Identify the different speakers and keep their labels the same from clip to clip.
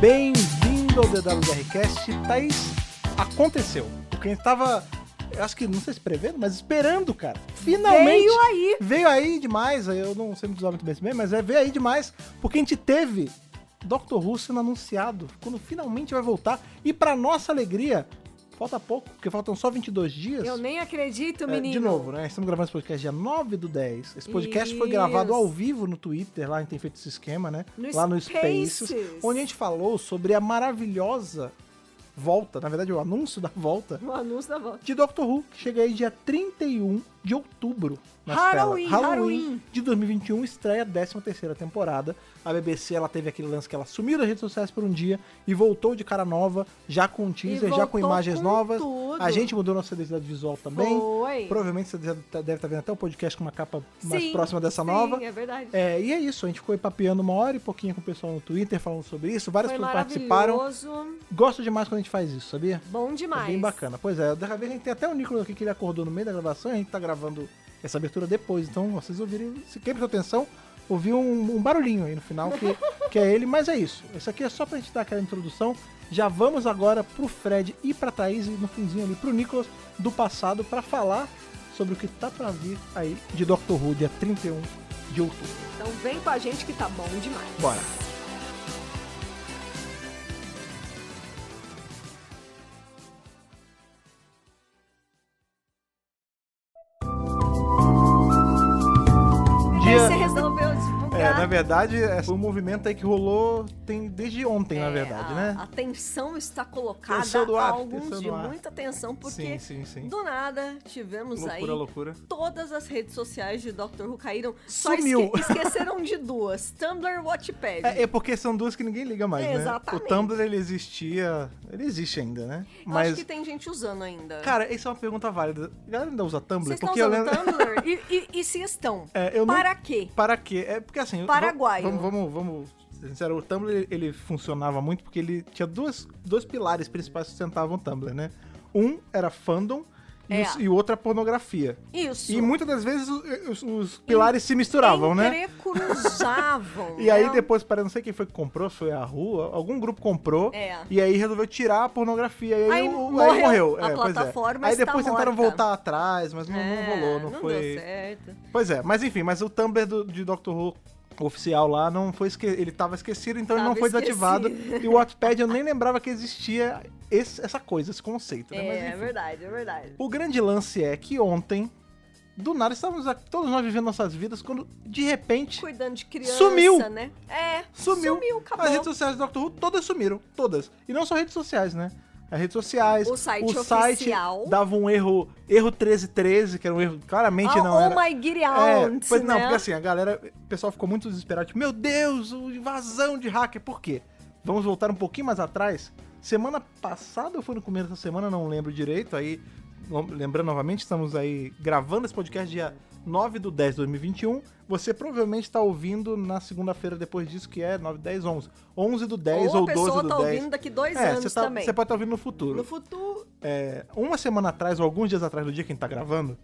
Speaker 1: Bem-vindo ao DWRcast. Thaís, aconteceu. O que a gente tava, eu acho que, não sei se prevendo, mas esperando, cara. Finalmente.
Speaker 2: Veio aí.
Speaker 1: Veio aí demais, eu não sei me dizer muito bem esse meme, mas é, veio aí demais, porque a gente teve Doctor Who sendo anunciado, quando finalmente vai voltar. E pra nossa alegria, falta pouco, porque faltam só 22 dias.
Speaker 2: Eu nem acredito,
Speaker 1: É,
Speaker 2: menino.
Speaker 1: de novo, né? Estamos gravando esse podcast dia 9 do 10. Esse podcast foi gravado
Speaker 2: Isso.
Speaker 1: ao vivo no Twitter, lá a gente tem feito esse esquema, né?
Speaker 2: No
Speaker 1: lá no
Speaker 2: Spaces.
Speaker 1: Spaces, onde a gente falou sobre a maravilhosa volta, na verdade o anúncio da volta,
Speaker 2: No anúncio da volta.
Speaker 1: de Doctor Who, que chega aí dia 31 de outubro nas
Speaker 2: Halloween,
Speaker 1: telas.
Speaker 2: Halloween.
Speaker 1: de 2021 estreia a 13ª temporada. A BBC, ela teve aquele lance que ela sumiu das redes sociais por um dia e voltou de cara nova, já com um teaser, já com
Speaker 2: voltou
Speaker 1: imagens
Speaker 2: com
Speaker 1: novas.
Speaker 2: tudo.
Speaker 1: A gente mudou nossa identidade visual também.
Speaker 2: Foi.
Speaker 1: Provavelmente você deve estar vendo até o podcast com uma capa mais
Speaker 2: Sim,
Speaker 1: próxima dessa
Speaker 2: sim,
Speaker 1: nova.
Speaker 2: é verdade.
Speaker 1: É, e é isso, a gente ficou aí papeando uma hora e pouquinho com o pessoal no Twitter falando sobre isso. Várias
Speaker 2: Foi
Speaker 1: pessoas participaram.
Speaker 2: maravilhoso.
Speaker 1: Gosto demais quando a gente faz isso, sabia?
Speaker 2: Bom
Speaker 1: É
Speaker 2: demais.
Speaker 1: bem bacana. Pois é, dessa vez a gente tem até o Nicolas aqui que ele acordou no meio da gravação e a gente tá gravando essa abertura depois. Então vocês ouviram, se quem prestou atenção, ouviu um, um barulhinho aí no final que, que é ele, mas é isso. Isso aqui é só pra gente dar aquela introdução. Já vamos agora pro Fred e pra Thaís e no finzinho ali pro Nicolas do passado pra falar sobre o que tá pra vir aí de Doctor Who dia 31 de outubro.
Speaker 2: Então vem com a gente que tá bom demais.
Speaker 1: Bora!
Speaker 2: Aí Você resolveu divulgar.
Speaker 1: É, na verdade, é, foi um movimento aí que rolou tem desde ontem, na verdade,
Speaker 2: É, a,
Speaker 1: né?
Speaker 2: A tensão está colocada
Speaker 1: Tensão do ar,
Speaker 2: há alguns
Speaker 1: tensão
Speaker 2: de
Speaker 1: do ar.
Speaker 2: muita tensão, porque
Speaker 1: Sim, sim, sim.
Speaker 2: do nada tivemos aí
Speaker 1: Loucura, loucura.
Speaker 2: todas as redes sociais de Dr. Who caíram. Só
Speaker 1: Sumiu.
Speaker 2: esque- esqueceram de duas, Tumblr e Watchpad.
Speaker 1: É, é porque são duas que ninguém liga mais,
Speaker 2: Exatamente.
Speaker 1: né? O Tumblr, ele existia... Ele existe ainda, né?
Speaker 2: Eu
Speaker 1: Mas,
Speaker 2: acho que tem gente usando ainda.
Speaker 1: cara, essa é uma pergunta válida. A galera ainda usa Tumblr?
Speaker 2: Vocês estão
Speaker 1: porque eu
Speaker 2: usando
Speaker 1: lembro...
Speaker 2: Tumblr? E, e- e se estão?
Speaker 1: É, eu não-
Speaker 2: Para quê?
Speaker 1: Para quê? É porque assim.
Speaker 2: Paraguaio.
Speaker 1: Vamos, vamos, vamos. ser Sincero, o Tumblr ele- ele funcionava muito porque ele tinha duas, dois pilares principais que sustentavam o Tumblr, né? Um era fandom e,
Speaker 2: É.
Speaker 1: o, e o outro a pornografia.
Speaker 2: Isso.
Speaker 1: E muitas das vezes o- os, os pilares se misturavam, né?
Speaker 2: Entrecruzavam.
Speaker 1: E aí
Speaker 2: né?
Speaker 1: depois, para não sei quem foi que comprou, se foi a rua, algum grupo comprou
Speaker 2: É.
Speaker 1: e aí resolveu tirar a pornografia e aí,
Speaker 2: Aí
Speaker 1: o-
Speaker 2: morreu.
Speaker 1: aí morreu.
Speaker 2: A
Speaker 1: é, pois é.
Speaker 2: plataforma
Speaker 1: Aí
Speaker 2: está
Speaker 1: depois tentaram
Speaker 2: morta.
Speaker 1: voltar atrás, mas não, não
Speaker 2: É,
Speaker 1: rolou, não, foi.
Speaker 2: deu certo.
Speaker 1: Pois é, mas enfim, mas o Tumblr do, de Doctor Who oficial lá não foi esque... ele tava esquecido, então ele não
Speaker 2: Tava
Speaker 1: foi desativado.
Speaker 2: esquecido.
Speaker 1: E o Wattpad eu nem lembrava que existia esse- essa coisa, esse conceito, né? Mas
Speaker 2: É, é
Speaker 1: enfim.
Speaker 2: verdade, é verdade.
Speaker 1: O grande lance é que ontem, do nada, estávamos aqui, todos nós vivendo nossas vidas, quando de repente
Speaker 2: Cuidando de criança,
Speaker 1: Sumiu.
Speaker 2: né? É,
Speaker 1: sumiu.
Speaker 2: acabou.
Speaker 1: As redes sociais do Doctor Who todas sumiram, todas. E não só redes sociais, né? As redes sociais,
Speaker 2: O site
Speaker 1: site
Speaker 2: oficial.
Speaker 1: dava um erro, erro 1313, que era um erro claramente
Speaker 2: oh,
Speaker 1: não
Speaker 2: oh
Speaker 1: era.
Speaker 2: my get
Speaker 1: É,
Speaker 2: out,
Speaker 1: pois não,
Speaker 2: né?
Speaker 1: porque assim, a galera, o pessoal ficou muito desesperado, tipo, meu Deus, o invasão de hacker, por quê? Vamos voltar um pouquinho mais atrás. Semana passada, eu fui no começo da semana, não lembro direito, aí, lom- lembrando novamente, estamos aí gravando esse podcast dia 9 do 10 de 2021. Você provavelmente está ouvindo na segunda-feira depois disso, que é 9, 10, 11. 11 do 10 ou,
Speaker 2: ou a
Speaker 1: 12
Speaker 2: pessoa
Speaker 1: do
Speaker 2: tá
Speaker 1: 10.
Speaker 2: ouvindo daqui dois
Speaker 1: é, você,
Speaker 2: anos
Speaker 1: tá-
Speaker 2: também.
Speaker 1: você pode estar ouvindo no futuro.
Speaker 2: No futuro,
Speaker 1: É, uma semana atrás, ou alguns dias atrás do dia que a gente tá gravando,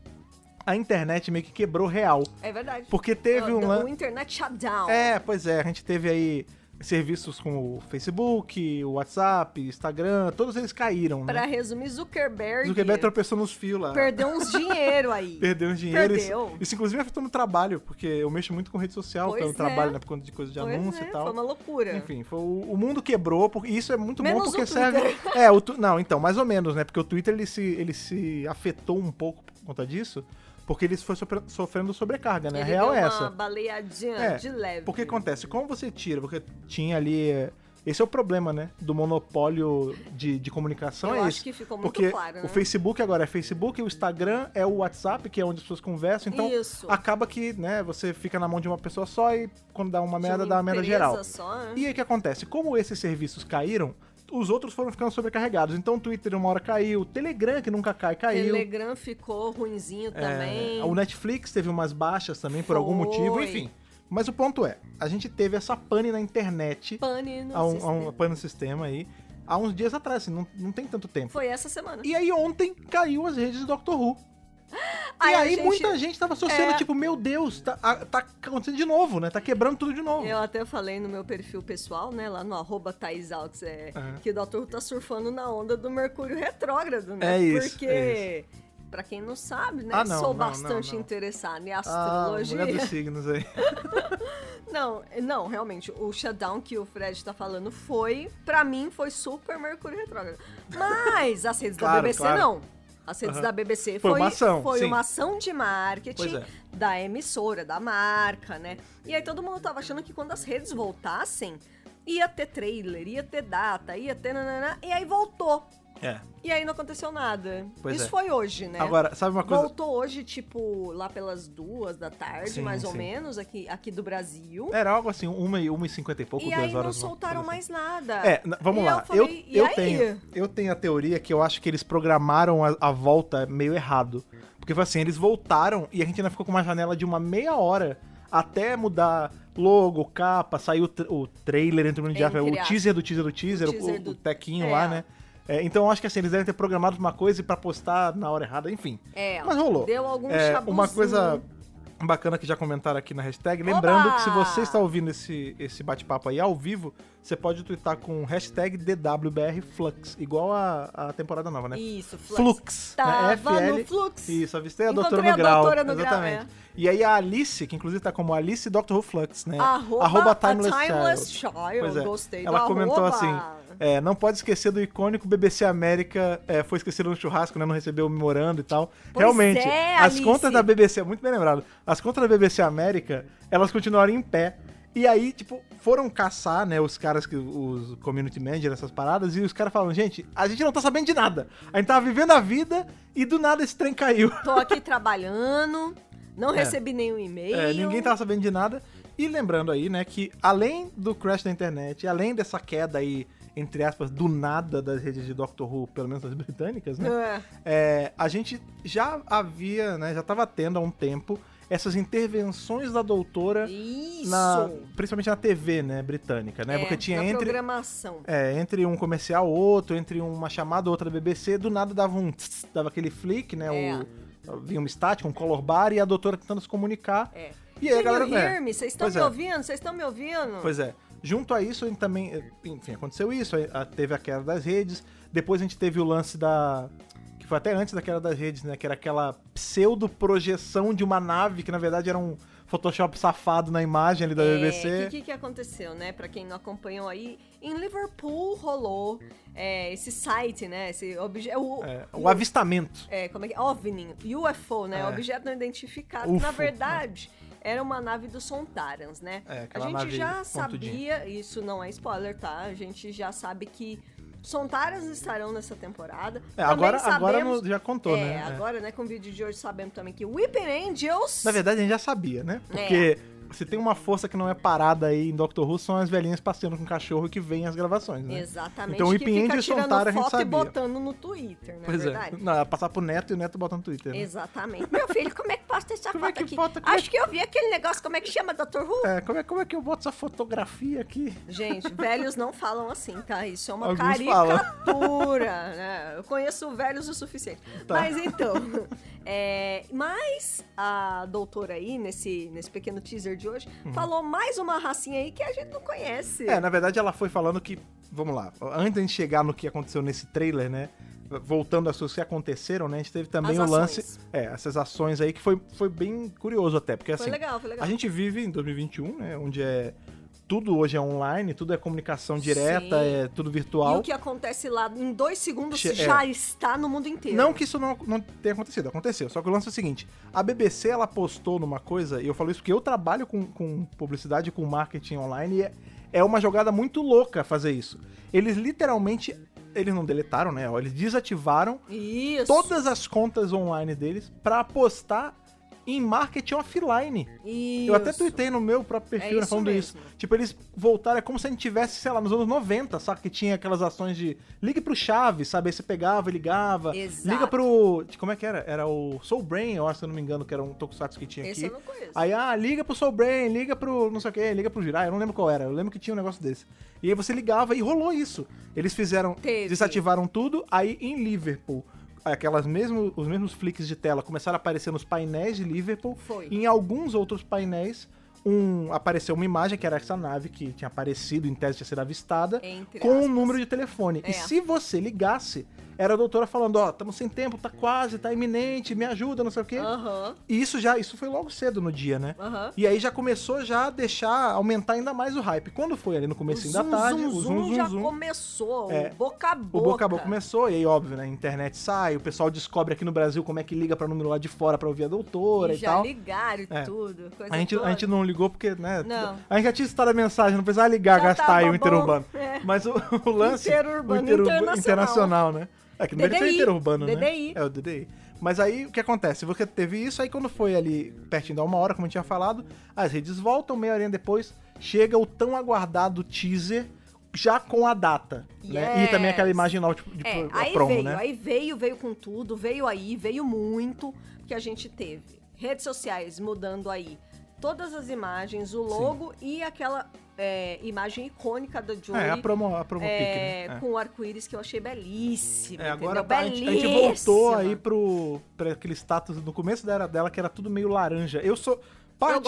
Speaker 1: a internet meio que quebrou real.
Speaker 2: é verdade.
Speaker 1: Porque teve
Speaker 2: Ah,
Speaker 1: um
Speaker 2: não, O
Speaker 1: lance.
Speaker 2: internet shutdown.
Speaker 1: É, pois é, a gente teve aí serviços como o Facebook, o WhatsApp, Instagram, todos eles caíram,
Speaker 2: Pra
Speaker 1: né?
Speaker 2: resumir, Zuckerberg,
Speaker 1: Zuckerberg tropeçou nos fios lá.
Speaker 2: perdeu uns dinheiro aí.
Speaker 1: Perdeu os dinheiro.
Speaker 2: Perdeu.
Speaker 1: Isso, isso inclusive afetou no trabalho, porque eu mexo muito com rede social,
Speaker 2: Pois
Speaker 1: pelo
Speaker 2: é.
Speaker 1: trabalho, né? Por conta de coisa de
Speaker 2: Pois
Speaker 1: anúncio
Speaker 2: é,
Speaker 1: e tal.
Speaker 2: Foi uma loucura.
Speaker 1: Enfim, foi, o o mundo quebrou, porque e isso é muito
Speaker 2: Menos
Speaker 1: bom
Speaker 2: o
Speaker 1: porque
Speaker 2: Twitter.
Speaker 1: serve. É, o tu- não, então, mais ou menos, né? Porque o Twitter ele se, ele se afetou um pouco por conta disso, porque ele foi sofre- sofrendo sobrecarga, né? a
Speaker 2: Ele
Speaker 1: real
Speaker 2: deu
Speaker 1: é
Speaker 2: uma
Speaker 1: essa.
Speaker 2: baleadinha
Speaker 1: É,
Speaker 2: Ah, de leve.
Speaker 1: Porque acontece, como você tira, porque tinha ali. é, Esse é o problema, né? Do monopólio de, de comunicação
Speaker 2: Eu
Speaker 1: é
Speaker 2: acho
Speaker 1: isso.
Speaker 2: que ficou muito
Speaker 1: porque
Speaker 2: claro, né?
Speaker 1: o Facebook agora é Facebook, o Instagram é o WhatsApp, que é onde as pessoas conversam. Então
Speaker 2: Isso.
Speaker 1: acaba que, né, você fica na mão de uma pessoa só e quando dá uma
Speaker 2: De
Speaker 1: merda,
Speaker 2: uma
Speaker 1: dá uma merda
Speaker 2: empresa
Speaker 1: geral.
Speaker 2: Só, né?
Speaker 1: E aí o que acontece? Como esses serviços caíram, os outros foram ficando sobrecarregados. Então o Twitter uma hora caiu, o Telegram, que nunca cai, caiu.
Speaker 2: Telegram ficou ruinzinho também.
Speaker 1: É, O Netflix teve umas baixas também por algum
Speaker 2: Foi.
Speaker 1: motivo, enfim. Mas o ponto é, a gente teve essa pane na internet,
Speaker 2: Pane no
Speaker 1: há um, há um-
Speaker 2: sistema.
Speaker 1: pane no sistema aí, há uns dias atrás, assim, não, não tem tanto tempo.
Speaker 2: Foi essa semana.
Speaker 1: E aí ontem caiu as redes do Doctor Who. e aí
Speaker 2: a gente-
Speaker 1: muita gente tava associando,
Speaker 2: É.
Speaker 1: tipo, meu Deus, tá, a- tá acontecendo de novo, né? Tá quebrando tudo de novo.
Speaker 2: Eu até falei no meu perfil pessoal, né? Lá no arroba Thais Alves, é,
Speaker 1: Aham.
Speaker 2: que o Dr. tá surfando na onda do Mercúrio retrógrado, né?
Speaker 1: É isso,
Speaker 2: Porque,
Speaker 1: é
Speaker 2: pra quem não sabe, né?
Speaker 1: Ah, não,
Speaker 2: sou
Speaker 1: não,
Speaker 2: bastante
Speaker 1: não, não.
Speaker 2: interessada em
Speaker 1: Ah,
Speaker 2: astrologia.
Speaker 1: mulher dos signos aí.
Speaker 2: Não, não, realmente, o shutdown que o Fred tá falando foi, pra mim, foi super Mercúrio Retrógrado. Mas as redes
Speaker 1: Claro,
Speaker 2: da BBC
Speaker 1: claro.
Speaker 2: não. As redes
Speaker 1: Aham.
Speaker 2: da BBC
Speaker 1: Foi
Speaker 2: foi,
Speaker 1: uma ação,
Speaker 2: foi
Speaker 1: sim.
Speaker 2: uma ação de marketing
Speaker 1: Pois é.
Speaker 2: da emissora, da marca, né? E aí todo mundo tava achando que quando as redes voltassem, ia ter trailer, ia ter data, ia ter nananã, e aí voltou.
Speaker 1: É.
Speaker 2: E aí não aconteceu nada.
Speaker 1: Pois
Speaker 2: Isso
Speaker 1: é.
Speaker 2: foi hoje, né?
Speaker 1: Agora, sabe uma coisa?
Speaker 2: Voltou hoje, tipo, lá pelas duas da tarde,
Speaker 1: Sim,
Speaker 2: mais ou
Speaker 1: sim.
Speaker 2: menos, aqui, aqui do Brasil.
Speaker 1: Era algo assim, uma e uma e cinquenta e pouco,
Speaker 2: E
Speaker 1: duas
Speaker 2: aí não
Speaker 1: horas. uma
Speaker 2: soltaram
Speaker 1: coisa assim.
Speaker 2: mais nada.
Speaker 1: É, n- vamos
Speaker 2: E
Speaker 1: lá.
Speaker 2: Eu, falei,
Speaker 1: eu, eu
Speaker 2: e aí?
Speaker 1: tenho, eu tenho a teoria que eu acho que eles programaram a, a volta meio errado. Porque foi assim, eles voltaram e a gente ainda ficou com uma janela de uma meia hora até mudar logo, capa, saiu o, tra- o trailer entre o mundo de
Speaker 2: Entre
Speaker 1: aspas, é, o
Speaker 2: aspas.
Speaker 1: teaser do teaser do teaser, o,
Speaker 2: teaser
Speaker 1: o-
Speaker 2: do-
Speaker 1: o tequinho
Speaker 2: é.
Speaker 1: lá, né? É, então eu acho que assim, eles devem ter programado uma coisa e pra postar na hora errada, enfim.
Speaker 2: É,
Speaker 1: Mas rolou.
Speaker 2: Deu algum
Speaker 1: É,
Speaker 2: chabuzinho.
Speaker 1: uma coisa bacana que já comentaram aqui na hashtag. Lembrando
Speaker 2: Oba!
Speaker 1: que se você está ouvindo esse, esse bate-papo aí ao vivo, você pode twittar com hashtag DWBRFlux, igual a, a temporada nova, né?
Speaker 2: Isso, Flux.
Speaker 1: Flux,
Speaker 2: Tava
Speaker 1: né? FL.
Speaker 2: no Flux.
Speaker 1: Isso, avistei a é
Speaker 2: Encontrei
Speaker 1: doutora no
Speaker 2: a
Speaker 1: grau.
Speaker 2: doutora no grau, é.
Speaker 1: exatamente. E aí a Alice, que inclusive tá como Alice Doctor Who Flux, né?
Speaker 2: Arroba,
Speaker 1: Arroba
Speaker 2: a
Speaker 1: Timeless, Child.
Speaker 2: Child.
Speaker 1: Pois é.
Speaker 2: Gostei
Speaker 1: Ela
Speaker 2: do
Speaker 1: comentou
Speaker 2: arroba.
Speaker 1: assim: é, não pode esquecer do icônico BBC América, é, foi esquecido no churrasco, né? Não recebeu o memorando e tal.
Speaker 2: Pois
Speaker 1: Realmente,
Speaker 2: é,
Speaker 1: as
Speaker 2: Alice.
Speaker 1: contas da BBC, muito bem lembrado, as contas da BBC América, elas continuaram em pé. E aí, tipo, foram caçar, né, os caras que. os community manager, essas paradas, e os caras falaram, gente, a gente não tá sabendo de nada. A gente tava vivendo a vida e do nada esse trem caiu.
Speaker 2: Tô aqui trabalhando, não
Speaker 1: É.
Speaker 2: recebi nenhum e-mail.
Speaker 1: É, ninguém tava sabendo de nada. E lembrando aí, né, que além do crash da internet, além dessa queda aí, entre aspas, do nada das redes de Doctor Who, pelo menos as britânicas, né?
Speaker 2: É.
Speaker 1: é, a gente já havia, né, já tava tendo há um tempo essas intervenções da doutora,
Speaker 2: Isso.
Speaker 1: na, principalmente na TV, né, britânica, né?
Speaker 2: É,
Speaker 1: porque tinha
Speaker 2: na
Speaker 1: entre,
Speaker 2: programação.
Speaker 1: é, entre um comercial outro, entre uma chamada outra da BBC, do nada dava um tss, dava aquele flick, né?
Speaker 2: É.
Speaker 1: O, vinha uma estática, um color bar e a doutora tentando se comunicar.
Speaker 2: É.
Speaker 1: E aí a
Speaker 2: Can
Speaker 1: galera.
Speaker 2: you
Speaker 1: é,
Speaker 2: hear me? Vocês estão
Speaker 1: Pois
Speaker 2: me
Speaker 1: é.
Speaker 2: ouvindo? Vocês estão me ouvindo?
Speaker 1: Pois é. Junto a isso, a gente também, eh, enfim, aconteceu isso, aí, ah, teve a queda das redes, depois a gente teve o lance da que foi até antes da queda das redes, né, que era aquela pseudo projeção de uma nave que na verdade era um Photoshop safado na imagem ali da
Speaker 2: É,
Speaker 1: BBC.
Speaker 2: O que, que aconteceu, né? Pra quem não acompanhou aí, em Liverpool rolou é, esse site, né? Esse objeto. O,
Speaker 1: É, o avistamento.
Speaker 2: é, como é que é? OVNI, UFO, né?
Speaker 1: É.
Speaker 2: Objeto não identificado.
Speaker 1: UFO,
Speaker 2: Na verdade, era uma nave dos Sontarans, né?
Speaker 1: É,
Speaker 2: a
Speaker 1: aquela
Speaker 2: gente
Speaker 1: nave
Speaker 2: já
Speaker 1: pontudinha.
Speaker 2: sabia, isso não é spoiler, tá? A gente já sabe que Sontarans estarão nessa temporada.
Speaker 1: É,
Speaker 2: Também
Speaker 1: agora agora
Speaker 2: sabemos-
Speaker 1: no- já contou,
Speaker 2: é,
Speaker 1: né? É.
Speaker 2: agora, né, com o vídeo de hoje sabemos também que Weeping Angels.
Speaker 1: Na verdade a gente já sabia, né?
Speaker 2: É.
Speaker 1: Porque se tem uma força que não é parada aí em Doctor Who são as velhinhas passeando com o cachorro que vem as gravações, né?
Speaker 2: Exatamente.
Speaker 1: Então, o
Speaker 2: que
Speaker 1: Ipinhende
Speaker 2: fica
Speaker 1: e
Speaker 2: tirando
Speaker 1: Sontara a gente
Speaker 2: foto
Speaker 1: sabia.
Speaker 2: e botando no Twitter, não é
Speaker 1: Pois é.
Speaker 2: verdade?
Speaker 1: Não, ela passar pro neto e o neto botar no Twitter. né?
Speaker 2: Exatamente. Meu filho, como é que posta essa
Speaker 1: Como é
Speaker 2: foto
Speaker 1: que
Speaker 2: aqui?
Speaker 1: bota- como é
Speaker 2: Acho que eu vi aquele negócio, como é que chama, Dr. Who?
Speaker 1: É, como é, como é que eu boto essa fotografia aqui?
Speaker 2: Gente, velhos não falam assim, tá? Isso é uma
Speaker 1: Alguns
Speaker 2: caricatura, né? Eu conheço velhos o suficiente.
Speaker 1: Tá.
Speaker 2: Mas então, é, mas a doutora aí, nesse, nesse pequeno teaser de hoje, falou mais uma racinha aí que a gente não conhece.
Speaker 1: Uhum. É, na verdade ela foi falando que, vamos lá, antes de gente chegar no que aconteceu nesse trailer, né? Voltando às coisas que aconteceram, né? A gente teve também
Speaker 2: As
Speaker 1: o lance,
Speaker 2: ações.
Speaker 1: é, essas ações aí que foi, foi bem curioso até, porque
Speaker 2: foi
Speaker 1: assim,
Speaker 2: legal, foi legal.
Speaker 1: a gente vive em 2021, né, onde é tudo hoje é online, tudo é comunicação direta,
Speaker 2: Sim.
Speaker 1: é tudo
Speaker 2: E
Speaker 1: virtual.
Speaker 2: o que acontece lá em dois segundos
Speaker 1: Che- é.
Speaker 2: já está no mundo inteiro.
Speaker 1: Não que isso não, não tenha acontecido, aconteceu. Só que o lance é o seguinte: a BBC ela postou numa coisa, e eu falo isso porque eu trabalho com, com publicidade, com marketing online, e é, é uma jogada muito louca fazer isso. Eles literalmente. Eles não deletaram, né? Ó, Eles desativaram
Speaker 2: Isso.
Speaker 1: todas as contas online deles pra apostar em marketing offline.
Speaker 2: Isso.
Speaker 1: Eu até tuitei no meu próprio perfil
Speaker 2: É
Speaker 1: né,
Speaker 2: isso
Speaker 1: falando
Speaker 2: mesmo.
Speaker 1: isso. Tipo, eles voltaram, é como se a gente tivesse, sei lá, nos anos 90, sabe? Que tinha aquelas ações de ligue pro chave, sabe? Aí você pegava e ligava.
Speaker 2: Exato.
Speaker 1: Liga pro. Como é que era? Era o Soul Brain, eu acho, se eu não me engano, que era um tokusatsu que tinha
Speaker 2: Esse
Speaker 1: aqui.
Speaker 2: eu não conheço.
Speaker 1: Aí, ah, liga pro Soul Brain, liga pro não sei o que, liga pro Jirai, eu não lembro qual era, eu lembro que tinha um negócio desse. E aí você ligava e rolou isso. Eles fizeram,
Speaker 2: Teve.
Speaker 1: desativaram tudo, aí em Liverpool aquelas mesmo, os mesmos flicks de tela começaram a aparecer nos painéis de Liverpool.
Speaker 2: Foi.
Speaker 1: Em alguns outros painéis, um, apareceu uma imagem que era essa nave que tinha aparecido, em tese tinha sido avistada,
Speaker 2: Entre
Speaker 1: com um
Speaker 2: aspas.
Speaker 1: número de telefone.
Speaker 2: É.
Speaker 1: E se você ligasse, era a doutora falando: Ó, estamos sem tempo, tá quase, tá iminente, me ajuda, não sei o quê.
Speaker 2: Aham,
Speaker 1: E isso já, isso foi logo cedo no dia, né?
Speaker 2: aham.
Speaker 1: E aí já começou já a deixar, aumentar ainda mais o hype. Quando foi ali no começo da
Speaker 2: zoom,
Speaker 1: tarde,
Speaker 2: zoom,
Speaker 1: o
Speaker 2: zoom,
Speaker 1: zoom, zoom,
Speaker 2: já
Speaker 1: zoom,
Speaker 2: começou,
Speaker 1: É.
Speaker 2: o boca a boca.
Speaker 1: o boca a boca começou, e aí, óbvio, né? A internet sai, o pessoal descobre aqui no Brasil como é que liga pra número lá de fora pra ouvir a doutora
Speaker 2: E
Speaker 1: e,
Speaker 2: já
Speaker 1: tal.
Speaker 2: ligaram e
Speaker 1: É.
Speaker 2: tudo. Coisa
Speaker 1: A gente, a
Speaker 2: toda.
Speaker 1: gente não ligou porque, né?
Speaker 2: Não.
Speaker 1: A gente já tinha estado a mensagem, não precisava ligar,
Speaker 2: Já
Speaker 1: gastar
Speaker 2: tava
Speaker 1: aí o
Speaker 2: bom.
Speaker 1: interurbano.
Speaker 2: É.
Speaker 1: Mas o, o lance.
Speaker 2: Interurbano,
Speaker 1: o interurba-
Speaker 2: internacional.
Speaker 1: internacional, né? É que não deve ter
Speaker 2: DDI,
Speaker 1: interurbano, né?
Speaker 2: DDI.
Speaker 1: É o DDI. Mas aí o que acontece? Você teve isso, aí quando foi ali pertinho da uma hora, como eu tinha falado, as redes voltam, meia horinha depois, chega o tão aguardado teaser já com a data. Né? E também aquela
Speaker 2: Yes.
Speaker 1: imagem nova tipo, de
Speaker 2: É,
Speaker 1: pro-
Speaker 2: aí
Speaker 1: promo,
Speaker 2: veio,
Speaker 1: né?
Speaker 2: aí veio, veio com tudo, veio aí, veio muito que a gente teve. Redes sociais mudando aí todas as imagens, o logo e aquela é, imagem icônica da Joy.
Speaker 1: É, a promo, a promo pic,
Speaker 2: é,
Speaker 1: né? É.
Speaker 2: com o arco-íris que eu achei belíssimo.
Speaker 1: É, agora
Speaker 2: entendeu?
Speaker 1: a gente, a gente voltou
Speaker 2: Belíssima.
Speaker 1: aí pro pra aquele status no começo da era dela que era tudo meio laranja. Eu sou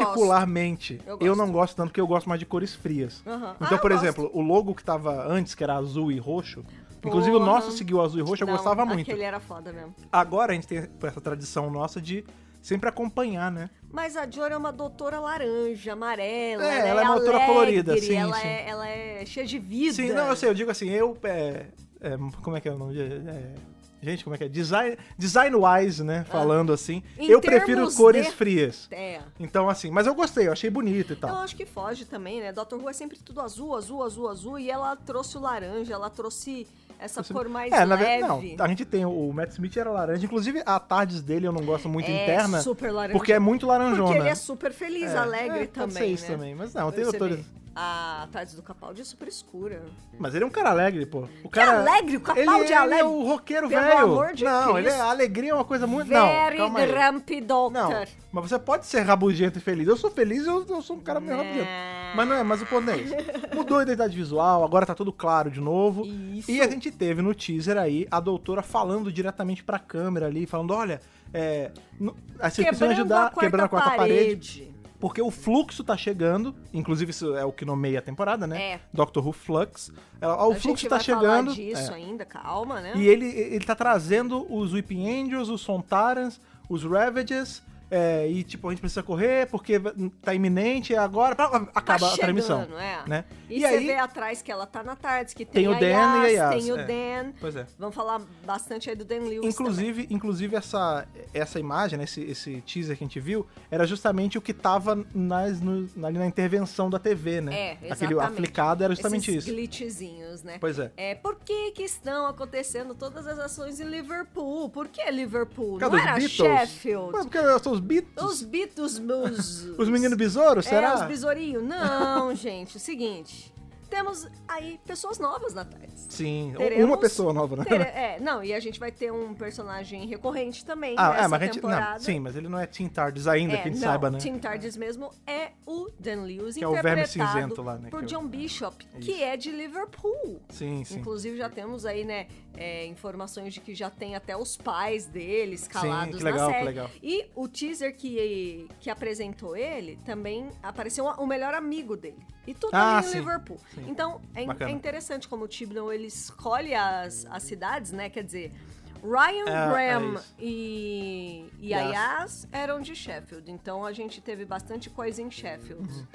Speaker 1: particularmente,
Speaker 2: Eu
Speaker 1: eu,
Speaker 2: gosto.
Speaker 1: não gosto tanto porque eu gosto mais de cores frias.
Speaker 2: Aham. Ah,
Speaker 1: Então,
Speaker 2: eu
Speaker 1: por
Speaker 2: gosto.
Speaker 1: exemplo, o logo que tava antes que era azul e roxo, inclusive o
Speaker 2: Porra.
Speaker 1: nosso seguiu azul e roxo, eu
Speaker 2: Não,
Speaker 1: gostava muito.
Speaker 2: Aquele era foda mesmo.
Speaker 1: Agora a gente tem essa tradição nossa de sempre acompanhar, né?
Speaker 2: Mas a Dior é uma doutora laranja, amarela.
Speaker 1: É, ela é uma doutora
Speaker 2: alegre,
Speaker 1: colorida, sim,
Speaker 2: ela,
Speaker 1: sim.
Speaker 2: É, ela é cheia de vida.
Speaker 1: Sim, não, eu sei, eu digo assim, eu é, é, como é que é o nome? É, é, gente, como é que é? Design design wise, né, falando assim,
Speaker 2: Ah. Em
Speaker 1: eu prefiro
Speaker 2: termos
Speaker 1: cores
Speaker 2: de-
Speaker 1: frias.
Speaker 2: É.
Speaker 1: Então, assim, mas eu gostei, eu achei bonito e
Speaker 2: Eu
Speaker 1: tal.
Speaker 2: acho que foge também, né? Dr. Who é sempre tudo azul, azul, azul, azul. E ela trouxe o laranja, ela trouxe essa cor mais
Speaker 1: é,
Speaker 2: leve.
Speaker 1: na verdade, não. A gente tem o- o Matt Smith era laranja, inclusive a tardes dele eu não gosto muito
Speaker 2: É,
Speaker 1: interna,
Speaker 2: super laranja.
Speaker 1: porque é muito laranjona.
Speaker 2: Porque ele é super feliz,
Speaker 1: É,
Speaker 2: alegre
Speaker 1: é,
Speaker 2: também,
Speaker 1: pode ser isso
Speaker 2: né?
Speaker 1: também, mas não, tem
Speaker 2: Você
Speaker 1: doutores-
Speaker 2: vê, A Tardes do Capaldi é super escura.
Speaker 1: Mas ele é um cara alegre, pô. O cara
Speaker 2: alegre? O Capaldi
Speaker 1: ele,
Speaker 2: é
Speaker 1: ele
Speaker 2: alegre?
Speaker 1: é o roqueiro
Speaker 2: Pelo
Speaker 1: velho.
Speaker 2: amor de
Speaker 1: não, ele é
Speaker 2: Cristo.
Speaker 1: alegria é uma coisa muito não,
Speaker 2: Very
Speaker 1: calma aí.
Speaker 2: grumpy doctor.
Speaker 1: Não, mas você pode ser rabugento e feliz. Eu sou feliz, eu, eu sou um cara meio
Speaker 2: Não.
Speaker 1: rabugento. Mas não é, mas o ponto não é esse. Mudou a identidade visual, agora tá tudo claro de novo.
Speaker 2: Isso.
Speaker 1: E a gente teve no teaser aí a doutora falando diretamente pra câmera ali, falando: olha, é, n- as pessoas precisam
Speaker 2: Quebrando
Speaker 1: ajudar
Speaker 2: a quarta
Speaker 1: quebrando a quarta parede.
Speaker 2: parede.
Speaker 1: porque o fluxo tá chegando. Inclusive, isso é o que nomeia a temporada, né?
Speaker 2: É.
Speaker 1: Doctor Who Flux. Ela, ó, o
Speaker 2: a
Speaker 1: fluxo
Speaker 2: gente
Speaker 1: tá
Speaker 2: vai
Speaker 1: chegando.
Speaker 2: falar disso
Speaker 1: é.
Speaker 2: ainda, calma, né?
Speaker 1: E ele, ele tá trazendo os Weeping Angels, os Sontarans, os Ravages. é, e tipo, a gente precisa correr porque tá iminente, é agora. pá,
Speaker 2: tá
Speaker 1: Acaba a transmissão.
Speaker 2: chegando, é.
Speaker 1: né?
Speaker 2: E,
Speaker 1: E
Speaker 2: você
Speaker 1: aí-
Speaker 2: vê atrás que ela tá na Tardes, que tem,
Speaker 1: Tem o
Speaker 2: a
Speaker 1: Dan
Speaker 2: Yas,
Speaker 1: e a Yas,
Speaker 2: Tem o
Speaker 1: é.
Speaker 2: Dan.
Speaker 1: Pois é.
Speaker 2: Vamos falar bastante aí do Dan Lewis
Speaker 1: Inclusive, inclusive essa, essa imagem, né, esse, esse teaser que a gente viu, era justamente o que tava nas, no- ali na intervenção da TV,
Speaker 2: É,
Speaker 1: né? Aquele
Speaker 2: exatamente.
Speaker 1: aplicado era
Speaker 2: também.
Speaker 1: justamente
Speaker 2: Esses
Speaker 1: isso.
Speaker 2: glitchzinhos, né?
Speaker 1: Pois é.
Speaker 2: É, por que que estão acontecendo todas as ações em Liverpool? Por que Liverpool?
Speaker 1: Por
Speaker 2: Não
Speaker 1: causa
Speaker 2: era Sheffield?
Speaker 1: Ué, porque são os Beatles?
Speaker 2: Os Beatles, os...
Speaker 1: Os meninos besouros, será?
Speaker 2: É, os besourinhos? Não, gente. é O seguinte, temos aí pessoas novas na Tardes.
Speaker 1: Sim, o-
Speaker 2: Teremos-
Speaker 1: uma pessoa nova, né?
Speaker 2: Ter- É, não, e a gente vai ter um personagem recorrente também
Speaker 1: Ah,
Speaker 2: nessa
Speaker 1: é, mas a gente.
Speaker 2: temporada.
Speaker 1: Não, sim, mas ele não é Teen Tardes ainda,
Speaker 2: É,
Speaker 1: que a gente
Speaker 2: não,
Speaker 1: saiba, né?
Speaker 2: Tim Tardes mesmo é o Dan Lewis,
Speaker 1: Que é o
Speaker 2: interpretado
Speaker 1: verme cinzento lá, né,
Speaker 2: por
Speaker 1: que é o-
Speaker 2: John Bishop,
Speaker 1: Isso.
Speaker 2: que é de Liverpool.
Speaker 1: Sim, sim.
Speaker 2: Inclusive já temos aí, né, é, informações de que já tem até os pais dele escalados
Speaker 1: Sim, que legal,
Speaker 2: na
Speaker 1: que
Speaker 2: série.
Speaker 1: legal.
Speaker 2: E o teaser que, que apresentou ele também apareceu o melhor amigo dele. E tudo
Speaker 1: Ah,
Speaker 2: ali em
Speaker 1: sim,
Speaker 2: Liverpool.
Speaker 1: sim.
Speaker 2: Então é, in-
Speaker 1: Bacana.
Speaker 2: é interessante como o Tibnon ele escolhe as, as cidades, né? Quer dizer, Ryan
Speaker 1: É,
Speaker 2: Graham
Speaker 1: é isso.
Speaker 2: e, e
Speaker 1: Yas.
Speaker 2: a Yas eram de Sheffield. Então a gente teve bastante coisa em Sheffield.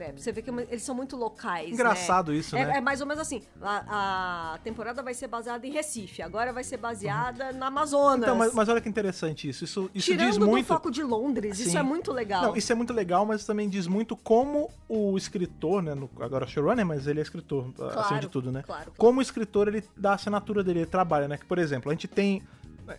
Speaker 2: É, pra você vê que eles são muito locais.
Speaker 1: Uhum. Engraçado isso,
Speaker 2: É-
Speaker 1: né?
Speaker 2: É mais ou menos assim. A, a temporada vai ser baseada em Recife, agora vai ser baseada na Amazonas.
Speaker 1: Então, mas, mas olha que interessante isso. Isso, isso
Speaker 2: Tirando
Speaker 1: diz
Speaker 2: do
Speaker 1: muito.
Speaker 2: foco de Londres, isso
Speaker 1: Sim.
Speaker 2: é muito legal.
Speaker 1: Não, isso é muito legal, mas também diz muito como o escritor, né? no- agora showrunner, mas ele é escritor, acima de tudo, né?
Speaker 2: claro, claro.
Speaker 1: Como o escritor, ele dá a assinatura dele, ele trabalha, né? Que, por exemplo, a gente tem.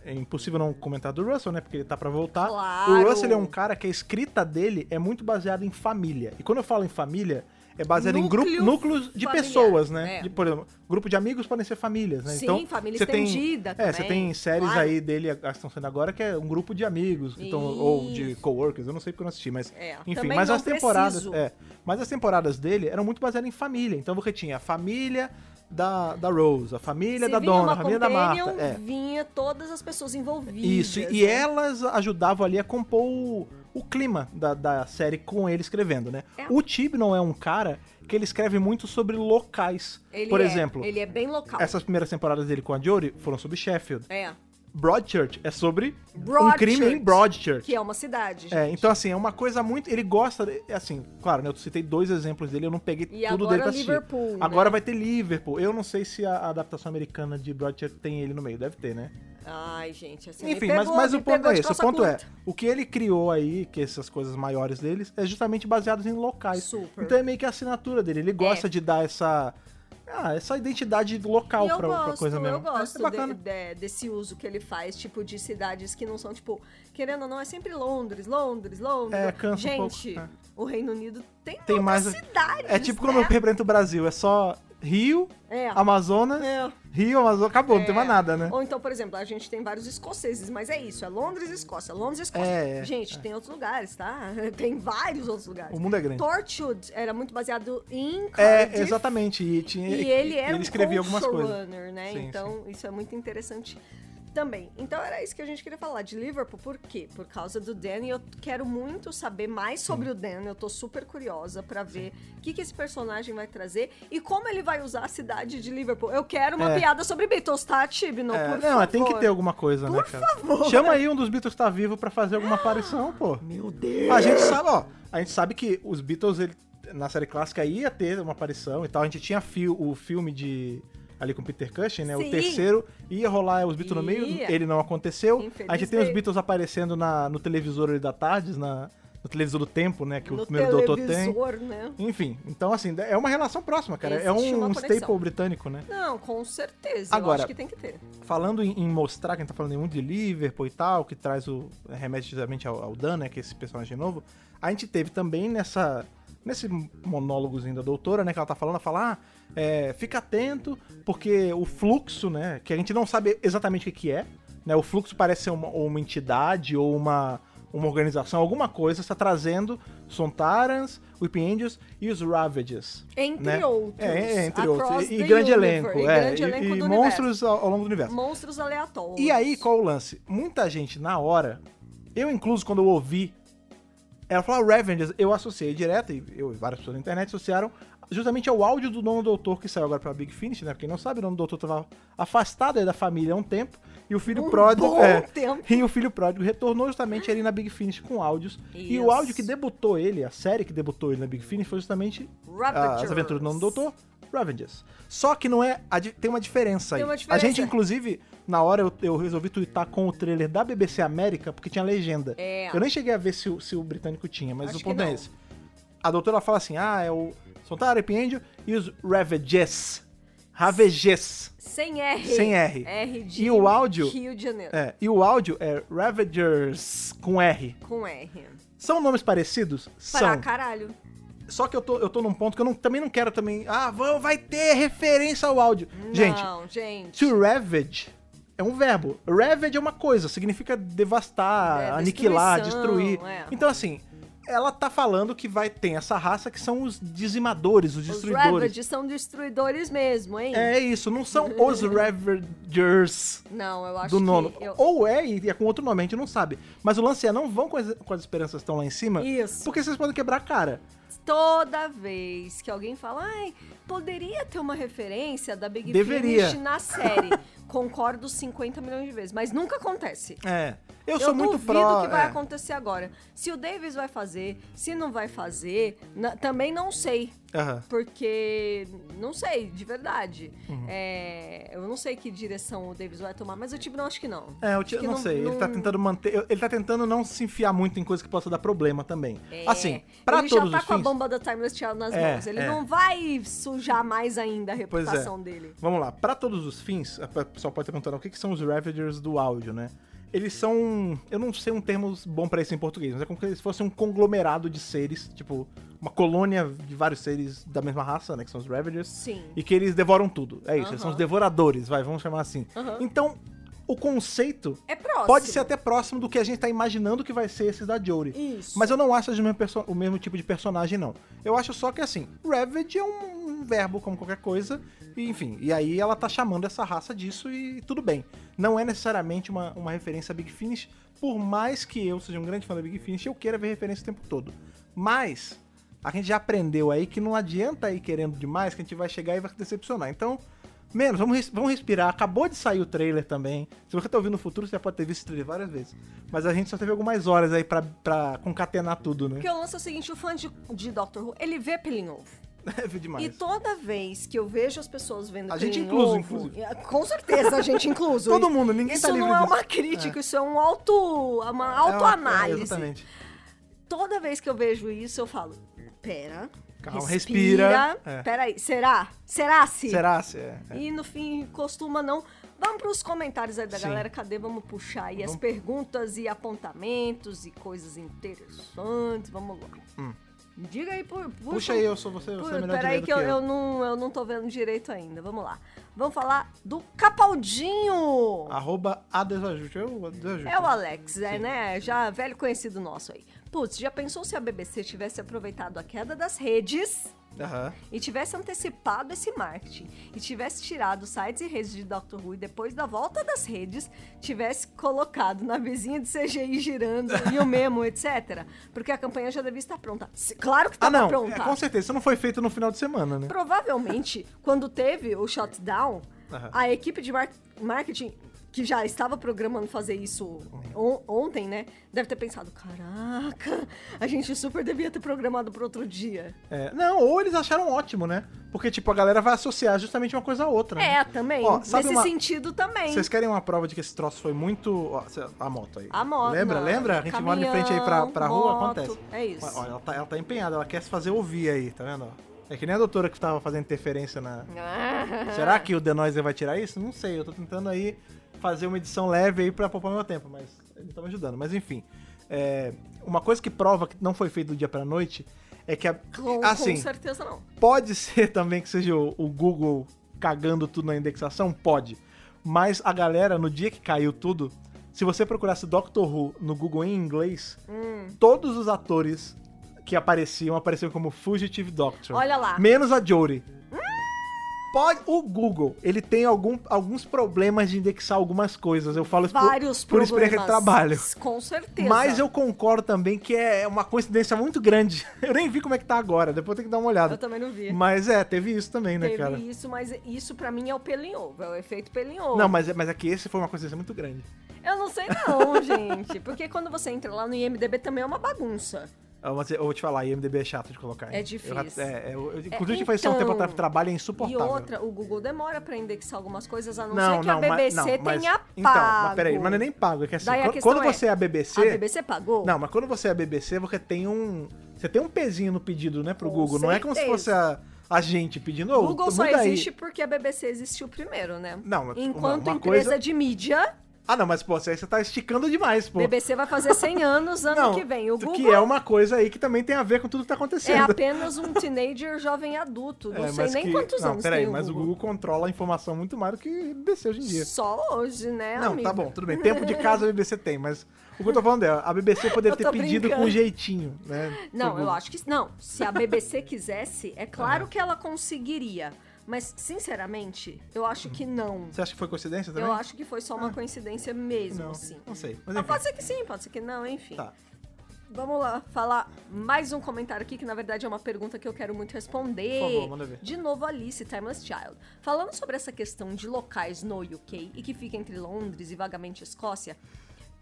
Speaker 1: É impossível não comentar do Russell, né? Porque ele tá pra voltar.
Speaker 2: Claro.
Speaker 1: O Russell ele é um cara que a escrita dele é muito baseada em família. E quando eu falo em família, é baseada em grupo,
Speaker 2: Núcleo
Speaker 1: núcleos de
Speaker 2: familiar,
Speaker 1: pessoas, né?
Speaker 2: é.
Speaker 1: De, por exemplo, grupo de amigos podem ser famílias, né?
Speaker 2: Sim,
Speaker 1: então,
Speaker 2: família
Speaker 1: você tem-
Speaker 2: estendida
Speaker 1: É, você
Speaker 2: também,
Speaker 1: tem séries
Speaker 2: claro.
Speaker 1: aí dele, as que estão sendo agora, que é um grupo de amigos, que tão- ou de
Speaker 2: Isso.
Speaker 1: coworkers, eu não sei porque eu não assisti, mas
Speaker 2: É,
Speaker 1: enfim,
Speaker 2: também
Speaker 1: mas
Speaker 2: não
Speaker 1: as temporadas,
Speaker 2: preciso.
Speaker 1: é, mas as temporadas dele eram muito baseadas em família. Então você tinha a família da, da Rose, a família
Speaker 2: Se
Speaker 1: da
Speaker 2: vinha
Speaker 1: Dona,
Speaker 2: uma
Speaker 1: a família da Marta.
Speaker 2: companion,
Speaker 1: É.
Speaker 2: Vinha todas as pessoas envolvidas.
Speaker 1: Isso, e é,
Speaker 2: né?
Speaker 1: elas ajudavam ali a compor o, o clima da, da série com ele escrevendo, né?
Speaker 2: É.
Speaker 1: O Tib não é um cara que ele escreve muito sobre locais.
Speaker 2: Ele
Speaker 1: Por
Speaker 2: é-
Speaker 1: exemplo,
Speaker 2: Ele é bem local.
Speaker 1: essas primeiras temporadas dele com a Jory foram sobre Sheffield.
Speaker 2: É.
Speaker 1: Broadchurch é sobre um
Speaker 2: Broadchurch.
Speaker 1: crime em Broadchurch.
Speaker 2: Que é uma cidade. gente.
Speaker 1: É, então assim, é uma coisa muito. Ele gosta. de- é Assim, claro, né? Eu citei dois exemplos dele, eu não peguei
Speaker 2: E
Speaker 1: tudo
Speaker 2: agora
Speaker 1: dele pra assistir.
Speaker 2: Liverpool, né?
Speaker 1: Agora vai ter Liverpool. Eu não sei se a a adaptação americana de Broadchurch tem ele no meio, deve ter, né?
Speaker 2: Ai, gente, assim.
Speaker 1: Enfim,
Speaker 2: me
Speaker 1: mas,
Speaker 2: pegou,
Speaker 1: mas
Speaker 2: me
Speaker 1: o ponto
Speaker 2: pegou
Speaker 1: é
Speaker 2: de
Speaker 1: esse. O
Speaker 2: calça
Speaker 1: ponto
Speaker 2: curta.
Speaker 1: é, o que ele criou aí, que essas coisas maiores deles, é justamente baseado em locais.
Speaker 2: Super. É.
Speaker 1: Então é meio que a assinatura dele. Ele gosta de dar essa. Ah, essa identidade local
Speaker 2: E eu
Speaker 1: pra, pra
Speaker 2: gosto,
Speaker 1: coisa mesmo.
Speaker 2: Eu gosto
Speaker 1: é bacana.
Speaker 2: de- de- desse uso que ele faz, tipo, de cidades que não são, tipo, querendo ou não, é sempre Londres, Londres, Londres.
Speaker 1: É, cansa um pouco,
Speaker 2: Gente,
Speaker 1: é.
Speaker 2: o Reino Unido tem,
Speaker 1: Tem
Speaker 2: muitas
Speaker 1: mais-
Speaker 2: cidades.
Speaker 1: É tipo
Speaker 2: né?
Speaker 1: quando eu represento o Brasil, é só Rio,
Speaker 2: É.
Speaker 1: Amazonas,
Speaker 2: É.
Speaker 1: Rio, Amazonas, acabou, não tem mais nada, né?
Speaker 2: Ou então, por exemplo, a gente tem vários escoceses, mas é isso, é Londres e Escócia, Londres e Escócia.
Speaker 1: É, é,
Speaker 2: gente, tem outros lugares, tá? Tem vários outros lugares.
Speaker 1: O mundo é grande.
Speaker 2: Torchwood era muito baseado em Cardiff,
Speaker 1: É, exatamente. E, tinha,
Speaker 2: E ele era um
Speaker 1: escrevia algumas coisas.
Speaker 2: showrunner, né?
Speaker 1: Sim,
Speaker 2: então, isso é muito interessante também. Então, era isso que a gente queria falar de Liverpool. Por quê? Por causa do Dan. E eu quero muito saber mais sobre o Dan. Eu tô super curiosa pra ver o que, que esse personagem vai trazer e como ele vai usar a cidade de Liverpool. Eu quero uma
Speaker 1: É.
Speaker 2: piada sobre Beatles, tá, Tibno?
Speaker 1: É,
Speaker 2: por
Speaker 1: não,
Speaker 2: favor.
Speaker 1: tem que ter alguma coisa, né, cara? Chama aí um dos Beatles tá vivo pra fazer alguma aparição, pô.
Speaker 2: Meu Deus!
Speaker 1: A gente sabe, ó. A gente sabe que os Beatles, ele- na série clássica, ia ter uma aparição e tal. A gente tinha fil- o filme de. Ali com Peter Cushing, né? O
Speaker 2: Sim.
Speaker 1: terceiro ia rolar os Beatles no meio,
Speaker 2: Ia.
Speaker 1: ele não aconteceu. A gente tem os
Speaker 2: Infelizmente.
Speaker 1: Beatles aparecendo na, no televisor ali da tarde, na, no televisor do tempo, né? Que o
Speaker 2: No
Speaker 1: primeiro doutor tem.
Speaker 2: televisor, né?
Speaker 1: Enfim, então assim, é uma relação próxima, cara. é
Speaker 2: Existe
Speaker 1: um
Speaker 2: uma conexão.
Speaker 1: staple britânico, né?
Speaker 2: Não, com certeza.
Speaker 1: Agora-
Speaker 2: eu acho que tem que ter.
Speaker 1: Falando em, em mostrar, que a gente tá falando muito de Liverpool e tal, que traz o. é, remete justamente ao, ao Dan, né? Que é esse personagem novo. A gente teve também nessa. Nesse monólogozinho da doutora, né? Que ela tá falando, ela fala, ah, é, fica atento, porque o fluxo, né? Que a gente não sabe exatamente o que que é, né? O fluxo parece ser uma, ou uma entidade ou uma, uma organização, alguma coisa, está trazendo Sontarans, Weeping Angels e os Ravages.
Speaker 2: Entre
Speaker 1: né?
Speaker 2: outros.
Speaker 1: É, é, entre
Speaker 2: Across
Speaker 1: outros. E, e
Speaker 2: the
Speaker 1: grande
Speaker 2: universe,
Speaker 1: elenco.
Speaker 2: e
Speaker 1: é,
Speaker 2: grande
Speaker 1: e-
Speaker 2: elenco
Speaker 1: e
Speaker 2: do
Speaker 1: monstros ao, ao longo do universo.
Speaker 2: Monstros aleatórios.
Speaker 1: E aí, qual o lance? Muita gente, na hora, eu incluso, quando eu ouvi, ela falou "Ah, Revengers, eu associei direto, e eu e várias pessoas na internet associaram, justamente ao áudio do Dono Doutor, que saiu agora pra Big Finish, né? Pra Quem não sabe, o Dono Doutor tava afastado aí da família há um tempo, e o filho
Speaker 2: Um
Speaker 1: pródigo...
Speaker 2: bom
Speaker 1: é,
Speaker 2: tempo.
Speaker 1: E o filho pródigo retornou justamente ali na Big Finish com áudios. E o
Speaker 2: Isso.
Speaker 1: áudio que debutou ele, a série que debutou ele na Big Finish, foi justamente ah, As
Speaker 2: Ravagers.
Speaker 1: Aventuras do Nono Doutor, Ravengers. Só que não é. a di- Tem uma diferença aí.
Speaker 2: Tem uma
Speaker 1: A
Speaker 2: diferença.
Speaker 1: gente, inclusive, na hora eu, eu resolvi twittar com o trailer da BBC América, porque tinha legenda.
Speaker 2: É.
Speaker 1: Eu nem cheguei a ver se, o- se o britânico tinha, mas
Speaker 2: Acho
Speaker 1: o ponto
Speaker 2: que
Speaker 1: é
Speaker 2: não.
Speaker 1: esse. A doutora fala assim: ah, é o Sontara, Epiendio e os Ravages. Ravages.
Speaker 2: Sem R.
Speaker 1: Sem R.
Speaker 2: R de
Speaker 1: E o áudio-
Speaker 2: Rio de Janeiro.
Speaker 1: É, e o áudio é Ravagers com R.
Speaker 2: Com R.
Speaker 1: São nomes parecidos?
Speaker 2: Pra
Speaker 1: São.
Speaker 2: caralho.
Speaker 1: Só que eu tô, eu tô num ponto que eu não- também não quero também. Ah, vão, vai ter referência ao áudio. Gente,
Speaker 2: Não, gente.
Speaker 1: To ravage é um verbo. Ravage é uma coisa, significa devastar,
Speaker 2: É,
Speaker 1: aniquilar,
Speaker 2: destruição,
Speaker 1: destruir.
Speaker 2: é.
Speaker 1: Então, assim, ela tá falando que vai ter essa raça que são os dizimadores, os
Speaker 2: Os
Speaker 1: destruidores.
Speaker 2: Ravages são destruidores mesmo, hein?
Speaker 1: é isso, não são os Ravagers
Speaker 2: Não, eu acho
Speaker 1: do nono.
Speaker 2: que... eu-
Speaker 1: Ou é, e é com outro nome, a gente não sabe. Mas o lance é, não vão com as, com as esperanças que estão lá em cima,
Speaker 2: Isso.
Speaker 1: porque vocês podem quebrar a cara.
Speaker 2: Toda vez que alguém fala, ai, poderia ter uma referência da Big
Speaker 1: Deveria.
Speaker 2: Finish na série. Concordo 50 milhões de vezes, mas nunca acontece.
Speaker 1: É. Eu,
Speaker 2: Eu,
Speaker 1: sou muito
Speaker 2: duvido
Speaker 1: pró...
Speaker 2: que vai
Speaker 1: é.
Speaker 2: acontecer agora. Se o Davis vai fazer, se não vai fazer, na- também não sei.
Speaker 1: Aham.
Speaker 2: Porque não sei, de verdade. É, eu não sei que direção o Davis vai tomar, mas o time não acho que não.
Speaker 1: É, eu
Speaker 2: Acho
Speaker 1: te-
Speaker 2: que
Speaker 1: não, sei. Ele tá tentando manter. eu- Ele tá tentando não se enfiar muito em coisa que possa dar problema também.
Speaker 2: É.
Speaker 1: Assim, pra
Speaker 2: ele
Speaker 1: todos
Speaker 2: já tá
Speaker 1: os
Speaker 2: com
Speaker 1: fins.
Speaker 2: a bomba da Timeless Child nas
Speaker 1: É,
Speaker 2: mãos. Ele
Speaker 1: é.
Speaker 2: não vai sujar mais ainda a
Speaker 1: Pois é.
Speaker 2: reputação dele.
Speaker 1: Vamos lá, pra todos os fins, a pe- o pessoal pode estar perguntando o que, que são os Ravagers do áudio, né? Eles são. Eu não sei um termo bom pra isso em português, mas é como se fosse um conglomerado de seres, tipo, uma colônia de vários seres da mesma raça, né? Que são os Ravagers.
Speaker 2: Sim.
Speaker 1: E que eles devoram tudo. É isso, eles são os
Speaker 2: Aham.
Speaker 1: devoradores, vai, vamos chamar assim.
Speaker 2: Aham.
Speaker 1: Então, o conceito
Speaker 2: É próximo.
Speaker 1: pode ser até próximo do que a gente tá imaginando que vai ser esses da Jory.
Speaker 2: Isso.
Speaker 1: Mas eu não acho eles o mesmo perso- o mesmo tipo de personagem, não. Eu acho só que, assim, Ravage é um, um verbo como qualquer coisa, e, enfim. E aí ela tá chamando essa raça disso e tudo bem. Não é necessariamente uma, uma referência a Big Finish, por mais que eu seja um grande fã da Big Finish, eu queira ver referência o tempo todo. Mas a gente já aprendeu aí que não adianta ir querendo demais, que a gente vai chegar e vai se decepcionar. Então, menos, vamos, res- vamos respirar. Acabou de sair o trailer também. Se você tá ouvindo no futuro, você já pode ter visto esse trailer várias vezes. Mas a gente só teve algumas horas aí pra, pra concatenar tudo, né?
Speaker 2: Porque o lance é o seguinte, o fã de, de Doctor Who, ele vê Peeling Ovo.
Speaker 1: É demais.
Speaker 2: E toda vez que eu vejo as pessoas vendo
Speaker 1: A gente
Speaker 2: Peeling
Speaker 1: incluso,
Speaker 2: Ovo,
Speaker 1: inclusive.
Speaker 2: é, Com certeza, a gente incluso.
Speaker 1: Todo mundo, ninguém
Speaker 2: isso
Speaker 1: tá livre
Speaker 2: não é
Speaker 1: disso.
Speaker 2: uma crítica, isso é um auto, uma
Speaker 1: É uma-
Speaker 2: autoanálise.
Speaker 1: é, exatamente.
Speaker 2: toda vez que eu vejo isso, eu falo, pera,
Speaker 1: Calma,
Speaker 2: respira,
Speaker 1: respira. É.
Speaker 2: peraí, será? Será se?
Speaker 1: Será? Se é, é.
Speaker 2: E no fim, costuma não. Vamos pros comentários aí da
Speaker 1: Sim.
Speaker 2: galera, cadê? Vamos puxar aí as
Speaker 1: Vamos-
Speaker 2: perguntas e apontamentos e coisas interessantes, vamos lá. Diga aí, pu- puxa,
Speaker 1: Hum. Puxa aí, eu sou você, você é melhor de
Speaker 2: Peraí
Speaker 1: ler do
Speaker 2: que eu, eu não, eu não tô vendo direito ainda, vamos lá. Vamos falar do Capaldinho!
Speaker 1: Ah, Arroba a desajuste. Eu desajuste.
Speaker 2: É o Alex, é, né? Já velho conhecido nosso aí. Putz, já pensou se a BBC tivesse aproveitado a queda das redes
Speaker 1: Aham.
Speaker 2: e tivesse antecipado esse marketing e tivesse tirado sites e redes de Doctor Who e depois da volta das redes tivesse colocado na vizinha de CGI girando e o memo, etc. Porque a campanha já devia estar pronta. Se- Claro que
Speaker 1: Ah,
Speaker 2: estava
Speaker 1: não.
Speaker 2: pronta.
Speaker 1: É, com certeza. Isso não foi feito no final de semana, né?
Speaker 2: Provavelmente, quando teve o shutdown,
Speaker 1: Aham.
Speaker 2: a equipe de mar- marketing que já estava programando fazer isso on- ontem, né? Deve ter pensado, caraca, a gente super devia ter programado para outro dia.
Speaker 1: É, não, ou eles acharam ótimo, né? Porque, tipo, a galera vai associar justamente uma coisa a outra. né?
Speaker 2: É, também.
Speaker 1: Ó, sabe
Speaker 2: Nesse
Speaker 1: uma-
Speaker 2: sentido também.
Speaker 1: Vocês querem uma prova de que esse troço foi muito. ó, cê- a moto aí.
Speaker 2: A moto,
Speaker 1: Lembra,
Speaker 2: mano.
Speaker 1: lembra? A gente
Speaker 2: Caminhão,
Speaker 1: mora em frente aí pra, pra rua,
Speaker 2: moto,
Speaker 1: acontece.
Speaker 2: é isso.
Speaker 1: Ó, ela, tá, ela tá empenhada, ela quer se fazer ouvir aí, tá vendo? ó? É que nem a doutora que tava fazendo interferência na.
Speaker 2: É. Ah.
Speaker 1: Será que o The Noise vai tirar isso? Não sei, eu tô tentando aí fazer uma edição leve aí pra poupar meu tempo, mas ele tá me ajudando. Mas enfim, é, uma coisa que prova que não foi feito do dia pra noite é que a,
Speaker 2: Com,
Speaker 1: assim,
Speaker 2: com certeza não.
Speaker 1: Pode ser também que seja o, o Google cagando tudo na indexação? Pode. Mas a galera, no dia que caiu tudo, se você procurasse Doctor Who no Google em inglês,
Speaker 2: Hum.
Speaker 1: todos os atores que apareciam apareciam como Fugitive Doctor.
Speaker 2: Olha lá. Ah!
Speaker 1: Menos a Jory. Pode, o Google, ele tem algum, alguns problemas de indexar algumas coisas. Eu falo isso por-
Speaker 2: Vários
Speaker 1: por,
Speaker 2: problemas.
Speaker 1: experiência de trabalho.
Speaker 2: Com certeza.
Speaker 1: Mas eu concordo também que é uma coincidência muito grande. Eu nem vi como é que tá agora, depois tem que dar uma olhada.
Speaker 2: Eu também não vi.
Speaker 1: Mas é, teve isso também, né,
Speaker 2: Teve
Speaker 1: cara?
Speaker 2: isso, mas isso pra mim é o pelinhovo, é o efeito pelinhovo.
Speaker 1: Não, mas, é- mas é que esse foi uma coincidência muito grande.
Speaker 2: Eu não sei não, gente. Porque quando você entra lá no IMDB também é uma bagunça.
Speaker 1: Eu vou, dizer- Ah, eu vou te falar, IMDB é chato de colocar. hein?
Speaker 2: É
Speaker 1: Eu já-
Speaker 2: difícil.
Speaker 1: é, é, eu- eu- inclusive,
Speaker 2: É,
Speaker 1: a gente faz isso há um tempo
Speaker 2: então,
Speaker 1: atrás, trabalho é
Speaker 2: E
Speaker 1: insuportável.
Speaker 2: outra, o Google demora pra indexar algumas coisas, a não,
Speaker 1: não,
Speaker 2: ser que
Speaker 1: não,
Speaker 2: a
Speaker 1: mas,
Speaker 2: BBC
Speaker 1: não, mas,
Speaker 2: tenha pago.
Speaker 1: Então, mas peraí, mas não é nem pago, é que assim,
Speaker 2: Daí a
Speaker 1: quando,
Speaker 2: questão
Speaker 1: quando
Speaker 2: é,
Speaker 1: você é a BBC...
Speaker 2: A BBC pagou?
Speaker 1: Não, mas quando você é a BBC, você tem um... Você tem um pezinho no pedido, né, pro
Speaker 2: Com
Speaker 1: Google. Não é como se
Speaker 2: certeza.
Speaker 1: fosse a, a gente pedindo,
Speaker 2: O
Speaker 1: ô,
Speaker 2: Google só
Speaker 1: muda aí.
Speaker 2: existe porque a BBC existiu primeiro, né?
Speaker 1: Não, mas uma-
Speaker 2: Enquanto
Speaker 1: uma
Speaker 2: empresa
Speaker 1: coisa-
Speaker 2: de mídia,
Speaker 1: Ah, não, mas pô, você, você tá esticando demais, pô.
Speaker 2: BBC vai fazer 100 anos ano
Speaker 1: não,
Speaker 2: que vem. O Google
Speaker 1: Que é uma coisa aí que também tem a ver com tudo que tá
Speaker 2: é
Speaker 1: acontecendo.
Speaker 2: apenas um teenager jovem adulto. Não
Speaker 1: É,
Speaker 2: sei
Speaker 1: mas
Speaker 2: nem
Speaker 1: que-
Speaker 2: quantos
Speaker 1: não,
Speaker 2: anos
Speaker 1: peraí,
Speaker 2: tem o
Speaker 1: mas
Speaker 2: Google.
Speaker 1: o Google controla a informação muito mais do que BBC hoje em dia.
Speaker 2: Só hoje, né,
Speaker 1: não,
Speaker 2: amigo?
Speaker 1: tá bom, tudo bem. Tempo de casa a BBC tem, mas o que eu tô falando é, a BBC
Speaker 2: Eu
Speaker 1: poderia
Speaker 2: tô
Speaker 1: ter pedido
Speaker 2: brincando.
Speaker 1: com jeitinho, né? pro
Speaker 2: Não, eu
Speaker 1: Google. Tá.
Speaker 2: acho que. Não, se a BBC quisesse, é claro que ela conseguiria. Mas, sinceramente, eu acho que não.
Speaker 1: Você acha que foi coincidência também? Ah.
Speaker 2: Eu acho que foi só uma coincidência mesmo,
Speaker 1: Não,
Speaker 2: assim.
Speaker 1: não sei, mas
Speaker 2: Mas pode
Speaker 1: enfim.
Speaker 2: ser que sim, pode ser que não, enfim.
Speaker 1: Tá.
Speaker 2: Vamos lá, falar mais um comentário aqui, que na verdade é uma pergunta que eu quero muito responder.
Speaker 1: Por favor, manda ver.
Speaker 2: De novo, Alice, Timeless Child. Falando sobre essa questão de locais no UK e que fica entre Londres e vagamente Escócia,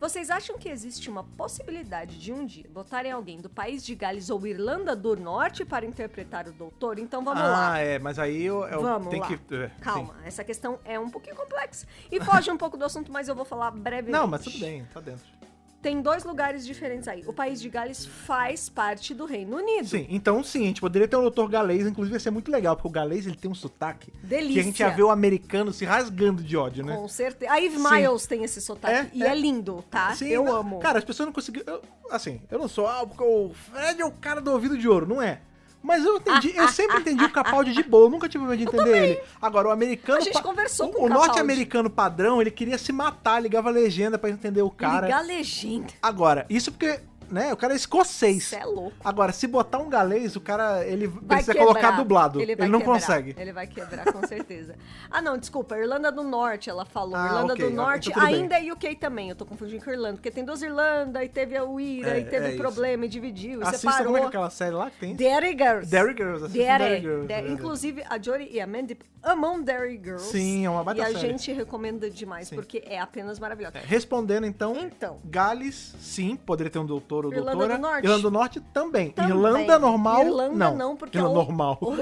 Speaker 2: vocês acham que existe uma possibilidade de um dia botarem alguém do país de Gales ou Irlanda do Norte para interpretar o Doutor? Então vamos
Speaker 1: ah,
Speaker 2: lá.
Speaker 1: é, mas aí eu, eu
Speaker 2: Vamos
Speaker 1: tenho
Speaker 2: lá.
Speaker 1: que... é,
Speaker 2: Calma,
Speaker 1: sim.
Speaker 2: essa questão é um pouquinho complexa e foge um pouco do assunto, mas eu vou falar brevemente.
Speaker 1: Não, mas tudo bem, tá dentro.
Speaker 2: Tem dois lugares diferentes aí. O país de Gales faz parte do Reino Unido.
Speaker 1: Sim, então sim, a gente poderia ter um doutor galês, inclusive ia ser muito legal, porque o galês ele tem um sotaque que
Speaker 2: Delícia.
Speaker 1: a gente ia ver o americano se rasgando de ódio, né?
Speaker 2: Com certeza. A Eve
Speaker 1: Sim.
Speaker 2: Miles tem esse sotaque.
Speaker 1: É,
Speaker 2: e
Speaker 1: é.
Speaker 2: é. lindo, tá?
Speaker 1: Sim,
Speaker 2: eu
Speaker 1: não-
Speaker 2: amo.
Speaker 1: Cara, as pessoas não conseguiram. eu- assim, eu não sou. Ah, porque o Fred é o cara do ouvido de ouro, não é? Mas eu entendi, eu sempre entendi o Capaldi de boa, eu nunca tive medo de entender ele. Agora, o americano.
Speaker 2: A gente conversou
Speaker 1: o,
Speaker 2: com o
Speaker 1: o
Speaker 2: Capaldi.
Speaker 1: norte-americano
Speaker 2: é
Speaker 1: padrão, ele queria se matar, ligava a legenda pra entender o cara.
Speaker 2: Liga a legenda.
Speaker 1: Agora, isso porque né? O cara é escocês.
Speaker 2: Cê é louco.
Speaker 1: Agora, se botar um galês, o cara ele
Speaker 2: Vai
Speaker 1: precisa
Speaker 2: quebrar.
Speaker 1: colocar dublado. Ele,
Speaker 2: vai
Speaker 1: não
Speaker 2: quebrar.
Speaker 1: consegue.
Speaker 2: Ele vai quebrar, com certeza. ah, não, desculpa. Irlanda do Norte, ela falou.
Speaker 1: Ah,
Speaker 2: Irlanda
Speaker 1: ok,
Speaker 2: do
Speaker 1: ok,
Speaker 2: Norte,
Speaker 1: então tudo bem.
Speaker 2: ainda é UK também. Eu tô confundindo com Irlanda, porque tem duas Irlanda, e teve a Uira,
Speaker 1: É,
Speaker 2: e teve um
Speaker 1: é isso.
Speaker 2: problema, e dividiu, e
Speaker 1: Assista
Speaker 2: separou.
Speaker 1: como é que é aquela série lá que tem?
Speaker 2: Dairy Girls.
Speaker 1: Dairy Girls, assista
Speaker 2: Dairy,
Speaker 1: Dairy Girls,
Speaker 2: Dairy.
Speaker 1: é.
Speaker 2: Inclusive, a Jory e a Mandy amam Dairy Girls.
Speaker 1: Sim, é uma baita
Speaker 2: E a
Speaker 1: série.
Speaker 2: gente recomenda demais, porque é apenas maravilhosa.
Speaker 1: É, Respondendo então,
Speaker 2: Então.
Speaker 1: Gales, sim, poderia ter um doutor ou
Speaker 2: Irlanda
Speaker 1: doutora.
Speaker 2: do Norte.
Speaker 1: Irlanda do Norte também.
Speaker 2: Também.
Speaker 1: Irlanda normal,
Speaker 2: Irlanda
Speaker 1: não.
Speaker 2: não, porque
Speaker 1: Irlanda
Speaker 2: é o-
Speaker 1: normal.
Speaker 2: o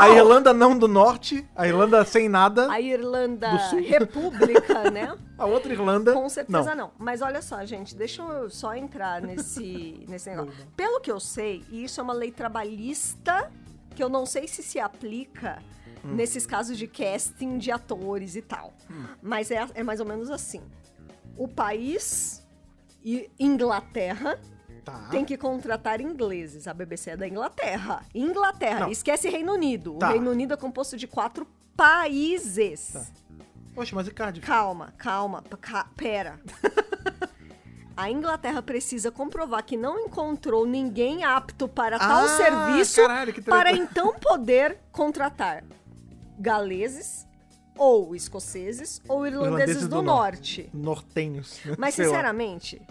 Speaker 1: A Irlanda não do Norte, a Irlanda sem nada,
Speaker 2: A Irlanda
Speaker 1: Do Sul?
Speaker 2: República, né?
Speaker 1: a outra Irlanda
Speaker 2: Com certeza
Speaker 1: não.
Speaker 2: não. Mas olha só, gente, deixa eu só entrar nesse, nesse negócio. Pelo que eu sei, e isso é uma lei trabalhista que eu não sei se se aplica
Speaker 1: Hum.
Speaker 2: nesses casos de casting de atores e tal. Mas é, é mais ou menos assim. O país e Inglaterra
Speaker 1: Tá.
Speaker 2: tem que contratar ingleses. A BBC é da Inglaterra. Inglaterra.
Speaker 1: Não.
Speaker 2: Esquece Reino Unido.
Speaker 1: Tá.
Speaker 2: O Reino Unido é composto de quatro países.
Speaker 1: Tá. Poxa, mas e Cardiff?
Speaker 2: Calma, calma, p- ca- pera. A Inglaterra precisa comprovar que não encontrou ninguém apto para tal
Speaker 1: Ah,
Speaker 2: serviço
Speaker 1: caralho, que treta.
Speaker 2: para então poder contratar galeses ou escoceses ou irlandeses,
Speaker 1: Irlandeses
Speaker 2: do,
Speaker 1: do
Speaker 2: norte.
Speaker 1: Nortenhos. né?
Speaker 2: Mas,
Speaker 1: Sei lá.
Speaker 2: sinceramente,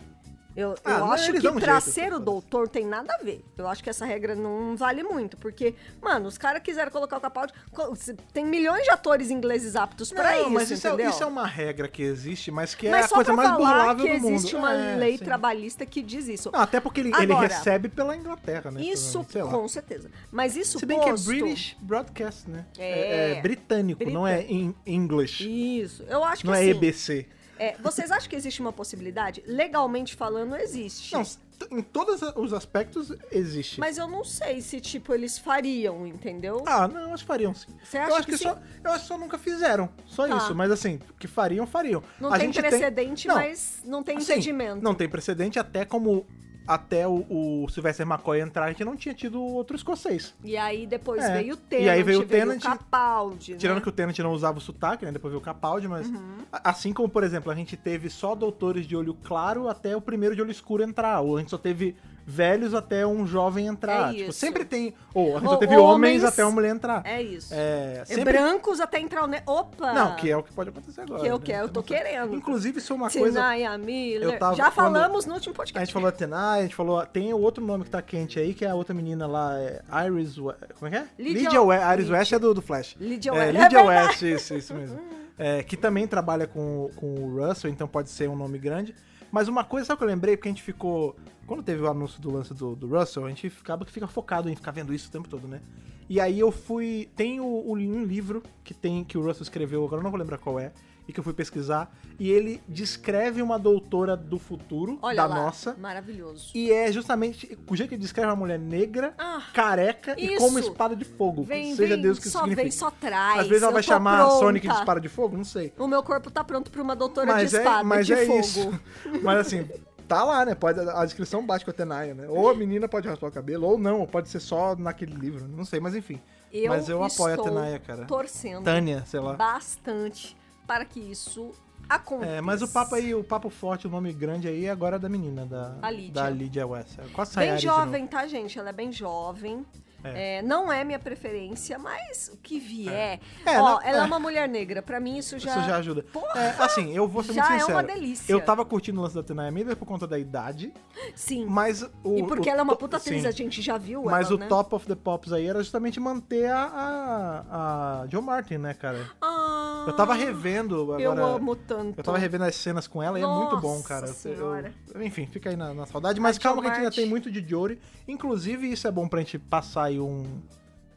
Speaker 2: eu,
Speaker 1: Ah,
Speaker 2: eu
Speaker 1: não,
Speaker 2: acho
Speaker 1: eles
Speaker 2: que
Speaker 1: dão um
Speaker 2: pra
Speaker 1: jeito,
Speaker 2: ser o
Speaker 1: foda-se.
Speaker 2: doutor tem nada a ver. Eu acho que essa regra não vale muito, porque, mano, os caras quiseram colocar o Capaldi. co- Tem milhões de atores ingleses aptos pra
Speaker 1: Não,
Speaker 2: isso,
Speaker 1: mas isso é,
Speaker 2: entendeu?
Speaker 1: isso é uma regra que existe, mas que é
Speaker 2: mas
Speaker 1: a
Speaker 2: só
Speaker 1: coisa
Speaker 2: pra
Speaker 1: mais
Speaker 2: falar
Speaker 1: burlável
Speaker 2: que
Speaker 1: do mundo.
Speaker 2: existe uma
Speaker 1: É,
Speaker 2: lei
Speaker 1: sim.
Speaker 2: trabalhista que diz isso.
Speaker 1: Não, até porque ele, ele
Speaker 2: Agora,
Speaker 1: recebe pela Inglaterra, né?
Speaker 2: isso,
Speaker 1: provavelmente, sei lá.
Speaker 2: com certeza. Mas isso
Speaker 1: Se bem que é
Speaker 2: posto-
Speaker 1: British Broadcast, né?
Speaker 2: É.
Speaker 1: é britânico, não é em English.
Speaker 2: Isso, eu acho que
Speaker 1: Não é
Speaker 2: assim,
Speaker 1: EBC.
Speaker 2: é, vocês acham que existe uma possibilidade? Legalmente falando, existe.
Speaker 1: Não, t- em todos os aspectos existe.
Speaker 2: Mas eu não sei se, tipo, eles fariam, entendeu?
Speaker 1: Ah, não, elas fariam sim.
Speaker 2: Você
Speaker 1: eu
Speaker 2: acha
Speaker 1: acho
Speaker 2: que
Speaker 1: que,
Speaker 2: sim?
Speaker 1: só, eu acho que só nunca fizeram. Só
Speaker 2: Tá.
Speaker 1: isso, mas assim, que fariam, fariam.
Speaker 2: Não
Speaker 1: A
Speaker 2: tem
Speaker 1: gente
Speaker 2: precedente,
Speaker 1: Não,
Speaker 2: mas não tem
Speaker 1: assim,
Speaker 2: impedimento.
Speaker 1: Não tem precedente, até como até o, o Sylvester McCoy entrar, a gente não tinha tido outro escocês.
Speaker 2: E aí depois
Speaker 1: É.
Speaker 2: veio o
Speaker 1: E aí
Speaker 2: Tenant,
Speaker 1: veio o
Speaker 2: o
Speaker 1: Tennant,
Speaker 2: Capaldi,
Speaker 1: Tirando
Speaker 2: né?
Speaker 1: que o Tennant não usava o sotaque, né? Depois veio o Capaldi, mas.
Speaker 2: Uhum.
Speaker 1: a- Assim como, por exemplo, a gente teve só doutores de olho claro até o primeiro de olho escuro entrar. Ou a gente só teve velhos até um jovem entrar.
Speaker 2: É
Speaker 1: tipo,
Speaker 2: isso.
Speaker 1: sempre tem. Ou a gente só
Speaker 2: Ou
Speaker 1: teve homens,
Speaker 2: homens-
Speaker 1: até uma mulher entrar.
Speaker 2: É isso.
Speaker 1: É,
Speaker 2: E
Speaker 1: sempre...
Speaker 2: Brancos até entrar o... Ne... Opa!
Speaker 1: Não, que é o que pode acontecer agora.
Speaker 2: Que eu
Speaker 1: né?
Speaker 2: quero, eu tô
Speaker 1: Não sei.
Speaker 2: querendo.
Speaker 1: Inclusive, isso é uma coisa.
Speaker 2: Tinaya Miller.
Speaker 1: eu tava-
Speaker 2: Já
Speaker 1: quando-
Speaker 2: falamos no último
Speaker 1: A
Speaker 2: podcast.
Speaker 1: gente falou Atenai, a gente falou. Tem o outro nome que tá quente aí, que é a outra menina lá, é Iris. We- Como é que é?
Speaker 2: Lydia-
Speaker 1: West. Iris West é do, do Flash.
Speaker 2: Lydia
Speaker 1: É,
Speaker 2: West.
Speaker 1: Lydia
Speaker 2: É verdade.
Speaker 1: West, isso, isso mesmo. É, que também trabalha com, com o Russell, então pode ser um nome grande. Mas uma coisa, sabe o que eu lembrei? Porque a gente ficou. Quando teve o anúncio do lance do, do Russell, a gente acaba que fica focado em ficar vendo isso o tempo todo, né? E aí eu fui. Tem o, o- um livro que tem que o Russell escreveu, agora eu não vou lembrar qual é, e que eu fui pesquisar. E ele descreve uma doutora do futuro,
Speaker 2: Olha
Speaker 1: da
Speaker 2: lá,
Speaker 1: nossa.
Speaker 2: maravilhoso.
Speaker 1: E é justamente o jeito que ele descreve uma mulher negra,
Speaker 2: Ah,
Speaker 1: careca e com uma
Speaker 2: isso.
Speaker 1: espada de fogo.
Speaker 2: Vem,
Speaker 1: seja
Speaker 2: vem,
Speaker 1: Deus o que isso
Speaker 2: só
Speaker 1: significa.
Speaker 2: vem, só traz.
Speaker 1: Às vezes ela
Speaker 2: eu
Speaker 1: vai
Speaker 2: tô
Speaker 1: chamar
Speaker 2: pronta.
Speaker 1: Sonic de Dispara de Fogo, não sei.
Speaker 2: O meu corpo tá pronto pra uma doutora
Speaker 1: Mas
Speaker 2: de
Speaker 1: é,
Speaker 2: espada
Speaker 1: mas
Speaker 2: de
Speaker 1: é
Speaker 2: fogo.
Speaker 1: isso. Mas assim, tá lá, né? Pode, a descrição bate com a Tenaya, né? Ou a menina pode raspar o cabelo, ou não, ou pode ser só naquele livro, não sei, mas enfim.
Speaker 2: Eu
Speaker 1: mas eu apoio
Speaker 2: estou
Speaker 1: a Tenaya, cara.
Speaker 2: torcendo
Speaker 1: Tânia, sei lá.
Speaker 2: bastante para que isso aconteça.
Speaker 1: É, mas o papo aí, o papo forte, o nome grande aí agora é da menina, da,
Speaker 2: A Lydia.
Speaker 1: da Lydia West. É Quase
Speaker 2: Bem
Speaker 1: Sayari de novo.
Speaker 2: jovem, tá, gente? Ela é bem jovem. É, não é minha preferência, mas o que vier.
Speaker 1: É,
Speaker 2: Ó,
Speaker 1: não-
Speaker 2: ela é.
Speaker 1: é.
Speaker 2: uma mulher negra. Pra mim, isso já.
Speaker 1: Isso já ajuda.
Speaker 2: Porra!
Speaker 1: É, assim, eu vou ser
Speaker 2: Já
Speaker 1: muito
Speaker 2: é uma
Speaker 1: sincero.
Speaker 2: delícia.
Speaker 1: Eu tava curtindo o lance da Tenaya Miller por conta da idade,
Speaker 2: Sim.
Speaker 1: mas o.
Speaker 2: e porque
Speaker 1: o
Speaker 2: ela é uma
Speaker 1: to-
Speaker 2: puta atriz,
Speaker 1: sim.
Speaker 2: a gente já viu
Speaker 1: Mas
Speaker 2: ela,
Speaker 1: o
Speaker 2: né?
Speaker 1: top of the pops aí era justamente manter a, a, a Joe Martin, né, cara?
Speaker 2: Ah,
Speaker 1: Eu tava revendo agora.
Speaker 2: Eu amo tanto.
Speaker 1: Eu tava revendo as cenas com ela e é muito bom,
Speaker 2: Nossa
Speaker 1: cara. Eu-
Speaker 2: Senhora.
Speaker 1: eu- enfim, fica aí na, na saudade. Mas
Speaker 2: A
Speaker 1: calma que
Speaker 2: Joe
Speaker 1: a gente ainda
Speaker 2: Martin.
Speaker 1: tem muito de Jory. Inclusive, isso é bom pra gente passar aí um.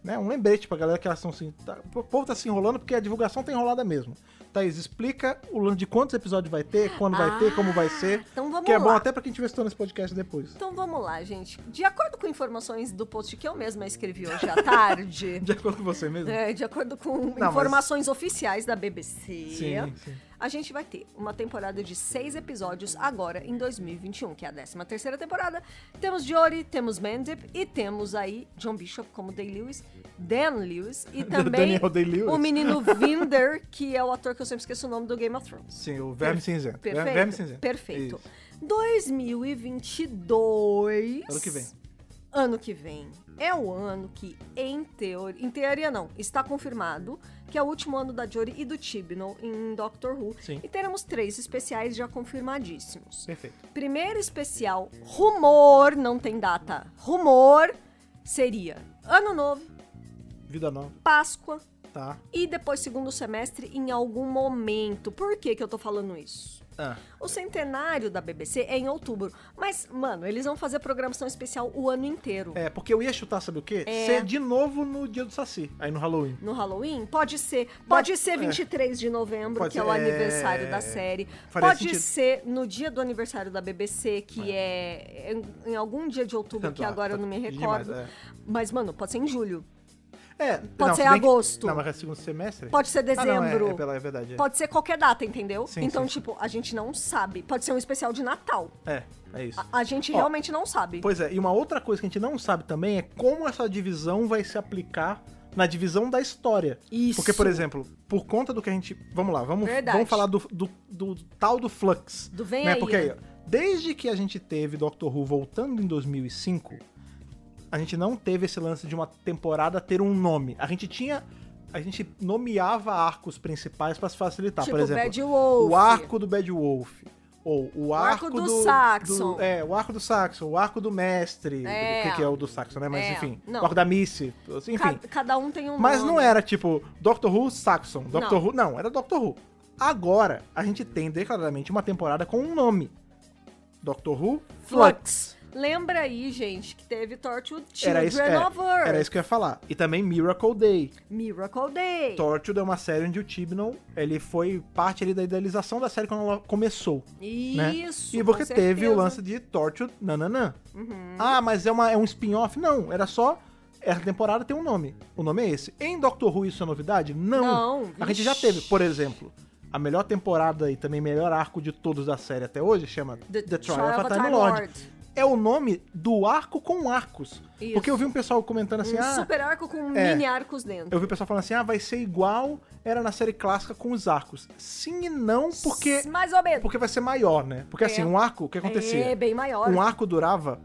Speaker 1: Né, um lembrete pra galera que elas estão se. Tá, o povo tá se enrolando porque a divulgação tá enrolada mesmo. Thaís, explica o lance de quantos episódios vai ter, quando vai ter, como vai ser.
Speaker 2: Ah, então vamos
Speaker 1: que é bom
Speaker 2: lá.
Speaker 1: até pra quem estiver estudando esse podcast depois.
Speaker 2: Então vamos lá, gente. De acordo com informações do post que eu mesma escrevi hoje à tarde,
Speaker 1: De acordo com você mesmo?
Speaker 2: é, de acordo com
Speaker 1: mas-
Speaker 2: informações oficiais da BBC,
Speaker 1: Sim, sim.
Speaker 2: A gente vai ter uma temporada de seis episódios agora em 2021, que é a 13 terceira temporada. Temos Jory, temos Mandip e temos aí John Bishop como Day Lewis, Dan Lewis e também
Speaker 1: Daniel Day-Lewis.
Speaker 2: o menino Vinder, que é o ator que eu sempre esqueço o nome do Game of Thrones.
Speaker 1: Sim, o Verme Cinzento. Ver-
Speaker 2: Perfeito?
Speaker 1: Verme Cinzento.
Speaker 2: Perfeito.
Speaker 1: Isso.
Speaker 2: 2022.
Speaker 1: Ano que vem.
Speaker 2: Ano que vem é o ano que, em teoria, em teoria não, está confirmado que é o último ano da Jory e do Tibnall em Doctor Who.
Speaker 1: Sim.
Speaker 2: E teremos três especiais já confirmadíssimos.
Speaker 1: Perfeito.
Speaker 2: Primeiro especial, rumor, não tem data, rumor, seria Ano Novo,
Speaker 1: Vida nova,
Speaker 2: Páscoa
Speaker 1: tá.
Speaker 2: e depois segundo semestre em algum momento. Por que, que eu tô falando isso?
Speaker 1: Ah,
Speaker 2: O centenário da BBC é em outubro. Mas, mano, eles vão fazer programação especial o ano inteiro.
Speaker 1: É, porque eu ia chutar, sabe o quê?
Speaker 2: É.
Speaker 1: Ser de novo no dia do Saci, aí no Halloween.
Speaker 2: No Halloween? Pode ser. Pode ser 23 de novembro,
Speaker 1: Pode
Speaker 2: que é
Speaker 1: ser,
Speaker 2: o
Speaker 1: é,
Speaker 2: aniversário da série.
Speaker 1: faria
Speaker 2: Pode
Speaker 1: sentido.
Speaker 2: ser no dia do aniversário da BBC, que é, em, em algum dia de outubro,
Speaker 1: Tanto
Speaker 2: que
Speaker 1: lá,
Speaker 2: agora eu
Speaker 1: tá
Speaker 2: não me
Speaker 1: demais,
Speaker 2: recordo.
Speaker 1: é.
Speaker 2: Mas, mano, pode ser em julho.
Speaker 1: É,
Speaker 2: Pode
Speaker 1: não,
Speaker 2: ser
Speaker 1: se bem
Speaker 2: agosto.
Speaker 1: Que... Não, mas é segundo semestre?
Speaker 2: Pode ser
Speaker 1: Ah, não, é-
Speaker 2: dezembro.
Speaker 1: é, pela- é verdade. É.
Speaker 2: Pode ser qualquer data, entendeu?
Speaker 1: Sim,
Speaker 2: então,
Speaker 1: sim,
Speaker 2: tipo, a gente não sabe. Pode ser um especial de Natal.
Speaker 1: é, é isso.
Speaker 2: A, a gente
Speaker 1: Ó,
Speaker 2: realmente não sabe.
Speaker 1: Pois é, e uma outra coisa que a gente não sabe também é como essa divisão vai se aplicar na divisão da história.
Speaker 2: Isso.
Speaker 1: Porque, por exemplo, por conta do que a gente. Vamos lá, vamos,
Speaker 2: Verdade.
Speaker 1: vamos falar do, do- do tal do Flux.
Speaker 2: Do vem
Speaker 1: né?
Speaker 2: aí,
Speaker 1: Porque
Speaker 2: né?
Speaker 1: aí, ó, desde que a gente teve Doctor Who voltando em 2005, a gente não teve esse lance de uma temporada ter um nome. A gente tinha. A gente nomeava arcos principais pra se facilitar.
Speaker 2: tipo,
Speaker 1: por exemplo,
Speaker 2: Bad Wolf.
Speaker 1: o arco do Bad Wolf. Ou o,
Speaker 2: arco
Speaker 1: arco,
Speaker 2: do Saxon.
Speaker 1: do- é, o arco do Saxon, o arco do mestre.
Speaker 2: É.
Speaker 1: Que, que é o do Saxon, né? Mas
Speaker 2: É,
Speaker 1: enfim.
Speaker 2: não.
Speaker 1: O arco da Missy. assim, Enfim.
Speaker 2: Ca- cada um tem um
Speaker 1: Mas
Speaker 2: nome.
Speaker 1: não era tipo Doctor Who, Saxon. Doctor
Speaker 2: Não.
Speaker 1: Who. Não, era Doctor Who. Agora, a gente tem declaradamente uma temporada com um nome: Doctor Who
Speaker 2: Flux. Lembra aí, gente, que teve Torture Children
Speaker 1: Era isso, é,
Speaker 2: of Earth.
Speaker 1: era isso que eu ia falar. E também Miracle Day.
Speaker 2: Miracle Day.
Speaker 1: Torture é uma série onde o Tibnall, ele foi parte ali da idealização da série quando ela começou. né?
Speaker 2: Isso.
Speaker 1: E
Speaker 2: com
Speaker 1: porque teve o
Speaker 2: certeza.
Speaker 1: lance de Torture Nananã. Ah, mas é, uma, é um spin-off? Não, era só. Essa temporada tem um nome. O nome é esse. Em Doctor Who isso é novidade? Não.
Speaker 2: Não,
Speaker 1: A gente já
Speaker 2: vixe.
Speaker 1: teve, por exemplo, a melhor temporada e também melhor arco de todos da série até hoje chama
Speaker 2: The
Speaker 1: The, Trial of a Time, Lord. É o nome do arco com arcos.
Speaker 2: Isso.
Speaker 1: Porque eu vi um pessoal comentando assim,
Speaker 2: Um
Speaker 1: ah,
Speaker 2: super arco com
Speaker 1: é.
Speaker 2: mini arcos dentro.
Speaker 1: eu vi o pessoal falando assim, ah, vai ser igual era na série clássica com os arcos. Sim e não, porque
Speaker 2: Mais ou menos.
Speaker 1: porque vai ser maior, né? Porque assim, um arco, o que acontecia?
Speaker 2: É bem maior.
Speaker 1: Um arco durava,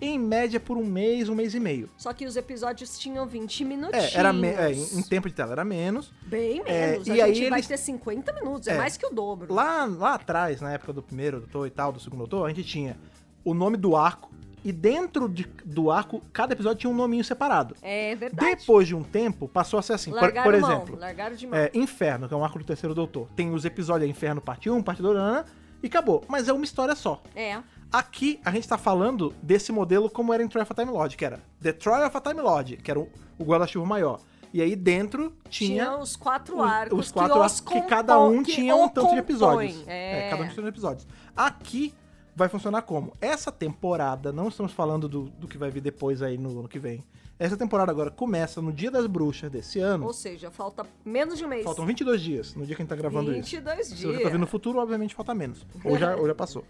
Speaker 1: em média, por um mês, um mês e meio.
Speaker 2: Só que os episódios tinham 20 minutinhos.
Speaker 1: É, era me- é, em em tempo de tela era menos.
Speaker 2: Bem
Speaker 1: É,
Speaker 2: menos.
Speaker 1: e
Speaker 2: a
Speaker 1: aí
Speaker 2: gente vai
Speaker 1: eles-
Speaker 2: ter 50 minutos. É,
Speaker 1: É.
Speaker 2: mais que o dobro.
Speaker 1: Lá, lá atrás, na época do primeiro doutor e tal, do segundo doutor, a gente tinha o nome do arco e dentro de- do arco, cada episódio tinha um nominho separado.
Speaker 2: É verdade.
Speaker 1: Depois de um tempo, passou a ser assim. Por,
Speaker 2: Largaram
Speaker 1: por
Speaker 2: mão,
Speaker 1: exemplo,
Speaker 2: Largaram de mão.
Speaker 1: é, Inferno, que é um arco do terceiro doutor. Tem os episódios é Inferno parte 1, parte 2, nanana, e acabou. Mas é uma história só.
Speaker 2: é.
Speaker 1: Aqui a gente tá falando desse modelo como era em Troy of a Time Lord, que era The Troy of a Time Lord, que era o, o guarda-chuva maior. E aí dentro tinha, um,
Speaker 2: Tinha os quatro
Speaker 1: os-
Speaker 2: arcos.
Speaker 1: os quatro arcos que
Speaker 2: compo-
Speaker 1: cada um
Speaker 2: que
Speaker 1: tinha
Speaker 2: o
Speaker 1: um tanto de
Speaker 2: compõem.
Speaker 1: episódios.
Speaker 2: É,
Speaker 1: cada um tinha um episódios. Aqui vai funcionar como? Essa temporada, não estamos falando do, do que vai vir depois aí no ano que vem. Essa temporada agora começa no Dia das Bruxas desse ano.
Speaker 2: Ou seja, falta menos de um mês.
Speaker 1: Faltam 22 dias no dia que a gente tá gravando isso.
Speaker 2: 22
Speaker 1: Se você tá
Speaker 2: dias.
Speaker 1: vendo no futuro, obviamente falta menos. Ou já, ou já passou.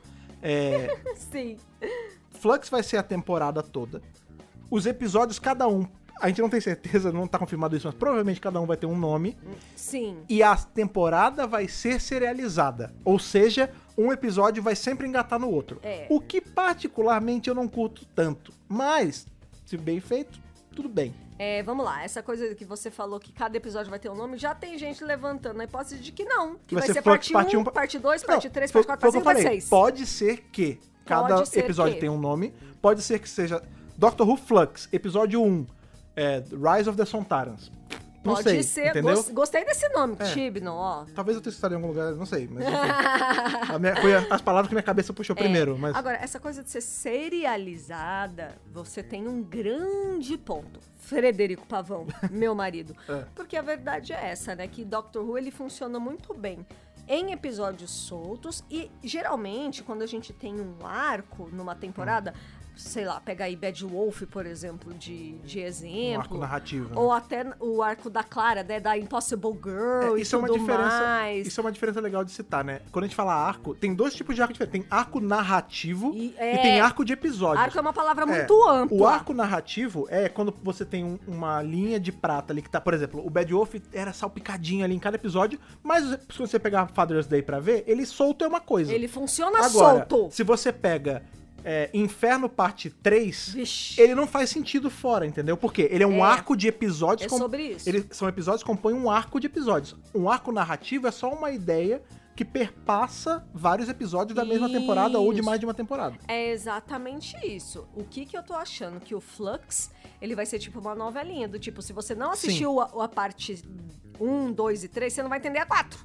Speaker 1: É,
Speaker 2: Sim.
Speaker 1: Flux vai ser a temporada toda. Os episódios, cada um. A gente não tem certeza, não tá confirmado isso, mas provavelmente cada um vai ter um nome.
Speaker 2: Sim.
Speaker 1: E a temporada vai ser serializada. Ou seja, um episódio vai sempre engatar no outro.
Speaker 2: É.
Speaker 1: O que particularmente eu não curto tanto. Mas, se bem feito, tudo bem.
Speaker 2: É, vamos lá, essa coisa que você falou que cada episódio vai ter um nome, já tem gente levantando a hipótese de que não. Que vai,
Speaker 1: Vai
Speaker 2: ser,
Speaker 1: ser Flux,
Speaker 2: parte 1,
Speaker 1: parte um,
Speaker 2: parte 2,
Speaker 1: Não,
Speaker 2: parte 3,
Speaker 1: foi-
Speaker 2: parte 4,
Speaker 1: foi o
Speaker 2: parte
Speaker 1: que eu falei.
Speaker 2: 5, parte 6.
Speaker 1: Pode ser que cada
Speaker 2: ser
Speaker 1: episódio
Speaker 2: que.
Speaker 1: tenha um nome. Pode ser que seja Doctor Who Flux, episódio 1, é, Rise of the Sontarans. Não
Speaker 2: Pode
Speaker 1: sei,
Speaker 2: ser.
Speaker 1: entendeu? É.
Speaker 2: gos- Gostei desse nome, Tibnon, ó.
Speaker 1: Talvez eu tenha citado em algum lugar, não sei, mas enfim. A minha- foi a- as palavras que minha cabeça puxou primeiro, mas
Speaker 2: É, Agora, essa coisa de ser serializada, você tem um grande ponto. Frederico Pavão, meu marido.
Speaker 1: É.
Speaker 2: Porque a verdade é essa, né? Que Doctor Who ele funciona muito bem em episódios soltos e geralmente quando a gente tem um arco numa temporada, sei lá, pega aí Bad Wolf, por exemplo, de, de exemplo.
Speaker 1: Hum. Um arco narrativo. né?
Speaker 2: Ou até o arco da Clara, né, da Impossible Girl
Speaker 1: É,
Speaker 2: e tudo mais.
Speaker 1: Isso é uma diferença legal de citar, né? Quando a gente fala arco, tem dois tipos de arco diferentes. Tem arco narrativo e,
Speaker 2: E- é.
Speaker 1: tem arco de episódio.
Speaker 2: Arco é uma palavra
Speaker 1: É,
Speaker 2: muito ampla.
Speaker 1: O arco narrativo é quando você tem um- uma linha de prata ali que tá, por exemplo, o Bad Wolf era salpicadinho ali em cada episódio, mas se você pegar Father's Day pra ver, ele solto é uma coisa.
Speaker 2: Ele funciona
Speaker 1: Agora,
Speaker 2: solto.
Speaker 1: se você pega é, Inferno Parte 3,
Speaker 2: Vixe.
Speaker 1: ele não faz sentido fora, entendeu? Porque ele é um
Speaker 2: É.
Speaker 1: arco de episódios.
Speaker 2: É sobre isso.
Speaker 1: Ele, são episódios que compõem um arco de episódios. Um arco narrativo é só uma ideia que perpassa vários episódios da mesma
Speaker 2: Isso.
Speaker 1: temporada ou de mais de uma temporada.
Speaker 2: É exatamente isso. O que que eu tô achando? Que o Flux, ele vai ser tipo uma novelinha, do tipo, se você não assistiu a, a parte 1, 2 e 3, você não vai entender a 4.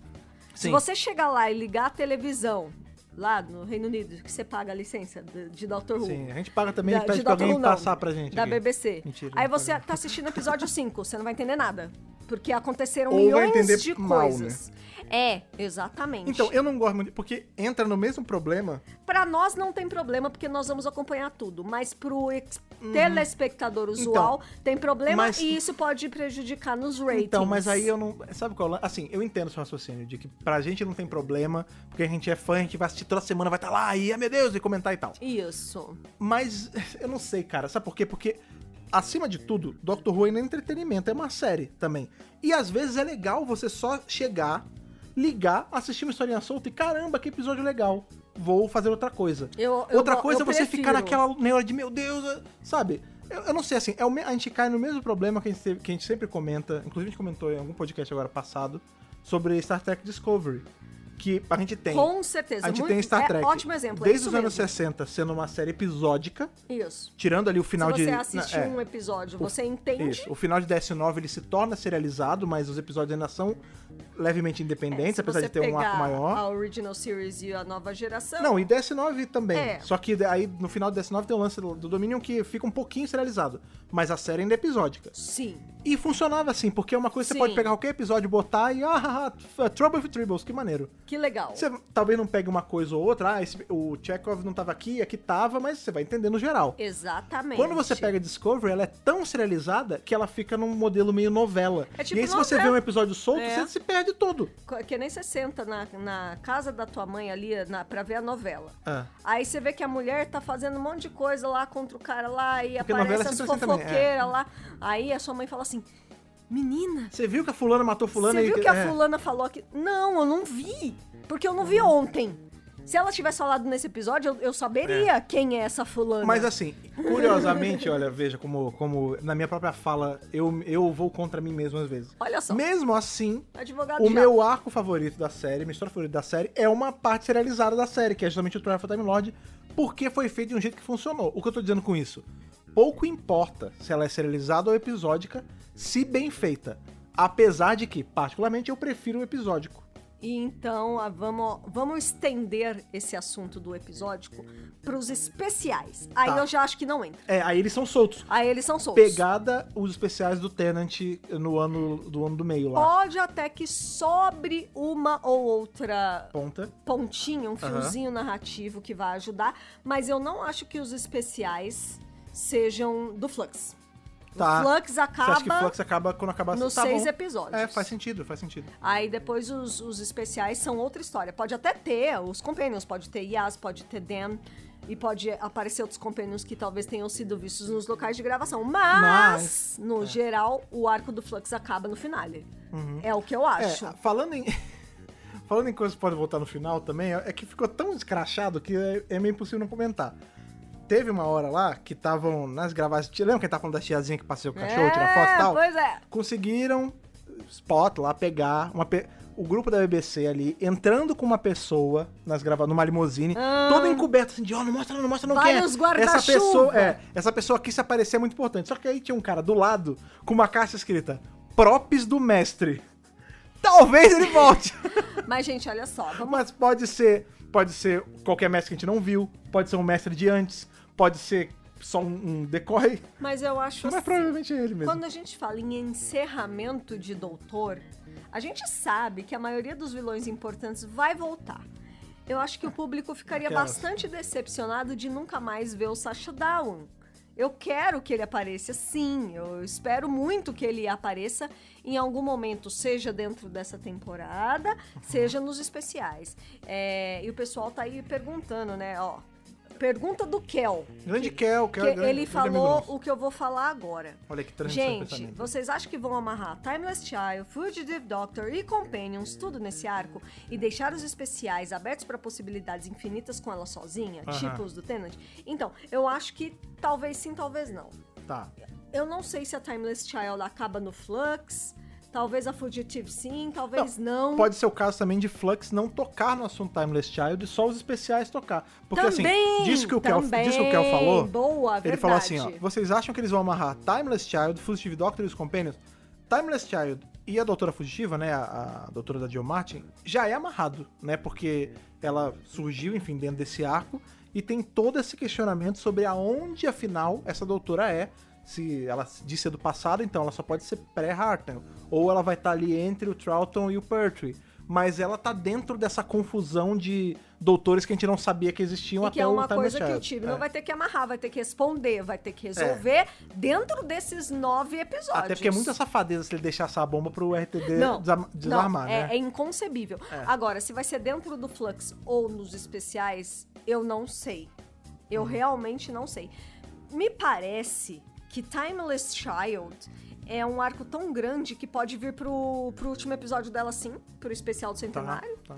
Speaker 2: Se
Speaker 1: Sim.
Speaker 2: você chegar lá e ligar a televisão, lá no Reino Unido, que você paga a licença de, de Dr. Who.
Speaker 1: Sim, a gente paga também
Speaker 2: Da-
Speaker 1: e pede
Speaker 2: de
Speaker 1: pra
Speaker 2: Dr.
Speaker 1: alguém
Speaker 2: Who, não,
Speaker 1: passar pra gente.
Speaker 2: Da
Speaker 1: aqui.
Speaker 2: BBC.
Speaker 1: Mentira,
Speaker 2: Aí
Speaker 1: não
Speaker 2: você
Speaker 1: paga.
Speaker 2: tá assistindo o episódio 5, você não vai entender nada. Porque aconteceram
Speaker 1: Ou vai entender
Speaker 2: milhões de
Speaker 1: mal, né?
Speaker 2: coisas. É, exatamente.
Speaker 1: Então, eu não gosto muito, porque entra no mesmo problema.
Speaker 2: Pra nós não tem problema, porque nós vamos acompanhar tudo. Mas pro ex- telespectador usual tem problema
Speaker 1: Uhum. Então, mas-
Speaker 2: e isso pode prejudicar nos ratings.
Speaker 1: Então, mas aí eu não. Sabe qual? é o lan- Assim, eu entendo o seu raciocínio de que pra gente não tem problema, porque a gente é fã, a gente vai assistir toda semana, vai estar lá e, ah, meu Deus, e comentar e tal.
Speaker 2: Isso.
Speaker 1: Mas eu não sei, cara. Sabe por quê? Porque, acima de tudo, Doctor Who ainda é entretenimento, é uma série também. E às vezes é legal você só chegar, ligar, assistir uma historinha solta e caramba, que episódio legal. Vou fazer outra coisa.
Speaker 2: Eu- eu
Speaker 1: outra
Speaker 2: go-
Speaker 1: coisa
Speaker 2: eu
Speaker 1: é você ficar
Speaker 2: prefiro.
Speaker 1: naquela neura de meu Deus, eh", sabe? Eu, eu não sei, assim, é o me- a gente cai no mesmo problema que a, gente teve- que a gente sempre comenta, inclusive a gente comentou em algum podcast agora passado, sobre Star Trek Discovery. Que a gente tem.
Speaker 2: Com certeza.
Speaker 1: A gente
Speaker 2: muito-
Speaker 1: tem Star Trek.
Speaker 2: É ótimo exemplo. é
Speaker 1: Desde
Speaker 2: isso
Speaker 1: os anos
Speaker 2: mesmo.
Speaker 1: 60, sendo uma série episódica,
Speaker 2: Isso.
Speaker 1: tirando ali o
Speaker 2: Se
Speaker 1: final
Speaker 2: você
Speaker 1: de.
Speaker 2: assiste
Speaker 1: na- é,
Speaker 2: um episódio, você entende.
Speaker 1: isso. O final de DS9 ele se torna serializado, mas os episódios ainda são levemente independentes,
Speaker 2: É, Se
Speaker 1: apesar
Speaker 2: você
Speaker 1: de ter um arco
Speaker 2: pegar
Speaker 1: maior.
Speaker 2: A Original Series e a nova geração.
Speaker 1: Não, e DS9 também.
Speaker 2: É.
Speaker 1: Só que aí no final do DS9 tem o lance do do Dominion que fica um pouquinho serializado. Mas a série ainda é episódica.
Speaker 2: Sim.
Speaker 1: E funcionava assim, porque é uma coisa que
Speaker 2: Sim.
Speaker 1: você pode pegar qualquer episódio, botar e. Ah, haha, Trouble with Tribbles, que maneiro.
Speaker 2: Que legal.
Speaker 1: Você talvez não pegue uma coisa ou outra, ah, esse- o Chekhov não tava aqui, aqui tava, mas você vai entender no geral.
Speaker 2: Exatamente.
Speaker 1: Quando você pega Discovery, ela é tão serializada que ela fica num modelo meio novela.
Speaker 2: É tipo
Speaker 1: e aí, se
Speaker 2: novela.
Speaker 1: você vê um episódio solto,
Speaker 2: É.
Speaker 1: você se perde todo.
Speaker 2: Co- Que nem você senta na, na casa da tua mãe ali na, pra ver a novela.
Speaker 1: Ah.
Speaker 2: Aí você vê que a mulher tá fazendo um monte de coisa lá contra o cara lá e
Speaker 1: Porque novela
Speaker 2: aparece
Speaker 1: é
Speaker 2: as
Speaker 1: sempre assim também,
Speaker 2: fofoqueiras lá. Aí a sua mãe fala assim: Menina,
Speaker 1: Você viu que a fulana matou fulana
Speaker 2: você
Speaker 1: e...
Speaker 2: viu que a
Speaker 1: é.
Speaker 2: fulana falou que. Não, eu não vi. Porque eu não vi ontem. Se ela tivesse falado nesse episódio, eu, eu saberia quem é essa fulana.
Speaker 1: Mas assim, curiosamente, olha, veja como, como na minha própria fala eu, eu vou contra mim mesmo às vezes.
Speaker 2: Olha só.
Speaker 1: Mesmo assim,
Speaker 2: Advogado
Speaker 1: o
Speaker 2: já.
Speaker 1: meu arco favorito da série, minha história favorita da série, é uma parte serializada da série, que é justamente o Trial of a Time Lord, porque foi feito de um jeito que funcionou. O que eu tô dizendo com isso? Pouco importa se ela é serializada ou episódica, se bem feita. Apesar de que, particularmente, eu prefiro o episódico.
Speaker 2: E então ah, vamos, vamos estender esse assunto do episódico pros especiais. Aí
Speaker 1: Tá.
Speaker 2: eu já acho que não entra.
Speaker 1: É, aí eles são soltos.
Speaker 2: Aí eles são soltos.
Speaker 1: Pegada os especiais do Tenant no ano do ano do meio lá.
Speaker 2: Pode até que sobre uma ou outra
Speaker 1: Ponta.
Speaker 2: pontinha, um
Speaker 1: Aham.
Speaker 2: fiozinho narrativo que vai ajudar, mas eu não acho que os especiais sejam do Flux.
Speaker 1: Tá.
Speaker 2: O Flux
Speaker 1: Você
Speaker 2: acaba
Speaker 1: acha que o Flux acaba quando acabar
Speaker 2: nos
Speaker 1: tá
Speaker 2: seis
Speaker 1: bom.
Speaker 2: episódios.
Speaker 1: É, faz sentido, faz sentido.
Speaker 2: Aí depois os, os especiais são outra história. Pode até ter os Companions, pode ter Yas, pode ter Dan, e pode aparecer outros Companions que talvez tenham sido vistos nos locais de gravação. Mas,
Speaker 1: Mas, é.
Speaker 2: no geral, o arco do Flux acaba no finale. É o que eu acho.
Speaker 1: Uhum. É, falando em. Falando em coisas que podem voltar no final também, é que ficou tão escrachado que é, é meio impossível não comentar. Teve uma hora lá que estavam nas gravações. Lembra que ele tava falando da tiazinha que passeia o cachorro, tira foto e tal?
Speaker 2: Pois é.
Speaker 1: Conseguiram spot lá, pegar uma pe- o grupo da BBC ali, entrando com uma pessoa nas grava numa limousine, toda encoberta assim de, ó, não mostra não, não mostra não, quem é?"
Speaker 2: Vários
Speaker 1: Essa
Speaker 2: Ah. guarda-chuva.
Speaker 1: pessoa, é, essa pessoa aqui se aparecer é muito importante. Só que aí tinha um cara do lado com uma caixa escrita, props do mestre. Talvez ele volte.
Speaker 2: Mas, gente, olha só. Vamos...
Speaker 1: Mas pode ser, pode ser qualquer mestre que a gente não viu, pode ser um mestre de antes, pode ser só um, um decoy,
Speaker 2: Mas eu acho
Speaker 1: mas
Speaker 2: assim,
Speaker 1: provavelmente é ele mesmo.
Speaker 2: Quando a gente fala em encerramento de doutor, a gente sabe que a maioria dos vilões importantes vai voltar. Eu acho que o público ficaria
Speaker 1: Aquelas.
Speaker 2: bastante decepcionado de nunca mais ver o Sacha Down. Eu quero que ele apareça, sim. Eu espero muito que ele apareça em algum momento, seja dentro dessa temporada, seja nos especiais. É, e o pessoal tá aí perguntando, né? Ó, pergunta do Kel.
Speaker 1: Grande Kel, Kel
Speaker 2: Que
Speaker 1: é grande,
Speaker 2: ele
Speaker 1: grande amigo
Speaker 2: falou
Speaker 1: nosso.
Speaker 2: o que eu vou falar agora.
Speaker 1: Olha que transição de
Speaker 2: Gente,
Speaker 1: pensamento.
Speaker 2: vocês acham que vão amarrar Timeless Child, Fugitive Doctor e Companions tudo nesse arco e deixar os especiais abertos pra possibilidades infinitas com ela sozinha,
Speaker 1: Aham.
Speaker 2: tipo os do Tenant? Então, eu acho que talvez sim, talvez não.
Speaker 1: Tá.
Speaker 2: Eu não sei se a Timeless Child acaba no Flux, talvez a Fugitive sim, talvez não.
Speaker 1: Pode ser um o caso também de Flux não tocar no assunto Timeless Child e só os especiais tocar. Porque assim,
Speaker 2: Também,
Speaker 1: disso que o Kel,
Speaker 2: também.
Speaker 1: disso que o Kel falou,
Speaker 2: Boa,
Speaker 1: ele falou assim, ó,
Speaker 2: verdade.
Speaker 1: vocês acham que eles vão amarrar Timeless Child, Fugitive Doctor e os Companions? Timeless Child e a Doutora Fugitiva, né, a, a doutora da Jill Martin, já é amarrado, né, porque ela surgiu, enfim, dentro desse arco e tem todo esse questionamento sobre aonde, afinal, essa doutora é. Se ela disse do passado, então ela só pode ser pré-Hartnell. Ou ela vai estar ali entre o Troughton e o Pertwee. Mas ela tá dentro dessa confusão de doutores que a gente não sabia que existiam
Speaker 2: E
Speaker 1: até
Speaker 2: que é
Speaker 1: o
Speaker 2: uma
Speaker 1: Timeless
Speaker 2: coisa que o
Speaker 1: Child.
Speaker 2: time
Speaker 1: É.
Speaker 2: não vai ter que amarrar, vai ter que responder, vai ter que resolver dentro desses nove episódios.
Speaker 1: Até porque é muita safadeza se ele deixar essa bomba pro RTD
Speaker 2: não,
Speaker 1: desam- desarmar,
Speaker 2: não, é,
Speaker 1: né?
Speaker 2: É inconcebível.
Speaker 1: É.
Speaker 2: Agora, se vai ser dentro do Flux ou nos especiais, eu não sei.
Speaker 1: Hum.
Speaker 2: Eu realmente não sei. Me parece que Timeless Child é um arco tão grande que pode vir pro, pro último episódio dela sim, pro especial do
Speaker 1: Tá,
Speaker 2: centenário.
Speaker 1: tá.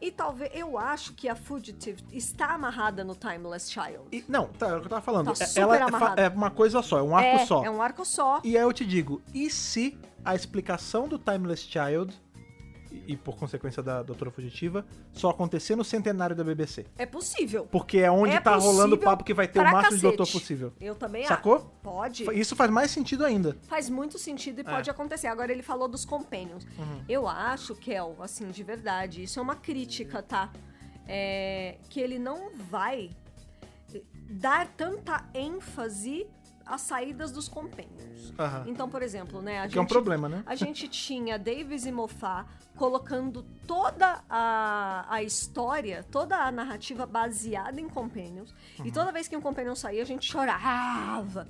Speaker 2: E talvez, eu acho que a Fugitive está amarrada no Timeless Child.
Speaker 1: E- não, tá, é o que eu tava falando.
Speaker 2: Tá
Speaker 1: É-
Speaker 2: super
Speaker 1: Ela é, fa-
Speaker 2: amarrado.
Speaker 1: é uma coisa só, é um arco
Speaker 2: é,
Speaker 1: só.
Speaker 2: É um arco só.
Speaker 1: E aí eu te digo, e se a explicação do Timeless Child, e, e por consequência da Doutora Fugitiva, só acontecer no centenário da BBC?
Speaker 2: É possível.
Speaker 1: Porque é onde
Speaker 2: É
Speaker 1: tá rolando o
Speaker 2: possível
Speaker 1: papo que vai ter o
Speaker 2: pra
Speaker 1: máximo de
Speaker 2: cacete.
Speaker 1: doutor possível.
Speaker 2: Eu também
Speaker 1: Sacou?
Speaker 2: acho. Pode.
Speaker 1: Isso faz mais sentido ainda.
Speaker 2: Faz muito sentido e pode acontecer. Agora ele falou dos companions. Eu acho, Kel, assim, de verdade, isso é uma crítica, tá? É, que ele não vai dar tanta ênfase às saídas dos companions.
Speaker 1: Aham.
Speaker 2: Então, por exemplo, né? A
Speaker 1: Que é um problema, né?
Speaker 2: A gente tinha Davis e Moffat colocando toda a, a história, toda a narrativa baseada em Companions.
Speaker 1: Uhum.
Speaker 2: E toda vez que um Companion saía, a gente chorava.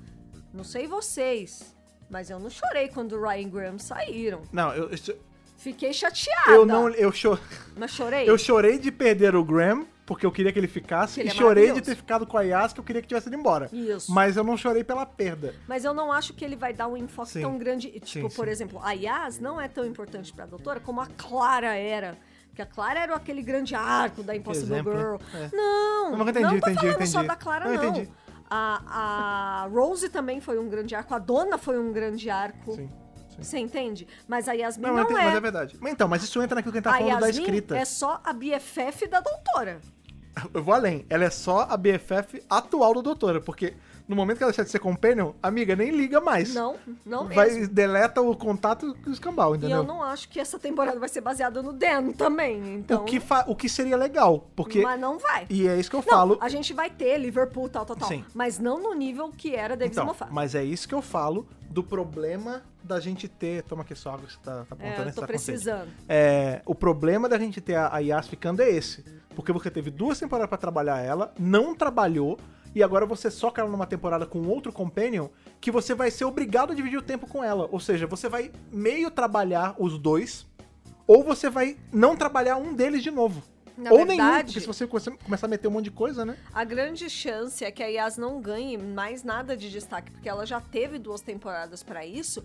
Speaker 2: Não sei vocês, mas eu não chorei quando o Ryan Graham saíram.
Speaker 1: Não, eu, isso-
Speaker 2: Fiquei chateada.
Speaker 1: eu não. Eu cho-
Speaker 2: Mas chorei.
Speaker 1: Eu chorei de perder o Graham, porque eu queria que ele ficasse,
Speaker 2: Ele
Speaker 1: e
Speaker 2: é
Speaker 1: chorei de
Speaker 2: maravilhoso.
Speaker 1: ter ficado com a Yas, que eu queria que tivesse ido embora.
Speaker 2: Isso.
Speaker 1: Mas eu não chorei pela perda.
Speaker 2: Mas eu não acho que ele vai dar um enfoque
Speaker 1: Sim.
Speaker 2: tão grande. E, Tipo,
Speaker 1: sim.
Speaker 2: por exemplo, a Yas não é tão importante pra doutora como a Clara era. Porque a Clara era aquele grande arco da Impossible
Speaker 1: Exemplo, né?
Speaker 2: Girl.
Speaker 1: É.
Speaker 2: Não!
Speaker 1: Não, mas eu entendi,
Speaker 2: não tô
Speaker 1: entendi,
Speaker 2: falando só
Speaker 1: entendi.
Speaker 2: da Clara,
Speaker 1: Não,
Speaker 2: não.
Speaker 1: eu entendi.
Speaker 2: A, a Rose também foi um grande arco. A Dona foi um grande arco.
Speaker 1: Sim. sim.
Speaker 2: Você entende? Mas a Yasmin
Speaker 1: assim. Não,
Speaker 2: não,
Speaker 1: eu entendi,
Speaker 2: é.
Speaker 1: mas é verdade. Mas então, mas isso entra naquilo que a gente tá
Speaker 2: a
Speaker 1: falando da
Speaker 2: Yasmin
Speaker 1: escrita.
Speaker 2: é só a BFF da doutora.
Speaker 1: Eu vou além. Ela é só a BFF atual da doutora, porque no momento que ela deixar de ser companion, amiga, nem liga mais.
Speaker 2: Não, não
Speaker 1: Vai,
Speaker 2: mesmo.
Speaker 1: deleta o contato e o escambau,
Speaker 2: E
Speaker 1: entendeu?
Speaker 2: eu não acho que essa temporada vai ser baseada no Dan também. Então,
Speaker 1: o, que fa- o que seria legal, porque...
Speaker 2: mas não vai.
Speaker 1: E é isso que eu
Speaker 2: Não,
Speaker 1: falo.
Speaker 2: a gente vai ter Liverpool, tal, tal, tal.
Speaker 1: Sim.
Speaker 2: Mas não no nível que era Davis
Speaker 1: Então,
Speaker 2: Moffat.
Speaker 1: mas é isso que eu falo do problema da gente ter. Toma aqui só água que você tá, tá
Speaker 2: É,
Speaker 1: apontando
Speaker 2: eu
Speaker 1: essa
Speaker 2: tô precisando.
Speaker 1: É, o problema da gente ter a, a Yas ficando é esse. Porque você teve duas temporadas pra trabalhar ela, não trabalhou, e agora você soca ela numa temporada com outro companion que você vai ser obrigado a dividir o tempo com ela. Ou seja, você vai meio trabalhar os dois, ou você vai não trabalhar um deles de novo.
Speaker 2: Na
Speaker 1: ou nenhum,
Speaker 2: verdade-
Speaker 1: porque se você começar começar a meter um monte de coisa, né?
Speaker 2: A grande chance é que a Yas não ganhe mais nada de destaque, porque ela já teve duas temporadas pra isso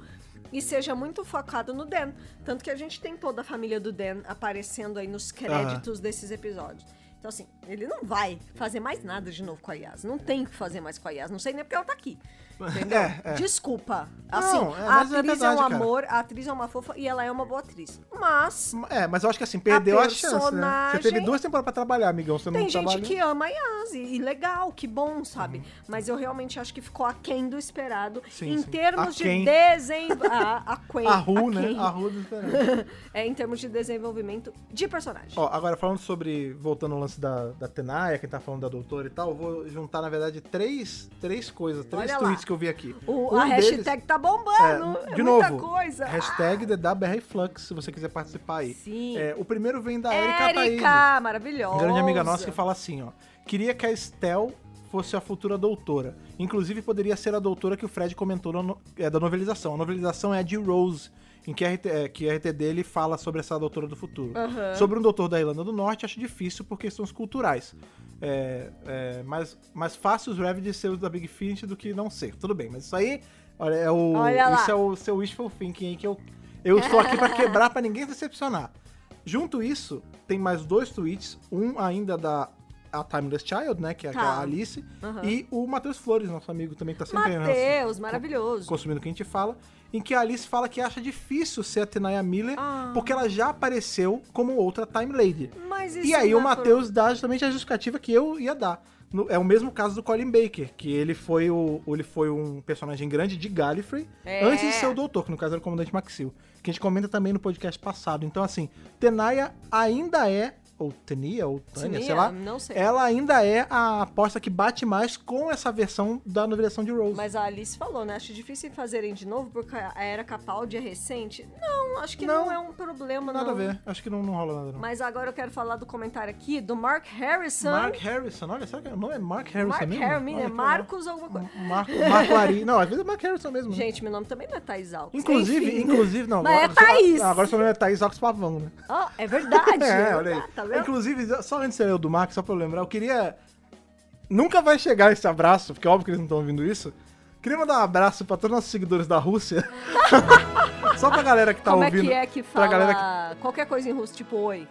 Speaker 2: e seja muito focado no Dan. Tanto que a gente tem toda a família do Dan aparecendo aí nos créditos desses episódios. Então, assim, ele não vai fazer mais nada de novo com a Yas. Não tem o que fazer mais com a Yas. Não sei nem porque ela tá aqui. Entendeu?
Speaker 1: É, é.
Speaker 2: Desculpa.
Speaker 1: Não,
Speaker 2: Assim,
Speaker 1: é,
Speaker 2: a
Speaker 1: mas é
Speaker 2: atriz é, um
Speaker 1: verdade, cara.
Speaker 2: amor, a atriz é uma fofa e ela é uma boa atriz. Mas
Speaker 1: É, mas eu acho que assim, perdeu a, chance, né? Você
Speaker 2: personagem-
Speaker 1: teve duas temporadas pra trabalhar, amigão. Você não
Speaker 2: Tem gente
Speaker 1: trabalha.
Speaker 2: que ama a Yas, e e legal, que bom, sabe? Mas eu realmente acho que ficou aquém do esperado
Speaker 1: Uhum. Sim,
Speaker 2: em
Speaker 1: sim.
Speaker 2: termos
Speaker 1: Aquém.
Speaker 2: de desenvolvimento. a, aquém,
Speaker 1: A Ru, né?
Speaker 2: aquém.
Speaker 1: A Ru do Esperança.
Speaker 2: é, em termos de desenvolvimento de personagem.
Speaker 1: Ó, agora falando sobre. Voltando ao lance da, da Tenaya, quem tá falando da doutora e tal, eu vou juntar, na verdade, três, três coisas, três
Speaker 2: Olha lá.
Speaker 1: tweets que eu vi aqui.
Speaker 2: O-
Speaker 1: Um
Speaker 2: a
Speaker 1: deles-
Speaker 2: hashtag tá bombando.
Speaker 1: É,
Speaker 2: É,
Speaker 1: de
Speaker 2: muita
Speaker 1: novo,
Speaker 2: coisa. Ah,
Speaker 1: Hashtag DWRFlux, se você quiser participar aí.
Speaker 2: Sim.
Speaker 1: É, o primeiro vem da Erika Ataíde,
Speaker 2: Érica, maravilhosa.
Speaker 1: grande amiga nossa, que fala assim, ó. Queria que a Estel fosse a futura doutora. Inclusive, poderia ser a doutora que o Fred comentou na no- é, da novelização. A novelização é a de Rose, em que a, RT, é, que a RTD ele fala sobre essa doutora do futuro.
Speaker 2: Aham.
Speaker 1: Sobre um doutor da Irlanda do Norte, acho difícil por questões culturais. É, é, mais, mais fácil os Ravages ser os da Big Finish do que não ser. Tudo bem, mas isso aí olha, é o,
Speaker 2: Olha lá.
Speaker 1: isso é o seu wishful thinking aí que eu, eu estou aqui para quebrar para ninguém decepcionar. Junto isso, tem mais dois tweets, um ainda da a Timeless Child, né, que é
Speaker 2: Tá.
Speaker 1: a Alice,
Speaker 2: Aham.
Speaker 1: e o Matheus Flores, nosso amigo também que tá sempre aí, né,
Speaker 2: Mateus, maravilhoso.
Speaker 1: consumindo o que a gente fala, em que a Alice fala que acha difícil ser a Tenaya Miller,
Speaker 2: Ah.
Speaker 1: porque ela já apareceu como outra Time Lady.
Speaker 2: Mas isso
Speaker 1: E aí
Speaker 2: não
Speaker 1: o
Speaker 2: é por-
Speaker 1: Matheus dá justamente a justificativa que eu ia dar. No- é o mesmo caso do Colin Baker, que ele foi, o, ele foi um personagem grande de Gallifrey,
Speaker 2: É.
Speaker 1: antes de ser o Doutor, que no caso era o Comandante Maxil, que a gente comenta também no podcast passado. Então, assim, Tenaya ainda é, ou Tenia, ou Tania, sei
Speaker 2: Tinha?
Speaker 1: lá,
Speaker 2: Não sei.
Speaker 1: ela ainda é a aposta que bate mais com essa versão da novelação de Rose.
Speaker 2: Mas a Alice falou, né? Acho difícil fazerem de novo porque a era Capaldi é recente. Não, acho que não,
Speaker 1: Não.
Speaker 2: é um problema,
Speaker 1: nada
Speaker 2: não.
Speaker 1: a ver, acho que não, não rola nada não.
Speaker 2: Mas agora eu quero falar do comentário aqui do Mark Harrison.
Speaker 1: Mark Harrison, olha, será que o nome é Mark Harrison
Speaker 2: Mark
Speaker 1: mesmo?
Speaker 2: Harrison,
Speaker 1: Olha
Speaker 2: é
Speaker 1: que legal.
Speaker 2: Marcos alguma coisa.
Speaker 1: Marco, Marco Ari. Não, às vezes é Mark Harrison mesmo. né?
Speaker 2: Gente, meu nome também não é Thais Alves.
Speaker 1: Inclusive,
Speaker 2: Enfim.
Speaker 1: inclusive, não.
Speaker 2: Mas é
Speaker 1: agora-
Speaker 2: Thaís.
Speaker 1: Agora seu nome é Thaís Ox Pavão, né?
Speaker 2: Ó, é verdade.
Speaker 1: é, olha aí.
Speaker 2: Ah, Tá vendo?
Speaker 1: Inclusive, só antes de eu ler o do Marco, só pra eu lembrar, eu queria. Nunca vai chegar esse abraço, porque é óbvio que eles não estão ouvindo isso. Queria mandar um abraço pra todos os nossos seguidores da Rússia. só pra galera que tá
Speaker 2: Como
Speaker 1: ouvindo.
Speaker 2: é que é que
Speaker 1: pra
Speaker 2: fala
Speaker 1: galera
Speaker 2: qualquer coisa em russo, tipo oi?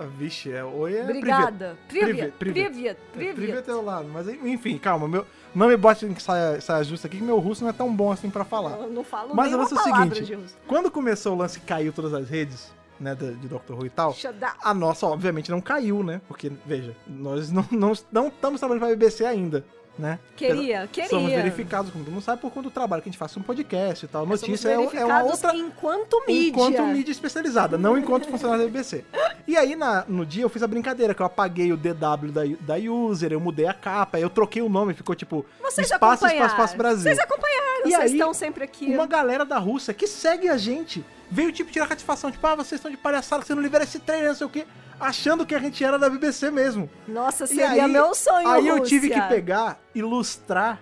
Speaker 1: Ah, Vixe, é, oi é.
Speaker 2: Obrigada. Privet,
Speaker 1: privet.
Speaker 2: privet,
Speaker 1: Privet.
Speaker 2: privet.
Speaker 1: Privet é o lado, mas enfim, calma. Meu, não me bote em saia, saia justa aqui, que meu russo não é tão bom assim pra falar.
Speaker 2: Eu não falo
Speaker 1: Mas o
Speaker 2: nenhuma
Speaker 1: lance é o
Speaker 2: palavra
Speaker 1: seguinte:
Speaker 2: de russo.
Speaker 1: quando começou o lance que caiu todas as redes, né, de, de Dr. Who e tal,
Speaker 2: Shut up.
Speaker 1: a nossa, obviamente, não caiu, né? Porque, veja, nós não estamos não, estamos trabalhando pra BBC ainda, né?
Speaker 2: Queria,
Speaker 1: Pela-
Speaker 2: queria.
Speaker 1: Somos verificados, como todo mundo sabe, por conta do trabalho que a gente faz um podcast e tal.
Speaker 2: Somos
Speaker 1: Notícia é, o- é uma
Speaker 2: verificados
Speaker 1: outra.
Speaker 2: enquanto mídia.
Speaker 1: Enquanto mídia especializada, não enquanto funcionário da BBC. E aí, na- no dia, eu fiz a brincadeira, que eu apaguei o DW da, da user, eu mudei a capa, eu troquei o nome, ficou tipo
Speaker 2: Vocês
Speaker 1: Espaço,
Speaker 2: acompanharam.
Speaker 1: Espaço, Espaço Brasil.
Speaker 2: Vocês acompanharam,
Speaker 1: E
Speaker 2: vocês
Speaker 1: aí,
Speaker 2: estão sempre aqui.
Speaker 1: Uma galera da Rússia que segue a gente veio tipo tirar satisfação, tipo, ah, vocês estão de palhaçada, que você não libera esse trailer, não sei o quê, achando que a gente era da BBC mesmo.
Speaker 2: Nossa,
Speaker 1: E
Speaker 2: seria
Speaker 1: aí-
Speaker 2: meu sonho,
Speaker 1: Aí eu tive que
Speaker 2: Rússia.
Speaker 1: pegar, ilustrar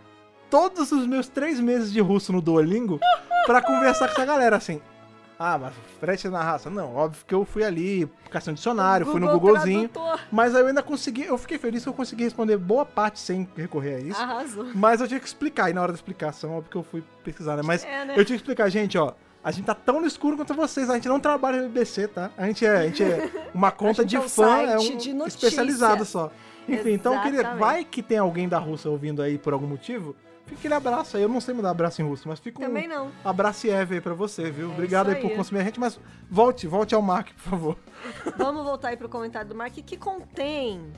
Speaker 1: todos os meus três meses de russo no Duolingo pra conversar com essa galera, assim. Ah, mas frete na raça. Não, óbvio que eu fui ali, caçando dicionário, fui no
Speaker 2: Google
Speaker 1: Googlezinho.
Speaker 2: Tradutor.
Speaker 1: Mas eu ainda consegui, eu fiquei feliz que eu consegui responder boa parte sem recorrer a isso.
Speaker 2: Arrasou.
Speaker 1: Mas eu tinha que explicar, e na hora da explicação, óbvio que eu fui pesquisar, né? Mas
Speaker 2: É, né?
Speaker 1: eu tinha que explicar, gente, ó. A gente tá tão no escuro quanto vocês, a gente não trabalha no BBC, tá? A gente é, a gente é uma conta
Speaker 2: gente
Speaker 1: de
Speaker 2: é um
Speaker 1: fã, é
Speaker 2: site
Speaker 1: um
Speaker 2: de notícia.
Speaker 1: especializado só. Enfim, então eu queria,
Speaker 2: Exatamente.
Speaker 1: vai que tem alguém da Rússia ouvindo aí por algum motivo, fica aquele abraço aí. Eu não sei mudar abraço em russo, mas fica
Speaker 2: Também
Speaker 1: um
Speaker 2: não. É
Speaker 1: abraço Eve aí pra você, viu? Obrigado
Speaker 2: isso
Speaker 1: aí por
Speaker 2: aí.
Speaker 1: consumir a gente, mas volte, volte ao Mark, por favor.
Speaker 2: Vamos voltar aí pro comentário do Mark, que contém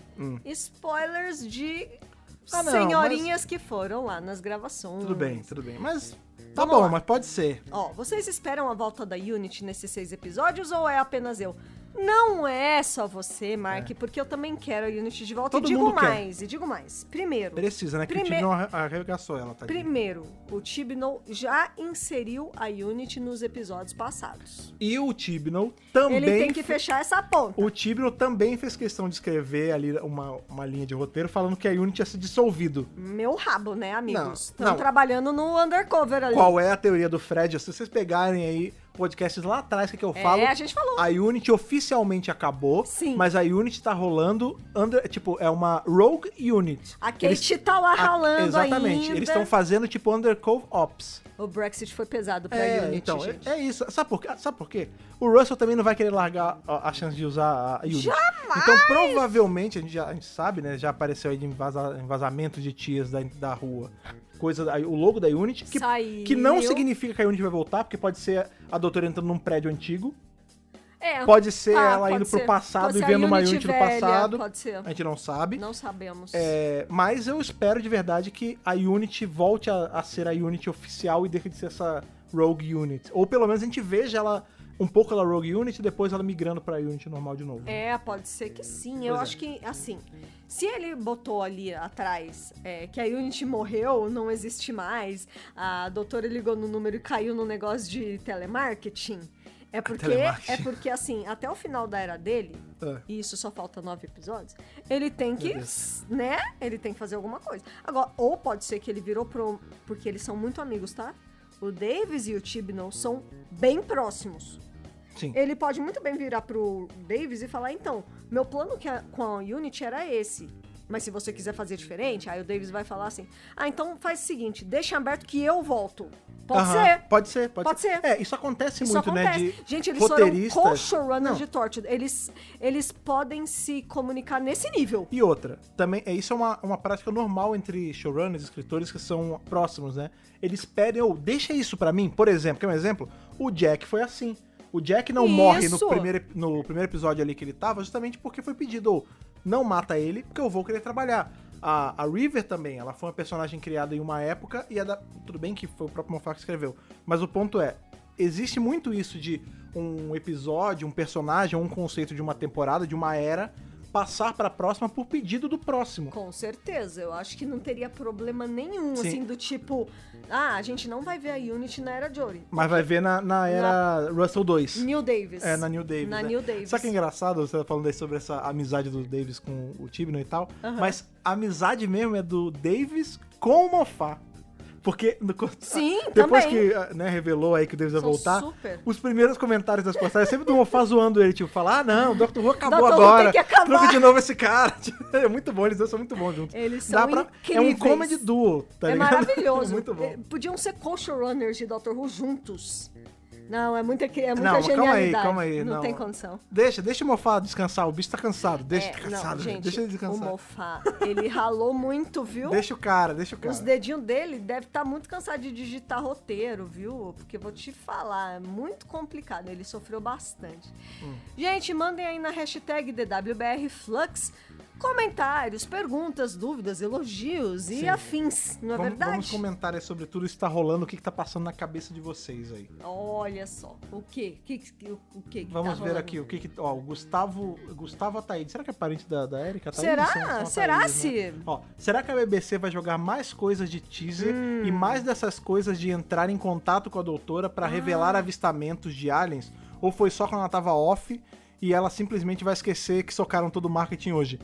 Speaker 2: spoilers de
Speaker 1: Hum. Ah, não,
Speaker 2: senhorinhas que foram lá nas gravações.
Speaker 1: Tudo bem, então. tudo bem. Mas tá
Speaker 2: Vamos
Speaker 1: bom,
Speaker 2: lá.
Speaker 1: mas pode ser.
Speaker 2: Ó, vocês esperam a volta da Unity nesses seis episódios ou é apenas eu? Não é só você, Mark, porque eu também quero a Unity de
Speaker 1: É.
Speaker 2: volta.
Speaker 1: Todo
Speaker 2: e digo
Speaker 1: mundo quer.
Speaker 2: mais, e digo mais. Primeiro,
Speaker 1: Precisa, né? Que o time
Speaker 2: Primeiro-
Speaker 1: não arre- arregaçou ela, tá?
Speaker 2: primeiro, o Tibno já inseriu a Unity nos episódios passados.
Speaker 1: E o Tibnall também.
Speaker 2: Ele tem que
Speaker 1: fe-
Speaker 2: fechar essa ponta.
Speaker 1: O Tibnall também fez questão de escrever ali uma, uma linha de roteiro falando que a Unity tinha se dissolvido.
Speaker 2: Meu rabo, né, amigos?
Speaker 1: Não,
Speaker 2: Estão
Speaker 1: não.
Speaker 2: trabalhando no undercover ali.
Speaker 1: Qual é a teoria do Fred? Se vocês pegarem aí podcasts lá atrás, o que, que eu falo?
Speaker 2: É, a gente falou.
Speaker 1: A Unity oficialmente acabou,
Speaker 2: Sim.
Speaker 1: mas a Unity tá rolando under, tipo, é uma Rogue Unit.
Speaker 2: A Kate
Speaker 1: Eles-
Speaker 2: tá lá
Speaker 1: a-
Speaker 2: ralando
Speaker 1: Exatamente,
Speaker 2: ainda.
Speaker 1: eles estão fazendo tipo Undercover Ops.
Speaker 2: O Brexit foi pesado pra
Speaker 1: É,
Speaker 2: Unity,
Speaker 1: então, é,
Speaker 2: gente.
Speaker 1: é isso. Sabe por, quê? Sabe por quê? O Russell também não vai querer largar a, a chance de usar a Unity.
Speaker 2: Jamais!
Speaker 1: Então, provavelmente, a gente, já, a gente sabe, né? Já apareceu aí de embasa- embasamento de tias da, da rua. Coisa, da- o logo da Unity, que,
Speaker 2: Saiu.
Speaker 1: que não significa que a Unity vai voltar, porque pode ser a doutora entrando num prédio antigo,
Speaker 2: É.
Speaker 1: pode ser
Speaker 2: Ah,
Speaker 1: ela
Speaker 2: pode
Speaker 1: indo
Speaker 2: ser.
Speaker 1: pro passado
Speaker 2: Pode
Speaker 1: e
Speaker 2: ser a
Speaker 1: vendo uma
Speaker 2: Unity
Speaker 1: Unity no
Speaker 2: velha,
Speaker 1: passado.
Speaker 2: Pode ser.
Speaker 1: A gente não sabe.
Speaker 2: Não sabemos.
Speaker 1: É, mas eu espero de verdade que a Unity volte a, a ser a Unity oficial e deixe de ser essa Rogue Unit. Ou pelo menos a gente veja ela um pouco ela Rogue Unity, depois ela migrando pra Unity normal de novo.
Speaker 2: É, pode ser que sim. Eu
Speaker 1: Pois é.
Speaker 2: acho que, assim, se ele botou ali atrás é, que a Unity morreu, não existe mais, a doutora ligou no número e caiu no negócio de telemarketing, é porque,
Speaker 1: Ah, telemarketing.
Speaker 2: é porque assim, até o final da era dele,
Speaker 1: É.
Speaker 2: e isso só falta nove episódios, ele tem que,
Speaker 1: Deus.
Speaker 2: né? Ele tem que fazer alguma coisa. Agora, ou pode ser que ele virou pro... Porque eles são muito amigos, tá? O Davis e o Tibnon são bem próximos.
Speaker 1: Sim.
Speaker 2: Ele pode muito bem virar pro Davis e falar: então, meu plano que a- com a Unity era esse. Mas se você quiser fazer diferente, aí o Davis vai falar assim: ah, então faz o seguinte, deixa aberto que eu volto. Pode
Speaker 1: Aham,
Speaker 2: ser.
Speaker 1: Pode ser, pode,
Speaker 2: Pode ser.
Speaker 1: É, isso acontece
Speaker 2: Isso
Speaker 1: muito,
Speaker 2: acontece.
Speaker 1: né? De
Speaker 2: Gente, eles foram
Speaker 1: roteiristas.
Speaker 2: co-showrunners
Speaker 1: Não.
Speaker 2: de Torture. Eles, eles podem se comunicar nesse nível.
Speaker 1: E outra, também, é, isso é uma, uma prática normal entre showrunners, escritores que são próximos, né? Eles pedem, ou deixa isso pra mim, por exemplo, quer um exemplo? O Jack foi assim. O Jack não
Speaker 2: Isso.
Speaker 1: morre no primeiro, ep- no primeiro episódio ali que ele tava, justamente porque foi pedido, ou não mata ele, porque eu vou querer trabalhar. A, a River também, ela foi uma personagem criada em uma época e é da. Tudo bem que foi o próprio Moffat que escreveu, mas o ponto é: existe muito isso de um episódio, um personagem, um conceito de uma temporada, de uma era, passar pra próxima por pedido do próximo.
Speaker 2: Com certeza, eu acho que não teria problema nenhum,
Speaker 1: Sim.
Speaker 2: assim, do tipo, ah, a gente não vai ver a Unity na era Jory.
Speaker 1: Mas vai ver na, na era Russell 2.
Speaker 2: Neil Davis.
Speaker 1: É, na New Davis.
Speaker 2: Na
Speaker 1: né?
Speaker 2: Neil Davis.
Speaker 1: Sabe que é engraçado? Você tá falando aí sobre essa amizade do Davis com o Tibno e tal. Mas a amizade mesmo é do Davis com o Mofá. Porque no-
Speaker 2: Sim,
Speaker 1: depois
Speaker 2: também.
Speaker 1: que né, revelou aí que o Davis ia
Speaker 2: São
Speaker 1: voltar,
Speaker 2: super.
Speaker 1: os primeiros comentários das postagens é sempre do Mofá zoando ele, tipo, falar, ah não, o Dr. Who acabou
Speaker 2: Dr. Who tem
Speaker 1: agora.
Speaker 2: que acabar."
Speaker 1: Troca de novo esse cara. É muito bom, eles dois são muito bons juntos.
Speaker 2: Eles
Speaker 1: Dá
Speaker 2: são
Speaker 1: pra- É um
Speaker 2: incríveis.
Speaker 1: comedy duo, tá
Speaker 2: é
Speaker 1: ligado?
Speaker 2: maravilhoso.
Speaker 1: muito bom.
Speaker 2: Eh, Podiam ser co-showrunners de Doctor Who juntos. Não, é muita, cri- é muita
Speaker 1: Não, mas calma aí,
Speaker 2: genialidade.
Speaker 1: calma aí,
Speaker 2: Não,
Speaker 1: não.
Speaker 2: tem condição.
Speaker 1: Deixa, deixa o Mofá descansar, o bicho tá cansado. Deixa,
Speaker 2: É,
Speaker 1: tá
Speaker 2: não,
Speaker 1: cansado,
Speaker 2: gente,
Speaker 1: deixa ele
Speaker 2: O
Speaker 1: descansar.
Speaker 2: Mofá, ele ralou muito, viu?
Speaker 1: Deixa o cara, deixa o cara.
Speaker 2: Os dedinhos dele deve estar muito cansado de digitar roteiro, viu? Porque eu vou te falar, é muito complicado. Ele sofreu bastante.
Speaker 1: Hum.
Speaker 2: Gente, mandem aí na hashtag DWBRFlux comentários, perguntas, dúvidas, elogios
Speaker 1: Sim.
Speaker 2: e afins, não é
Speaker 1: vamos,
Speaker 2: verdade?
Speaker 1: vamos comentar aí sobre tudo isso que tá rolando, o que, que tá passando na cabeça de vocês aí.
Speaker 2: Olha só, o quê? Que, que, o, o quê que
Speaker 1: Vamos
Speaker 2: tá
Speaker 1: ver
Speaker 2: rolando?
Speaker 1: aqui o que que. Ó, o Gustavo. Gustavo Ataíde. Será que é parente da, da Erika? Ataíde?
Speaker 2: Será?
Speaker 1: São- são
Speaker 2: Será
Speaker 1: Ataídes, né?
Speaker 2: se-
Speaker 1: Ó, será que a BBC vai jogar mais coisas de teaser
Speaker 2: Hum.
Speaker 1: e mais dessas coisas de entrar em contato com a doutora
Speaker 2: Ah.
Speaker 1: pra revelar avistamentos de aliens? Ou foi só quando ela tava off e ela simplesmente vai esquecer que socaram todo o marketing hoje?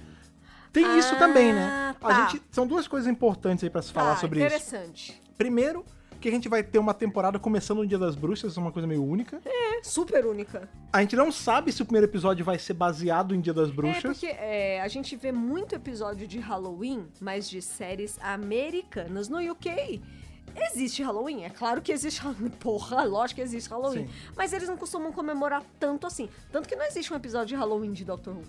Speaker 1: Tem isso
Speaker 2: Ah,
Speaker 1: também, né? A
Speaker 2: tá.
Speaker 1: gente, são duas coisas importantes aí pra se
Speaker 2: Tá,
Speaker 1: falar sobre isso.
Speaker 2: interessante.
Speaker 1: Primeiro, que a gente vai ter uma temporada começando no Dia das Bruxas, uma coisa meio única.
Speaker 2: É super única.
Speaker 1: A gente não sabe se o primeiro episódio vai ser baseado em Dia das Bruxas.
Speaker 2: É, porque é, a gente vê muito episódio de Halloween, mas de séries americanas. No UK, existe Halloween. É claro que existe Halloween. Porra, lógico que existe Halloween.
Speaker 1: Sim.
Speaker 2: Mas eles não costumam comemorar tanto assim. Tanto que não existe um episódio de Halloween de Doctor Who.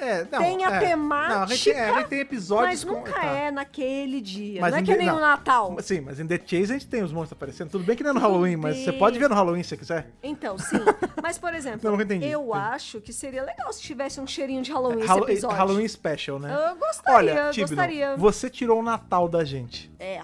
Speaker 1: É, não,
Speaker 2: tem a
Speaker 1: é.
Speaker 2: temática,
Speaker 1: Não, a gente, é, a gente tem episódios
Speaker 2: mas
Speaker 1: com-
Speaker 2: nunca
Speaker 1: tá.
Speaker 2: é naquele dia.
Speaker 1: Mas
Speaker 2: não é
Speaker 1: em
Speaker 2: que
Speaker 1: The-
Speaker 2: nem o
Speaker 1: não.
Speaker 2: Natal.
Speaker 1: Sim, mas em The Chase a gente tem os monstros aparecendo. Tudo bem que não é no Halloween, mas você
Speaker 2: bem.
Speaker 1: pode ver no Halloween se você quiser.
Speaker 2: Então, sim. Mas, por exemplo,
Speaker 1: Não, eu entendi.
Speaker 2: eu
Speaker 1: Entendi.
Speaker 2: acho que seria legal se tivesse um cheirinho de Halloween
Speaker 1: Hallo-
Speaker 2: esse episódio.
Speaker 1: Halloween Special, né?
Speaker 2: Eu gostaria,
Speaker 1: Olha, Tibno,
Speaker 2: gostaria.
Speaker 1: você tirou o Natal da gente.
Speaker 2: É,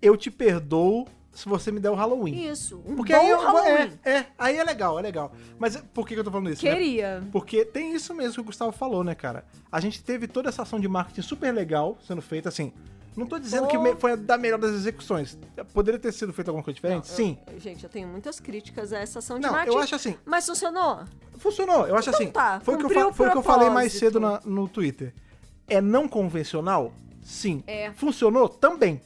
Speaker 1: Eu te perdoo se você me der o Halloween.
Speaker 2: isso. Um
Speaker 1: Porque
Speaker 2: bom
Speaker 1: aí eu-
Speaker 2: Halloween.
Speaker 1: É, é, aí é legal, é legal. Mas por que que eu tô falando isso? né?
Speaker 2: Queria.
Speaker 1: Porque tem isso mesmo que o Gustavo falou, né, cara? A gente teve toda essa ação de marketing super legal sendo feita, assim. Não tô dizendo
Speaker 2: Pô.
Speaker 1: que me- foi a da melhor das execuções. Poderia ter sido feito alguma coisa diferente? Sim.
Speaker 2: Gente, eu tenho muitas críticas a essa ação um de
Speaker 1: Não,
Speaker 2: marketing.
Speaker 1: eu acho assim.
Speaker 2: Mas funcionou?
Speaker 1: Funcionou. Eu acho
Speaker 2: Então
Speaker 1: assim.
Speaker 2: tá,
Speaker 1: foi o que eu,
Speaker 2: cumpriu
Speaker 1: fa-
Speaker 2: o
Speaker 1: foi o que eu falei mais cedo
Speaker 2: propósito.
Speaker 1: na- no Twitter. É não convencional? Sim.
Speaker 2: É.
Speaker 1: Funcionou? Também.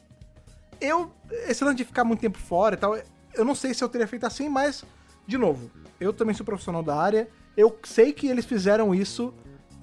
Speaker 1: Eu. Esse lance de ficar muito tempo fora e tal, eu não sei se eu teria feito assim, mas, de novo, eu também sou profissional da área. Eu sei que eles fizeram isso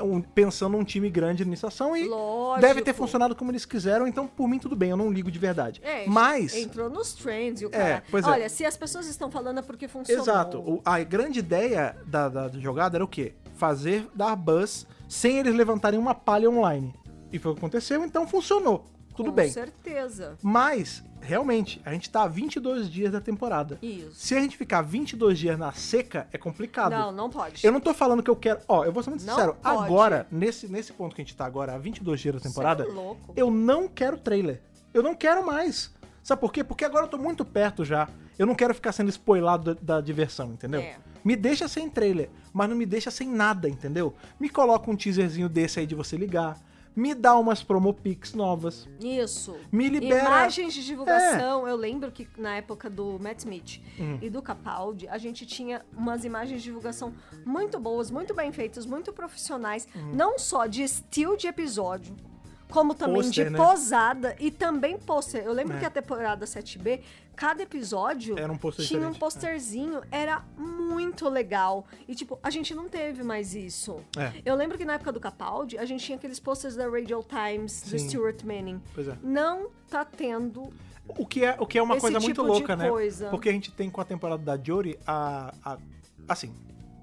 Speaker 1: um- pensando um time grande de iniciação e
Speaker 2: Lógico.
Speaker 1: deve ter funcionado como eles quiseram, então por mim tudo bem, eu não ligo de verdade.
Speaker 2: É,
Speaker 1: mas.
Speaker 2: Entrou nos trends e
Speaker 1: É,
Speaker 2: o cara.
Speaker 1: pois é.
Speaker 2: Olha, se as pessoas estão falando é porque funcionou.
Speaker 1: Exato. O- a grande ideia da, da- da jogada era o quê? Fazer dar buzz sem eles levantarem uma palha online. E foi o que aconteceu, então funcionou. Tudo
Speaker 2: Com
Speaker 1: bem.
Speaker 2: certeza.
Speaker 1: Mas, realmente, a gente tá a 22 dias da temporada.
Speaker 2: Isso.
Speaker 1: Se a gente ficar 22 dias na seca, é complicado.
Speaker 2: Não, não pode.
Speaker 1: Eu não tô falando que eu quero. Ó, eu vou ser muito
Speaker 2: Não
Speaker 1: sincero.
Speaker 2: pode.
Speaker 1: Agora, nesse, nesse ponto que a gente tá agora, a 22 dias da temporada,
Speaker 2: Você é louco.
Speaker 1: eu não quero trailer. Eu não quero mais. Sabe por quê? Porque agora eu tô muito perto já. Eu não quero ficar sendo spoilado da, da diversão, entendeu?
Speaker 2: É.
Speaker 1: Me deixa sem trailer, mas não me deixa sem nada, entendeu? Me coloca um teaserzinho desse aí de você ligar. Me dá umas promo pics novas.
Speaker 2: Isso.
Speaker 1: Me libera- É.
Speaker 2: Imagens de divulgação. Eu lembro que na época do Matt Smith
Speaker 1: Hum.
Speaker 2: e do Capaldi, a gente tinha umas imagens de divulgação muito boas, muito bem feitas, muito profissionais.
Speaker 1: Hum.
Speaker 2: Não só de estilo de episódio, como também
Speaker 1: Pôster,
Speaker 2: de
Speaker 1: né?
Speaker 2: posada e também pôster. Eu lembro
Speaker 1: É.
Speaker 2: que a temporada 7B, cada episódio
Speaker 1: Era um pôster
Speaker 2: tinha um
Speaker 1: diferente, é.
Speaker 2: posterzinho. Era muito legal. E, tipo, a gente não teve mais isso.
Speaker 1: É.
Speaker 2: Eu lembro que na época do Capaldi, a gente tinha aqueles posters da Radio Times, do
Speaker 1: Sim.
Speaker 2: Stuart Manning.
Speaker 1: Pois é.
Speaker 2: Não tá tendo.
Speaker 1: O que é, o que é uma
Speaker 2: Esse
Speaker 1: coisa
Speaker 2: tipo
Speaker 1: muito
Speaker 2: de
Speaker 1: louca, né?
Speaker 2: coisa.
Speaker 1: Porque a gente tem com a temporada da Jory a, a- Assim,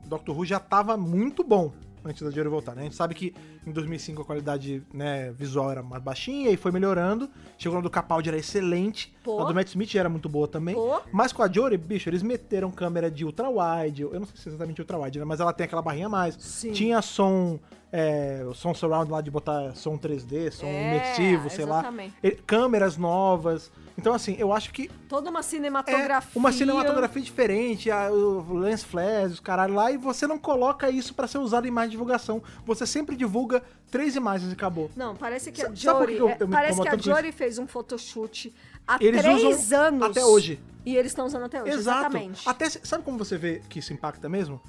Speaker 1: Doctor Who já tava muito bom antes da Jory voltar, né? A gente sabe que em 2005 a qualidade né, visual era mais baixinha e foi melhorando. Chegou na do Capaldi, era excelente.
Speaker 2: Pô.
Speaker 1: A do Matt Smith já era muito boa também.
Speaker 2: Pô.
Speaker 1: Mas com a Jory, bicho, eles meteram câmera de ultra-wide. Eu não sei se é exatamente ultra-wide, né? Mas ela tem aquela barrinha a mais.
Speaker 2: Sim.
Speaker 1: Tinha som... É, o som surround lá de botar som 3D, som
Speaker 2: É,
Speaker 1: imersivo, sei lá.
Speaker 2: exatamente.
Speaker 1: Ele- câmeras novas. Então, assim, eu acho que
Speaker 2: Toda uma
Speaker 1: é
Speaker 2: cinematografia.
Speaker 1: uma cinematografia diferente, a, o lens flares, os caralho lá, e você não coloca isso pra ser usado em mais divulgação. Você sempre divulga três imagens e acabou.
Speaker 2: Não, parece que a
Speaker 1: Sabe- sabe por
Speaker 2: Jory.
Speaker 1: que eu-
Speaker 2: é,
Speaker 1: eu me
Speaker 2: parece
Speaker 1: incomodo
Speaker 2: que a
Speaker 1: tanto com isso?
Speaker 2: Jory fez um photoshoot há
Speaker 1: Eles
Speaker 2: três
Speaker 1: usam
Speaker 2: anos.
Speaker 1: até hoje.
Speaker 2: E eles estão usando até hoje.
Speaker 1: Exato.
Speaker 2: Exatamente.
Speaker 1: Até, se- sabe como você vê que isso impacta mesmo?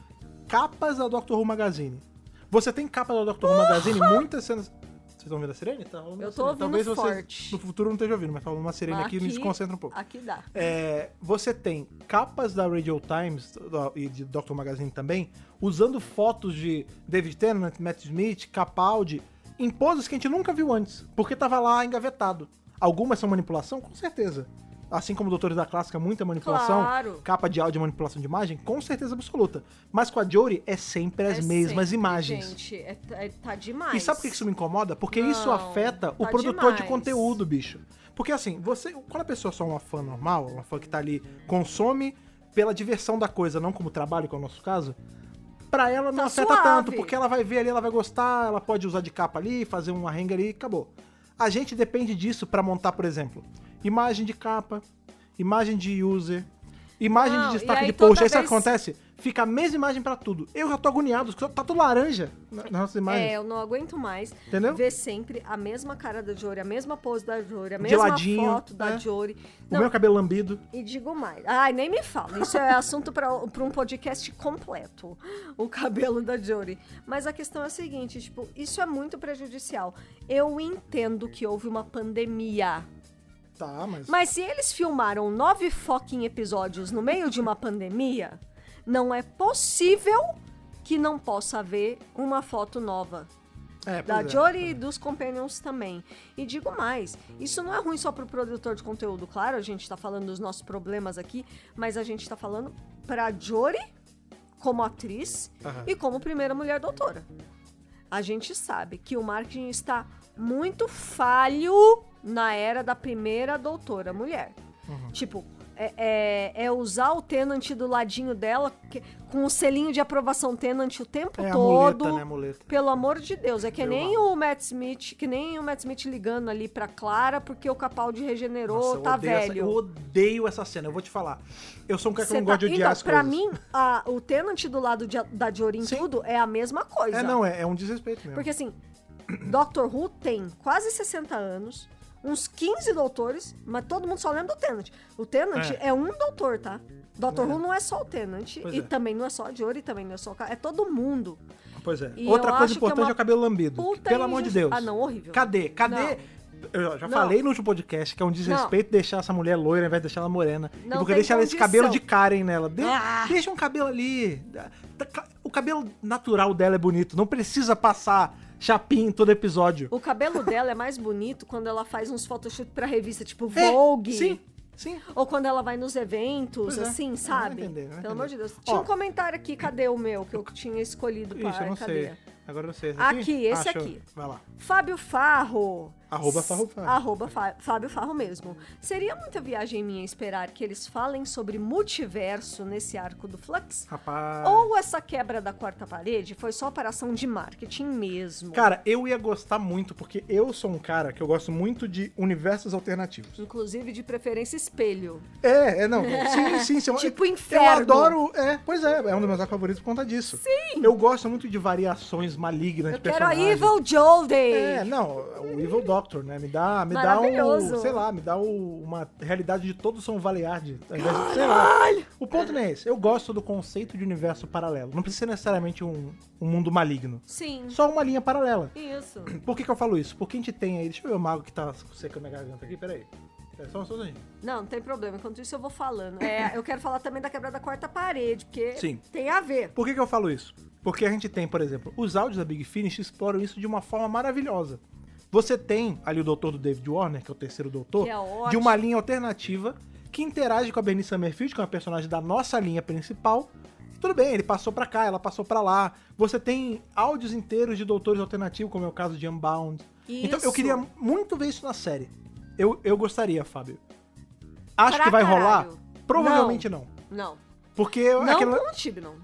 Speaker 1: Capas da Doctor Who Magazine. Você tem capa da Doctor Who Magazine, muitas cenas. Vocês estão ouvindo a sirene? Tá rolando
Speaker 2: Eu
Speaker 1: uma
Speaker 2: tô
Speaker 1: sirene.
Speaker 2: ouvindo
Speaker 1: Talvez vocês
Speaker 2: forte.
Speaker 1: no futuro não esteja ouvindo, mas tá rolando uma sirene
Speaker 2: Mas
Speaker 1: aqui, me desconcentra um pouco.
Speaker 2: Aqui dá.
Speaker 1: É, você tem capas da Radio Times da- e de Doctor Magazine também, usando fotos de David Tennant, Matt Smith, Capaldi, em poses que a gente nunca viu antes, porque tava lá engavetado. Algumas são manipulação? Com certeza. Assim como Doutores da Clássica, muita manipulação.
Speaker 2: Claro.
Speaker 1: Capa de áudio, manipulação de imagem, com certeza absoluta. Mas com a Jory é sempre as
Speaker 2: É
Speaker 1: mesmas
Speaker 2: sempre,
Speaker 1: imagens.
Speaker 2: Gente, é, é- tá demais.
Speaker 1: E sabe por que isso me incomoda? Porque isso
Speaker 2: Não,
Speaker 1: afeta o
Speaker 2: tá
Speaker 1: produtor de
Speaker 2: demais.
Speaker 1: conteúdo, bicho. Porque assim, você. Quando a pessoa é só uma fã normal, uma fã que tá ali, consome pela diversão da coisa, não como trabalho, que é o nosso caso, pra ela não
Speaker 2: Tá
Speaker 1: afeta
Speaker 2: suave.
Speaker 1: tanto, porque ela vai ver ali, ela vai gostar, ela pode usar de capa ali, fazer um arrengue ali e acabou. A gente depende disso pra montar, por exemplo, imagem de capa, imagem de user. Imagem
Speaker 2: Não,
Speaker 1: de
Speaker 2: e
Speaker 1: destaque
Speaker 2: aí
Speaker 1: de post,
Speaker 2: toda
Speaker 1: aí sabe o
Speaker 2: vez-
Speaker 1: que acontece? Fica a mesma imagem pra tudo. Eu já tô agoniado, tá tudo laranja na- nas nossas imagens.
Speaker 2: É, eu não aguento mais
Speaker 1: Entendeu?
Speaker 2: ver sempre a mesma cara da Jory, a mesma pose da Jory, a
Speaker 1: De
Speaker 2: mesma
Speaker 1: ladinho,
Speaker 2: foto da
Speaker 1: né?
Speaker 2: Jory.
Speaker 1: O meu cabelo lambido.
Speaker 2: E digo mais. Ai, nem me fala. Isso é assunto para um podcast completo. O cabelo da Jory. Mas a questão é a seguinte, tipo, isso é muito prejudicial. Eu entendo que houve uma pandemia.
Speaker 1: Tá, mas.
Speaker 2: Mas se eles filmaram nove fucking episódios no meio de uma pandemia, não é possível que não possa haver uma foto nova.
Speaker 1: é,
Speaker 2: Da
Speaker 1: pois é.
Speaker 2: Jory e dos Companions também. E digo mais, isso não é ruim só pro produtor de conteúdo, claro, a gente tá falando dos nossos problemas aqui, mas a gente tá falando pra Jory como atriz
Speaker 1: Aham.
Speaker 2: e como primeira mulher doutora. A gente sabe que o marketing está muito falho na era da primeira doutora mulher.
Speaker 1: Uhum.
Speaker 2: Tipo, é, é- é usar o Tenant do ladinho dela, que- com o selinho de aprovação Tenant o tempo
Speaker 1: É a
Speaker 2: todo.
Speaker 1: muleta, né? A muleta.
Speaker 2: Pelo amor de Deus, é que
Speaker 1: Deu
Speaker 2: nem
Speaker 1: lá.
Speaker 2: o Matt Smith, que nem o Matt Smith ligando ali pra Clara, porque o Capaldi regenerou,
Speaker 1: Nossa, eu
Speaker 2: tá
Speaker 1: odeio essa- eu
Speaker 2: velho.
Speaker 1: odeio essa cena, eu vou te falar. Eu sou um cara que
Speaker 2: Cê
Speaker 1: não
Speaker 2: tá-
Speaker 1: gosta de odiar
Speaker 2: então,
Speaker 1: as
Speaker 2: pra
Speaker 1: coisas.
Speaker 2: mim, a- o Tenant do lado de- da Jory em
Speaker 1: Sim.
Speaker 2: tudo é a mesma coisa.
Speaker 1: É, não, é, é um desrespeito mesmo.
Speaker 2: Porque assim, Doctor Who tem quase 60 anos, uns 15 doutores, mas todo mundo só lembra do Tenant. O Tenant é,
Speaker 1: É.
Speaker 2: um doutor, tá? Doctor
Speaker 1: É.
Speaker 2: Who não é só o Tenant,
Speaker 1: Pois
Speaker 2: e
Speaker 1: é.
Speaker 2: também não é só a Jory, também não é só o Ca- É todo mundo.
Speaker 1: Pois é.
Speaker 2: E eu
Speaker 1: Outra
Speaker 2: acho
Speaker 1: coisa
Speaker 2: que é
Speaker 1: importante é,
Speaker 2: uma
Speaker 1: o cabelo lambido.
Speaker 2: puta
Speaker 1: Pelo amor de
Speaker 2: injusti-
Speaker 1: Deus.
Speaker 2: Ah, não, horrível.
Speaker 1: Cadê? Cadê? Eu já
Speaker 2: Não.
Speaker 1: falei no último podcast que é um desrespeito deixar essa mulher loira ao invés de deixar ela morena. E
Speaker 2: Não
Speaker 1: porque
Speaker 2: tem
Speaker 1: deixa ela esse
Speaker 2: condição.
Speaker 1: cabelo de Karen nela. De-
Speaker 2: Ah.
Speaker 1: Deixa um cabelo ali. O cabelo natural dela é bonito. Não precisa passar chapinha em todo episódio.
Speaker 2: O cabelo dela é mais bonito quando ela faz uns photoshoot pra revista, tipo
Speaker 1: É,
Speaker 2: Vogue.
Speaker 1: Sim, sim.
Speaker 2: Ou quando ela vai nos eventos,
Speaker 1: Pois é. Eu
Speaker 2: assim,
Speaker 1: não
Speaker 2: sabe?
Speaker 1: entendi, eu não
Speaker 2: Pelo amor de
Speaker 1: entendi.
Speaker 2: Deus.
Speaker 1: Ó.
Speaker 2: Tinha um comentário aqui, cadê o meu? Que eu tinha escolhido
Speaker 1: Ixi,
Speaker 2: para.
Speaker 1: eu não
Speaker 2: cadê?
Speaker 1: sei. Agora eu não sei. Esse
Speaker 2: Aqui, esse
Speaker 1: Achou.
Speaker 2: aqui.
Speaker 1: Vai lá.
Speaker 2: Fábio Farro.
Speaker 1: Arroba Farro Fábio.
Speaker 2: Arroba Fa- Fábio Farro mesmo. Seria muita viagem minha esperar que eles falem sobre multiverso nesse arco do Flux?
Speaker 1: Rapaz.
Speaker 2: Ou essa quebra da quarta parede foi só operação de marketing mesmo?
Speaker 1: Cara, eu ia gostar muito, porque eu sou um cara que eu gosto muito de universos alternativos.
Speaker 2: Inclusive, de preferência, espelho.
Speaker 1: É, é, não. Sim, sim, sim.
Speaker 2: Tipo
Speaker 1: eu-
Speaker 2: inferno.
Speaker 1: Eu adoro. É, pois é, é um dos meus arcos favoritos por conta disso. Sim. Eu gosto muito de variações malignas
Speaker 2: Eu
Speaker 1: de
Speaker 2: quero a
Speaker 1: personagens.
Speaker 2: Evil Jodie!
Speaker 1: É, não, o Evil Doctor, né? Me dá, me dá um,
Speaker 2: Maravilhoso.
Speaker 1: sei lá, me dá o- uma realidade de todos são Valearde. ao invés de- Sei lá. O ponto não é esse. Eu gosto do conceito de universo paralelo. Não precisa ser necessariamente um, um mundo maligno.
Speaker 2: Sim,
Speaker 1: Só uma linha paralela.
Speaker 2: isso.
Speaker 1: Por que, que eu falo isso? Porque a gente tem aí. Deixa eu ver o mago que tá secando a minha garganta aqui, peraí. É só um segundinho.
Speaker 2: Não, não tem problema. Enquanto isso, eu vou falando. É, eu quero falar também da quebra da quarta parede, porque
Speaker 1: Sim.
Speaker 2: tem a ver.
Speaker 1: Por que, que eu falo isso? Porque a gente tem, por exemplo, os áudios da Big Finish exploram isso de uma forma maravilhosa. Você tem ali o doutor do David Warner, que é o terceiro doutor,
Speaker 2: Que é ótimo.
Speaker 1: de uma linha alternativa que interage com a Bernice Summerfield, que é uma personagem da nossa linha principal. Tudo bem, ele passou pra cá, ela passou pra lá. Você tem áudios inteiros de doutores alternativos, como é o caso de Unbound. Então eu
Speaker 2: Isso.
Speaker 1: queria muito ver isso na série. Eu, eu gostaria, Fábio. Acho
Speaker 2: Pra
Speaker 1: que vai rolar?
Speaker 2: caralho.
Speaker 1: Provavelmente não.
Speaker 2: Não.
Speaker 1: Porque é
Speaker 2: Não
Speaker 1: aquela-
Speaker 2: com o Tibnon.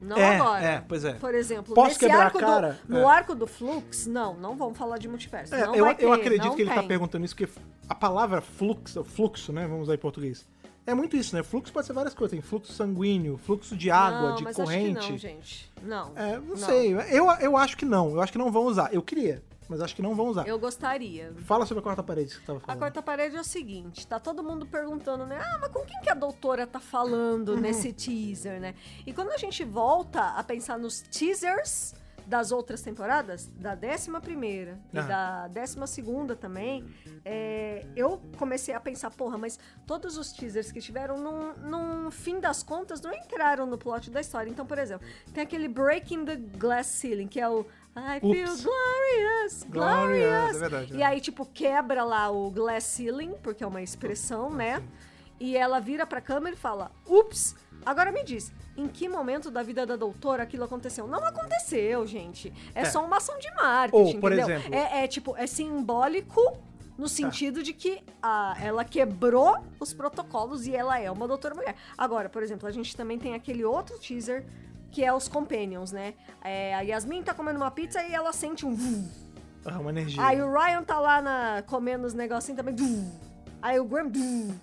Speaker 2: Não
Speaker 1: é,
Speaker 2: agora.
Speaker 1: é, pois é.
Speaker 2: Por exemplo,
Speaker 1: Posso
Speaker 2: nesse
Speaker 1: quebrar a
Speaker 2: arco
Speaker 1: cara?
Speaker 2: do, no
Speaker 1: É.
Speaker 2: arco do Flux, não, não vamos falar de multiverso.
Speaker 1: É,
Speaker 2: não
Speaker 1: eu,
Speaker 2: vai ter,
Speaker 1: eu acredito
Speaker 2: não
Speaker 1: que ele tá
Speaker 2: tem.
Speaker 1: perguntando isso, porque a palavra fluxo, fluxo, né? Vamos usar em português. É muito isso, né? Fluxo pode ser várias coisas. Tem fluxo sanguíneo, fluxo de água,
Speaker 2: não,
Speaker 1: de
Speaker 2: mas
Speaker 1: corrente.
Speaker 2: Acho que não, gente. Não.
Speaker 1: É, não, sei. Eu, eu acho que não. Eu acho que não vão usar. Eu queria, mas acho que não vão usar.
Speaker 2: Eu gostaria.
Speaker 1: Fala sobre a quarta parede que você tava
Speaker 2: A
Speaker 1: falando.
Speaker 2: quarta parede é o seguinte, tá todo mundo perguntando, né? Ah, mas com quem que a doutora tá falando
Speaker 1: Uhum.
Speaker 2: nesse teaser, né? E quando a gente volta a pensar nos teasers das outras temporadas, da décima primeira e
Speaker 1: Ah.
Speaker 2: da décima segunda também, é, eu comecei a pensar, porra, mas todos os teasers que tiveram, num, num fim das contas, não entraram no plot da história. Então, por exemplo, tem aquele Breaking the Glass Ceiling, que é o I feel
Speaker 1: Ups.
Speaker 2: glorious,
Speaker 1: Glorious, é
Speaker 2: glorious.
Speaker 1: verdade,
Speaker 2: E
Speaker 1: né?
Speaker 2: aí, tipo, quebra lá o glass ceiling, porque é uma
Speaker 1: Ah,
Speaker 2: expressão, né? E ela vira pra câmera e fala: Ups, agora me diz, em que momento da vida da doutora aquilo aconteceu? Não aconteceu, gente. É,
Speaker 1: É.
Speaker 2: só uma ação de marketing,
Speaker 1: Ou, por
Speaker 2: entendeu?
Speaker 1: exemplo- Tá.
Speaker 2: É, é, tipo, é simbólico no sentido de que a, ela quebrou os protocolos e ela é uma doutora mulher. Agora, por exemplo, a gente também tem aquele outro teaser que é os Companions, né? É, a Yasmin tá comendo uma pizza e ela sente um... vum.
Speaker 1: Ah, uma energia.
Speaker 2: Aí o Ryan tá lá na- comendo os negocinhos também. dum. Aí o Graham. dum.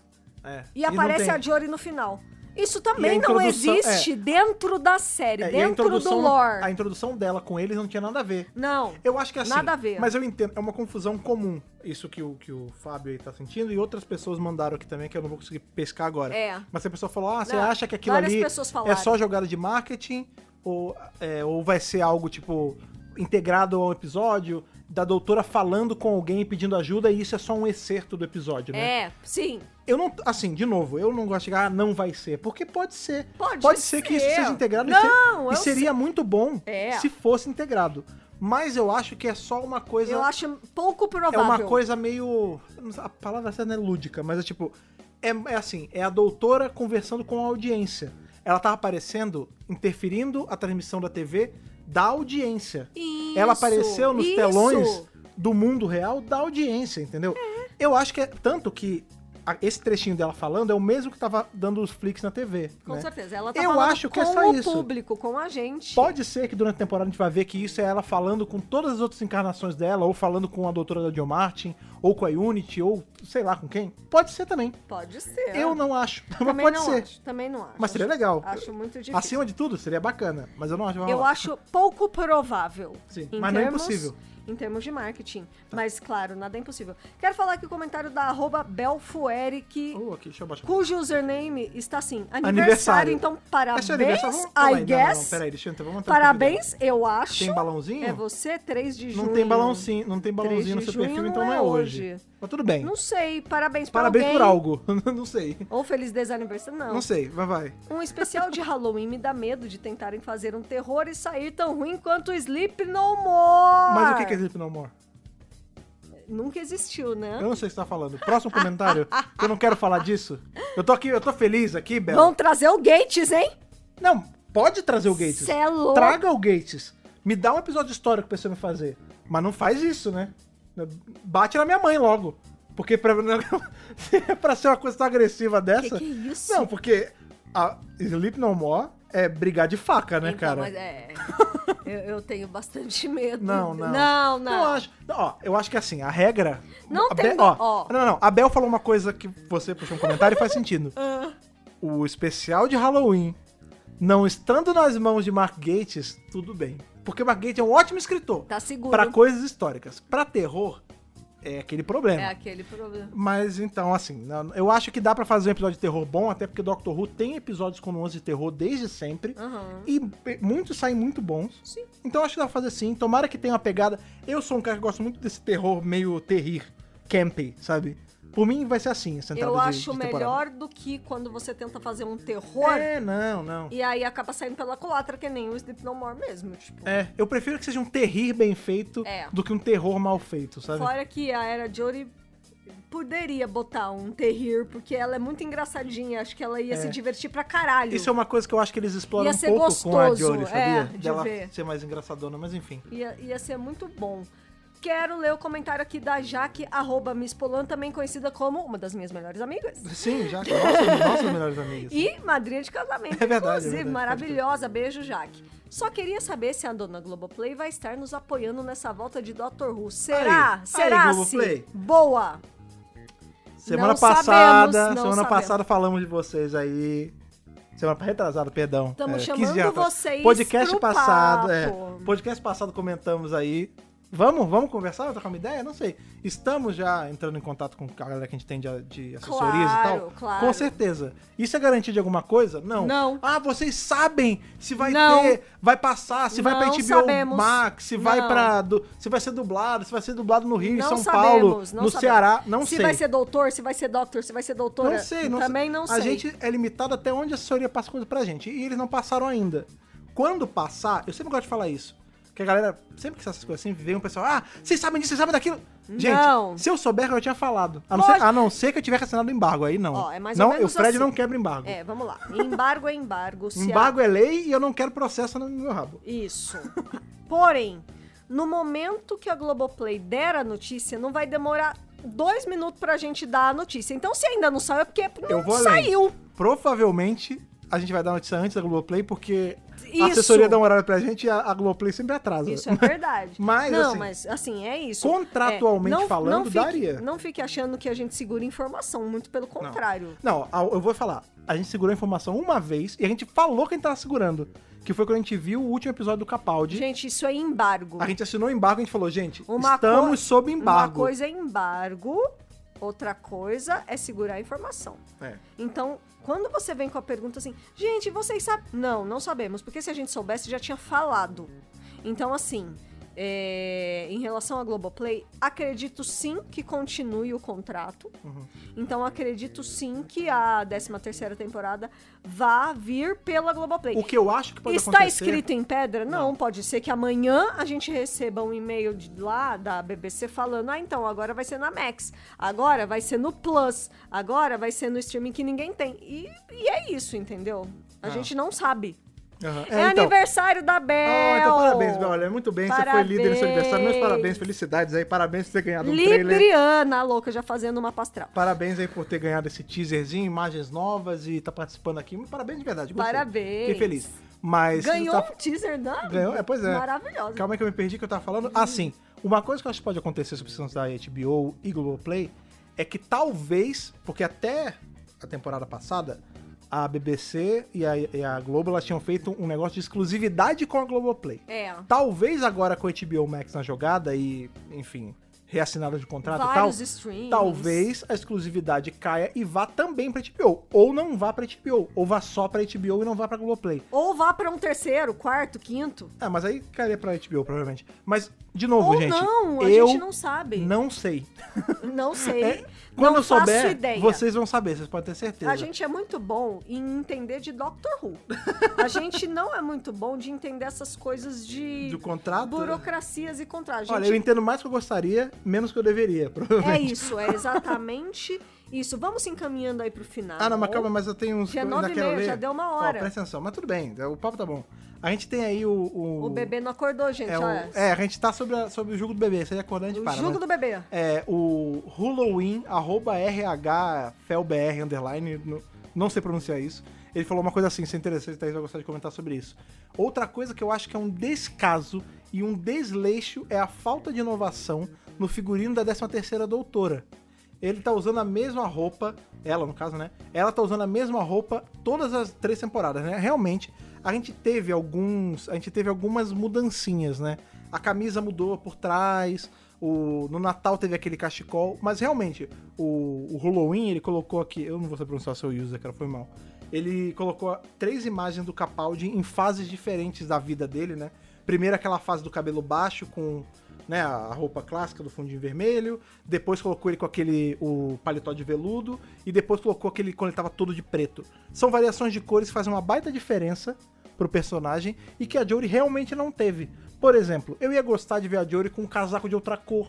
Speaker 1: É.
Speaker 2: E
Speaker 1: não
Speaker 2: aparece
Speaker 1: tem-
Speaker 2: a Jory no final. Isso
Speaker 1: E a
Speaker 2: também não
Speaker 1: introdução-
Speaker 2: existe dentro da série,
Speaker 1: é, e a
Speaker 2: dentro do
Speaker 1: introdução-
Speaker 2: lore.
Speaker 1: A introdução dela com eles não tinha nada a ver.
Speaker 2: Não.
Speaker 1: Eu acho que é assim.
Speaker 2: Nada a ver.
Speaker 1: Mas eu entendo, é uma confusão comum isso que o, que o Fábio aí tá sentindo e outras pessoas mandaram aqui também que eu não vou conseguir pescar agora.
Speaker 2: É.
Speaker 1: Mas a pessoa falou: "Ah, você
Speaker 2: Não,
Speaker 1: acha que aquilo
Speaker 2: várias
Speaker 1: ali
Speaker 2: pessoas
Speaker 1: é
Speaker 2: falaram.
Speaker 1: só jogada de marketing ou é, ou vai ser algo tipo integrado ao episódio da doutora falando com alguém e pedindo ajuda e isso é só um excerto do episódio, né?"
Speaker 2: É, sim.
Speaker 1: Eu não, assim, de novo, eu não gosto de chegar, ah, não vai ser, porque pode ser.
Speaker 2: Pode
Speaker 1: ser. que
Speaker 2: ser.
Speaker 1: isso seja integrado e
Speaker 2: Não,
Speaker 1: ser-
Speaker 2: eu
Speaker 1: e seria muito bom
Speaker 2: É.
Speaker 1: se fosse integrado. Mas eu acho que é só uma coisa
Speaker 2: Eu acho pouco
Speaker 1: é
Speaker 2: provável.
Speaker 1: uma coisa meio. não sei, A palavra certa não é lúdica, mas é tipo. É, é assim, é a doutora conversando com a audiência. Ela tá aparecendo, interferindo a transmissão da TV da audiência.
Speaker 2: Isso,
Speaker 1: Ela apareceu nos
Speaker 2: isso.
Speaker 1: telões do mundo real da audiência, entendeu? Eu acho que é. Tanto que a- esse trechinho dela falando é o mesmo que tava dando os flicks na TV.
Speaker 2: Com
Speaker 1: né?
Speaker 2: certeza. Ela tá
Speaker 1: Eu
Speaker 2: falando
Speaker 1: acho que
Speaker 2: com
Speaker 1: é só
Speaker 2: o
Speaker 1: isso.
Speaker 2: público, com a gente.
Speaker 1: Pode ser que durante a temporada a gente vai ver que isso é ela falando com todas as outras encarnações dela, ou falando com a doutora da John Martin, ou com a Unity, ou sei lá com quem. Pode ser também.
Speaker 2: Pode ser.
Speaker 1: Eu não acho. Mas
Speaker 2: É. também
Speaker 1: pode
Speaker 2: não
Speaker 1: ser.
Speaker 2: acho. Também não acho.
Speaker 1: Mas seria legal.
Speaker 2: Acho muito difícil.
Speaker 1: Acima de tudo, seria bacana. Mas eu não acho. que vai
Speaker 2: Eu
Speaker 1: rolar.
Speaker 2: acho pouco provável.
Speaker 1: Sim,
Speaker 2: em
Speaker 1: mas não é impossível. Tá.
Speaker 2: Em termos de marketing. Mas, claro, nada é impossível. Quero falar aqui o comentário da arroba Belfuere, que,
Speaker 1: Oh, aqui, deixa eu baixar.
Speaker 2: cujo username está assim, aniversário.
Speaker 1: Aniversário.
Speaker 2: Então,
Speaker 1: Esse é
Speaker 2: parabéns,
Speaker 1: aniversário, vamos- calma aí, não,
Speaker 2: I
Speaker 1: Não, não,
Speaker 2: guess.
Speaker 1: peraí, deixa eu entrar. Vamos entrar
Speaker 2: parabéns, eu acho.
Speaker 1: Tem balãozinho?
Speaker 2: É você, 3 de junho.
Speaker 1: Não tem balãozinho, não tem
Speaker 2: 3 de
Speaker 1: balãozinho no seu
Speaker 2: junho
Speaker 1: perfil,
Speaker 2: não
Speaker 1: então não
Speaker 2: é
Speaker 1: é hoje.
Speaker 2: hoje.
Speaker 1: Mas tudo bem.
Speaker 2: Não sei, parabéns pra
Speaker 1: Parabéns
Speaker 2: alguém.
Speaker 1: por algo. não sei.
Speaker 2: Ou feliz desaniversário, não.
Speaker 1: Não sei, vai, vai.
Speaker 2: Um especial de Halloween me dá medo de tentarem fazer um terror e sair tão ruim quanto Sleep No More.
Speaker 1: Mas o que que é Sleep No More?
Speaker 2: Nunca existiu, né?
Speaker 1: Eu não sei o que você tá falando. Próximo comentário, que eu não quero falar disso. Eu tô aqui, eu tô feliz aqui, Bela.
Speaker 2: Vão trazer o Gates, hein?
Speaker 1: Não, pode trazer o Gates.
Speaker 2: Cê é louco.
Speaker 1: Traga o Gates. Me dá um episódio histórico pra você me fazer. Mas não faz isso, né? Bate na minha mãe logo. Porque pra, pra ser uma coisa tão agressiva dessa.
Speaker 2: Que que é isso?
Speaker 1: Não, porque a Sleep No More é brigar de faca, né,
Speaker 2: Então,
Speaker 1: cara?
Speaker 2: Mas é, eu, eu tenho bastante medo.
Speaker 1: Não, não.
Speaker 2: Não, não.
Speaker 1: Eu acho, ó, eu acho que assim, a regra.
Speaker 2: Não
Speaker 1: a
Speaker 2: tem
Speaker 1: Be-
Speaker 2: go-
Speaker 1: ó,
Speaker 2: ó.
Speaker 1: Não, não, a Bel falou uma coisa que você puxou um comentário e faz sentido.
Speaker 2: Ah.
Speaker 1: O especial de Halloween, não estando nas mãos de Mark Gates, tudo bem. Porque Mark Gates é um ótimo escritor
Speaker 2: Tá seguro.
Speaker 1: pra coisas históricas. Pra terror, é aquele problema.
Speaker 2: É aquele problema.
Speaker 1: Mas então, assim, não- eu acho que dá pra fazer um episódio de terror bom, até porque Doctor Who tem episódios com nuances de terror desde sempre.
Speaker 2: Aham.
Speaker 1: E e muitos saem muito bons.
Speaker 2: Sim.
Speaker 1: Então acho que dá pra fazer sim. Tomara que tenha uma pegada. Eu sou um cara que gosto muito desse terror meio terrir, campy, sabe? Por mim vai ser assim, essa entrada
Speaker 2: Eu
Speaker 1: de-
Speaker 2: acho
Speaker 1: de temporada.
Speaker 2: melhor do que quando você tenta fazer um terror
Speaker 1: É, não, não.
Speaker 2: e aí acaba saindo pela culatra, que nem o Sleep No More mesmo. Tipo,
Speaker 1: É, eu prefiro que seja um terrir bem feito
Speaker 2: É.
Speaker 1: do que um terror mal feito, sabe?
Speaker 2: Fora que a Era Jory poderia botar um terrir, porque ela é muito engraçadinha. Acho que ela ia se divertir pra caralho.
Speaker 1: É. Isso é uma coisa que eu acho que eles exploram
Speaker 2: Ia
Speaker 1: um
Speaker 2: ser
Speaker 1: pouco com a
Speaker 2: gostoso,
Speaker 1: Jory,
Speaker 2: é,
Speaker 1: sabia?
Speaker 2: de
Speaker 1: Dela
Speaker 2: ver.
Speaker 1: ser mais engraçadona, mas enfim.
Speaker 2: Ia, ia ser muito bom. Quero ler o comentário aqui da Jaque, arroba Miss Polan, também conhecida como uma das minhas melhores amigas.
Speaker 1: Sim, já. Nossa, nossas melhores amigas.
Speaker 2: E madrinha de casamento,
Speaker 1: É verdade, é
Speaker 2: inclusive.
Speaker 1: verdade,
Speaker 2: maravilhosa. Beijo, Jaque. Só queria saber se a dona Globoplay vai estar nos apoiando nessa volta de Dr. Who. Será?
Speaker 1: Aí,
Speaker 2: Será?
Speaker 1: aí, Globoplay.
Speaker 2: se? Boa!
Speaker 1: Semana
Speaker 2: Não
Speaker 1: passada,
Speaker 2: sabemos, não
Speaker 1: semana
Speaker 2: sabemos.
Speaker 1: passada falamos de vocês aí. Semana retrasada, perdão.
Speaker 2: Estamos
Speaker 1: 15
Speaker 2: chamando
Speaker 1: dias atrás.
Speaker 2: vocês
Speaker 1: Podcast
Speaker 2: pro
Speaker 1: passado,
Speaker 2: papo.
Speaker 1: é. Podcast passado comentamos aí. Vamos, vamos conversar, trocar uma ideia? Não sei. Estamos já entrando em contato com a galera que a gente tem de, de assessorias e
Speaker 2: Claro,
Speaker 1: tal.
Speaker 2: claro.
Speaker 1: Com certeza. Isso é garantia de alguma coisa? Não.
Speaker 2: Não.
Speaker 1: Ah, vocês sabem se vai
Speaker 2: Não.
Speaker 1: ter, vai passar, se vai pra
Speaker 2: Não
Speaker 1: HBO
Speaker 2: sabemos.
Speaker 1: Max, se vai
Speaker 2: Não.
Speaker 1: para, se vai ser dublado, se vai ser dublado no Rio, em
Speaker 2: Não
Speaker 1: São Paulo,
Speaker 2: sabemos, não
Speaker 1: no
Speaker 2: sabemos.
Speaker 1: Ceará, não
Speaker 2: se
Speaker 1: sei.
Speaker 2: vai ser doutor, se vai ser doctor, se vai ser doutora.
Speaker 1: Não sei, não
Speaker 2: Também não sei.
Speaker 1: A gente é limitado até onde a assessoria passa coisa pra gente. E eles não passaram ainda. Quando passar, eu sempre gosto de falar isso. Porque a galera, sempre que essas coisas assim, vem um pessoal, ah, vocês sabem disso, vocês sabem daquilo. Gente,
Speaker 2: Não.
Speaker 1: se eu souber, eu tinha falado. A não,
Speaker 2: Pode.
Speaker 1: ser, a não ser que eu tivesse assinado embargo, aí não.
Speaker 2: Ó, é mais ou
Speaker 1: não,
Speaker 2: menos
Speaker 1: o Fred
Speaker 2: assim.
Speaker 1: não quebra embargo.
Speaker 2: É, vamos lá. Embargo é embargo. Se a-
Speaker 1: embargo é lei e eu não quero processo no meu rabo.
Speaker 2: Isso. Porém, no momento que a Globoplay der a notícia, não vai demorar dois minutos pra gente dar a notícia. Então, se ainda não saiu, é porque
Speaker 1: Eu
Speaker 2: não
Speaker 1: vou além.
Speaker 2: saiu.
Speaker 1: Provavelmente a gente vai dar notícia antes da Globoplay, porque
Speaker 2: Isso.
Speaker 1: a assessoria dá um horário pra gente e a, a Globoplay sempre atrasa.
Speaker 2: Isso é verdade.
Speaker 1: Mas,
Speaker 2: não,
Speaker 1: assim,
Speaker 2: mas assim, é isso.
Speaker 1: contratualmente
Speaker 2: É, não-
Speaker 1: falando,
Speaker 2: não fique,
Speaker 1: daria.
Speaker 2: Não fique achando que a gente segura informação, muito pelo contrário.
Speaker 1: Não, a- eu vou falar. A gente segurou a informação uma vez e a gente falou quem tava segurando. Que foi quando a gente viu o último episódio do Capaldi.
Speaker 2: Gente, isso é embargo.
Speaker 1: A gente assinou o embargo e a gente falou, gente,
Speaker 2: Uma
Speaker 1: estamos
Speaker 2: co-
Speaker 1: sob embargo.
Speaker 2: Uma coisa é embargo, outra coisa é segurar a informação.
Speaker 1: É.
Speaker 2: Então, quando você vem com a pergunta assim, gente, vocês sabem? Não, não sabemos, porque se a gente soubesse, já tinha falado. Então, assim, é, em relação à Globoplay, acredito sim que continue o contrato. Então, acredito sim que a 13ª temporada vá vir pela Globoplay.
Speaker 1: O que eu acho que pode
Speaker 2: Está
Speaker 1: acontecer...
Speaker 2: escrito em pedra? Não, pode ser que amanhã a gente receba um e-mail de lá da BBC falando: ah, então agora vai ser na Max, agora vai ser no Plus, agora vai ser no streaming que ninguém tem. E, e é isso, entendeu? A
Speaker 1: Ah.
Speaker 2: gente não sabe.
Speaker 1: Aham.
Speaker 2: É,
Speaker 1: então.
Speaker 2: aniversário da Bel!
Speaker 1: Ah, então parabéns, Bel. Olha, muito bem. Você foi líder no seu aniversário. Meus parabéns,
Speaker 2: Parabéns.
Speaker 1: felicidades aí. Parabéns por ter ganhado um trailer.
Speaker 2: Libriana, a louca, já fazendo uma pastral.
Speaker 1: Parabéns aí por ter ganhado esse teaserzinho, imagens novas e tá participando aqui. Parabéns de verdade. gostei.
Speaker 2: Parabéns.
Speaker 1: Fiquei feliz. Mas...
Speaker 2: Ganhou
Speaker 1: tá-
Speaker 2: um teaser, não?
Speaker 1: Ganhou? É, pois é.
Speaker 2: Maravilhosa.
Speaker 1: Calma aí que eu me perdi que eu tava falando. Assim, uma coisa que eu acho que pode acontecer sobre precisamos da HBO e Globoplay é que talvez, porque até a temporada passada, a BBC e a, e a Globo elas tinham feito um negócio de exclusividade com a Globoplay.
Speaker 2: É.
Speaker 1: Talvez agora com a HBO Max na jogada e, enfim, reassinada de contrato e tal,
Speaker 2: Vários streams.
Speaker 1: talvez a exclusividade caia e vá também pra HBO. Ou não vá pra HBO. Ou vá só pra HBO e não vá pra Globoplay.
Speaker 2: Ou vá pra um terceiro, quarto, quinto.
Speaker 1: Ah, mas aí cairia pra HBO, provavelmente. Mas, de novo,
Speaker 2: Ou
Speaker 1: gente.
Speaker 2: não, a
Speaker 1: eu
Speaker 2: gente não sabe.
Speaker 1: não sei.
Speaker 2: Não sei.
Speaker 1: É,
Speaker 2: não
Speaker 1: quando eu
Speaker 2: faço
Speaker 1: souber,
Speaker 2: ideia.
Speaker 1: vocês vão saber, vocês podem ter certeza.
Speaker 2: A gente é muito bom em entender de Doctor Who. A gente não é muito bom de entender essas coisas de
Speaker 1: Do contrato?
Speaker 2: burocracias e contratos. A
Speaker 1: Olha, eu
Speaker 2: gente-
Speaker 1: entendo mais do que eu gostaria menos que eu deveria,
Speaker 2: É
Speaker 1: provavelmente.
Speaker 2: isso, é exatamente isso. Vamos se encaminhando aí pro final.
Speaker 1: Ah, não, mas calma, mas eu tenho uns.
Speaker 2: Dia
Speaker 1: eu ainda
Speaker 2: nove e
Speaker 1: quero
Speaker 2: meia,
Speaker 1: ler.
Speaker 2: já deu uma hora.
Speaker 1: Ó, presta atenção, mas tudo bem, o papo tá bom. A gente tem aí o. O,
Speaker 2: O bebê não acordou, gente.
Speaker 1: É, o-
Speaker 2: olha.
Speaker 1: é, a gente tá sobre, a- sobre o jogo do bebê, isso aí acordando a gente
Speaker 2: o
Speaker 1: para.
Speaker 2: jogo
Speaker 1: mas-
Speaker 2: do bebê.
Speaker 1: É, o Halloween, arroba RHFelbr, underline, no- não sei pronunciar isso. Ele falou uma coisa assim, isso é interessante, Thaís vai gostar de comentar sobre isso. Outra coisa que eu acho que é um descaso e um desleixo é a falta de inovação no figurino da 13ª doutora. Ele tá usando a mesma roupa, ela no caso, né? Ela tá usando a mesma roupa todas as três temporadas, né? Realmente, a gente teve alguns, a gente teve algumas mudancinhas, né? A camisa mudou por trás, o, no Natal teve aquele cachecol, mas realmente, o, o Halloween, ele colocou aqui, eu não vou saber pronunciar seu user, cara, foi mal. Ele colocou três imagens do Capaldi em fases diferentes da vida dele, né? Primeiro aquela fase do cabelo baixo com né, a roupa clássica do fundinho vermelho, depois colocou ele com aquele o paletó de veludo e depois colocou aquele quando ele tava todo de preto. São variações de cores que fazem uma baita diferença pro personagem e que a Jory realmente não teve. Por exemplo, eu ia gostar de ver a Jory com um casaco de outra cor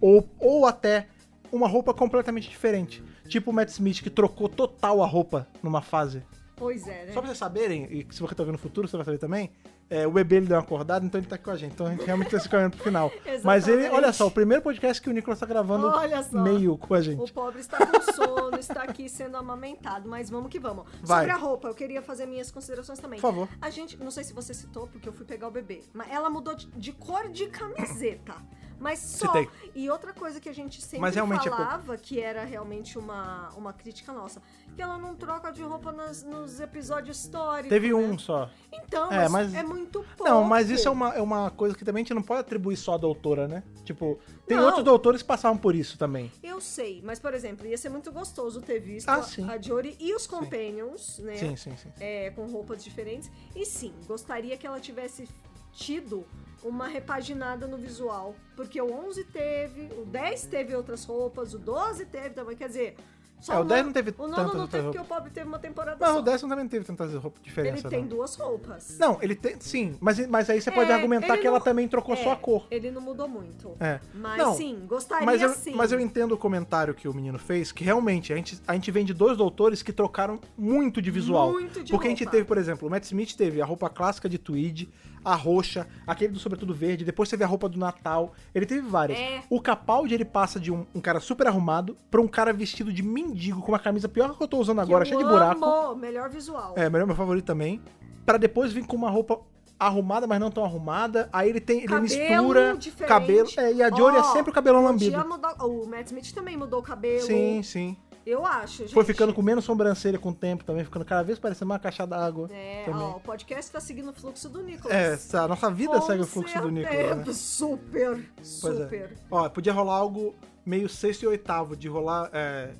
Speaker 1: ou, ou até uma roupa completamente diferente, tipo o Matt Smith que trocou total a roupa numa fase.
Speaker 2: Pois é, né?
Speaker 1: Só pra vocês saberem, e se você tá vendo o futuro, você vai saber também, é, o bebê ele deu uma acordada, então ele tá aqui com a gente. Então a gente realmente tá se caminhando pro final. Mas ele, olha só, o primeiro podcast que o Nicolas tá gravando
Speaker 2: Olha só.
Speaker 1: meio com a
Speaker 2: O
Speaker 1: gente.
Speaker 2: pobre está com sono, está aqui sendo amamentado, mas vamos que vamos.
Speaker 1: Vai.
Speaker 2: Sobre a roupa, eu queria fazer minhas considerações também.
Speaker 1: Por favor.
Speaker 2: A gente, não sei se você citou, porque eu fui pegar o bebê, mas ela mudou de, de cor de camiseta. Mas só.
Speaker 1: Citei.
Speaker 2: E outra coisa que a gente sempre
Speaker 1: Mas realmente é pouco.
Speaker 2: falava, que era realmente uma, uma crítica nossa, que ela não troca de roupa nas- nos episódios históricos.
Speaker 1: Teve
Speaker 2: né?
Speaker 1: um só.
Speaker 2: Então,
Speaker 1: É,
Speaker 2: é,
Speaker 1: mas-
Speaker 2: é muito pouco.
Speaker 1: Não, mas isso é uma, é uma coisa que também a gente não pode atribuir só à doutora, né? Tipo, tem
Speaker 2: Não.
Speaker 1: outros doutores que passavam por isso também.
Speaker 2: Eu sei, mas, por exemplo, ia ser muito gostoso ter visto
Speaker 1: Ah,
Speaker 2: a-
Speaker 1: sim.
Speaker 2: a Jory e os Companions, né?
Speaker 1: Sim, sim, sim.
Speaker 2: é, com roupas diferentes. E sim, gostaria que ela tivesse tido uma repaginada no visual. Porque o 11 teve, o 10 teve outras roupas, o 12 teve também. Quer dizer, só
Speaker 1: É, o 10
Speaker 2: nono-
Speaker 1: não teve
Speaker 2: O nono
Speaker 1: tantas
Speaker 2: não
Speaker 1: outras
Speaker 2: teve, porque o pobre teve uma temporada
Speaker 1: Mas
Speaker 2: só.
Speaker 1: o Desson também teve tantas roupas
Speaker 2: ele
Speaker 1: diferentes.
Speaker 2: tem
Speaker 1: né?
Speaker 2: duas roupas.
Speaker 1: Não, ele tem. Sim, mas, mas aí você pode
Speaker 2: É,
Speaker 1: argumentar
Speaker 2: ele
Speaker 1: que ela
Speaker 2: não-
Speaker 1: também trocou
Speaker 2: É,
Speaker 1: só a cor.
Speaker 2: Ele não mudou muito.
Speaker 1: É.
Speaker 2: Mas
Speaker 1: Não,
Speaker 2: sim, gostaria
Speaker 1: mas eu,
Speaker 2: sim.
Speaker 1: mas eu entendo o comentário que o menino fez, que realmente a gente, a gente vem de dois doutores que trocaram muito de visual.
Speaker 2: Muito de
Speaker 1: porque a gente
Speaker 2: roupa.
Speaker 1: teve, por exemplo, o Matt Smith teve a roupa clássica de tweed, a roxa, aquele do sobretudo verde, depois teve a roupa do Natal. Ele teve várias.
Speaker 2: É.
Speaker 1: O Capaldi, ele passa de um, um cara super arrumado pra um cara vestido de mendigo, com uma camisa pior que eu tô usando
Speaker 2: Que
Speaker 1: agora,
Speaker 2: eu
Speaker 1: cheia de buraco.
Speaker 2: amo, melhor visual.
Speaker 1: É, melhor meu favorito também. Pra depois vir com uma roupa arrumada, mas não tão arrumada. Aí ele tem, ele
Speaker 2: Cabelo
Speaker 1: mistura
Speaker 2: diferente.
Speaker 1: cabelo. É, e a Jory é
Speaker 2: Ó,
Speaker 1: sempre o cabelão
Speaker 2: Podia
Speaker 1: lambido.
Speaker 2: mudar- o Matt Smith também mudou o cabelo.
Speaker 1: Sim, sim.
Speaker 2: Eu acho, gente.
Speaker 1: Foi ficando com menos sobrancelha com o tempo também, ficando cada vez parecendo uma caixa d'água.
Speaker 2: É,
Speaker 1: também.
Speaker 2: ó, o podcast tá seguindo o fluxo do Nicolas.
Speaker 1: É, essa- a nossa vida
Speaker 2: Com
Speaker 1: segue o fluxo do
Speaker 2: certeza,
Speaker 1: Nicolas, né?
Speaker 2: Super,
Speaker 1: Pois é.
Speaker 2: super.
Speaker 1: Ó, podia rolar algo meio sexto e oitavo, de rolar. é,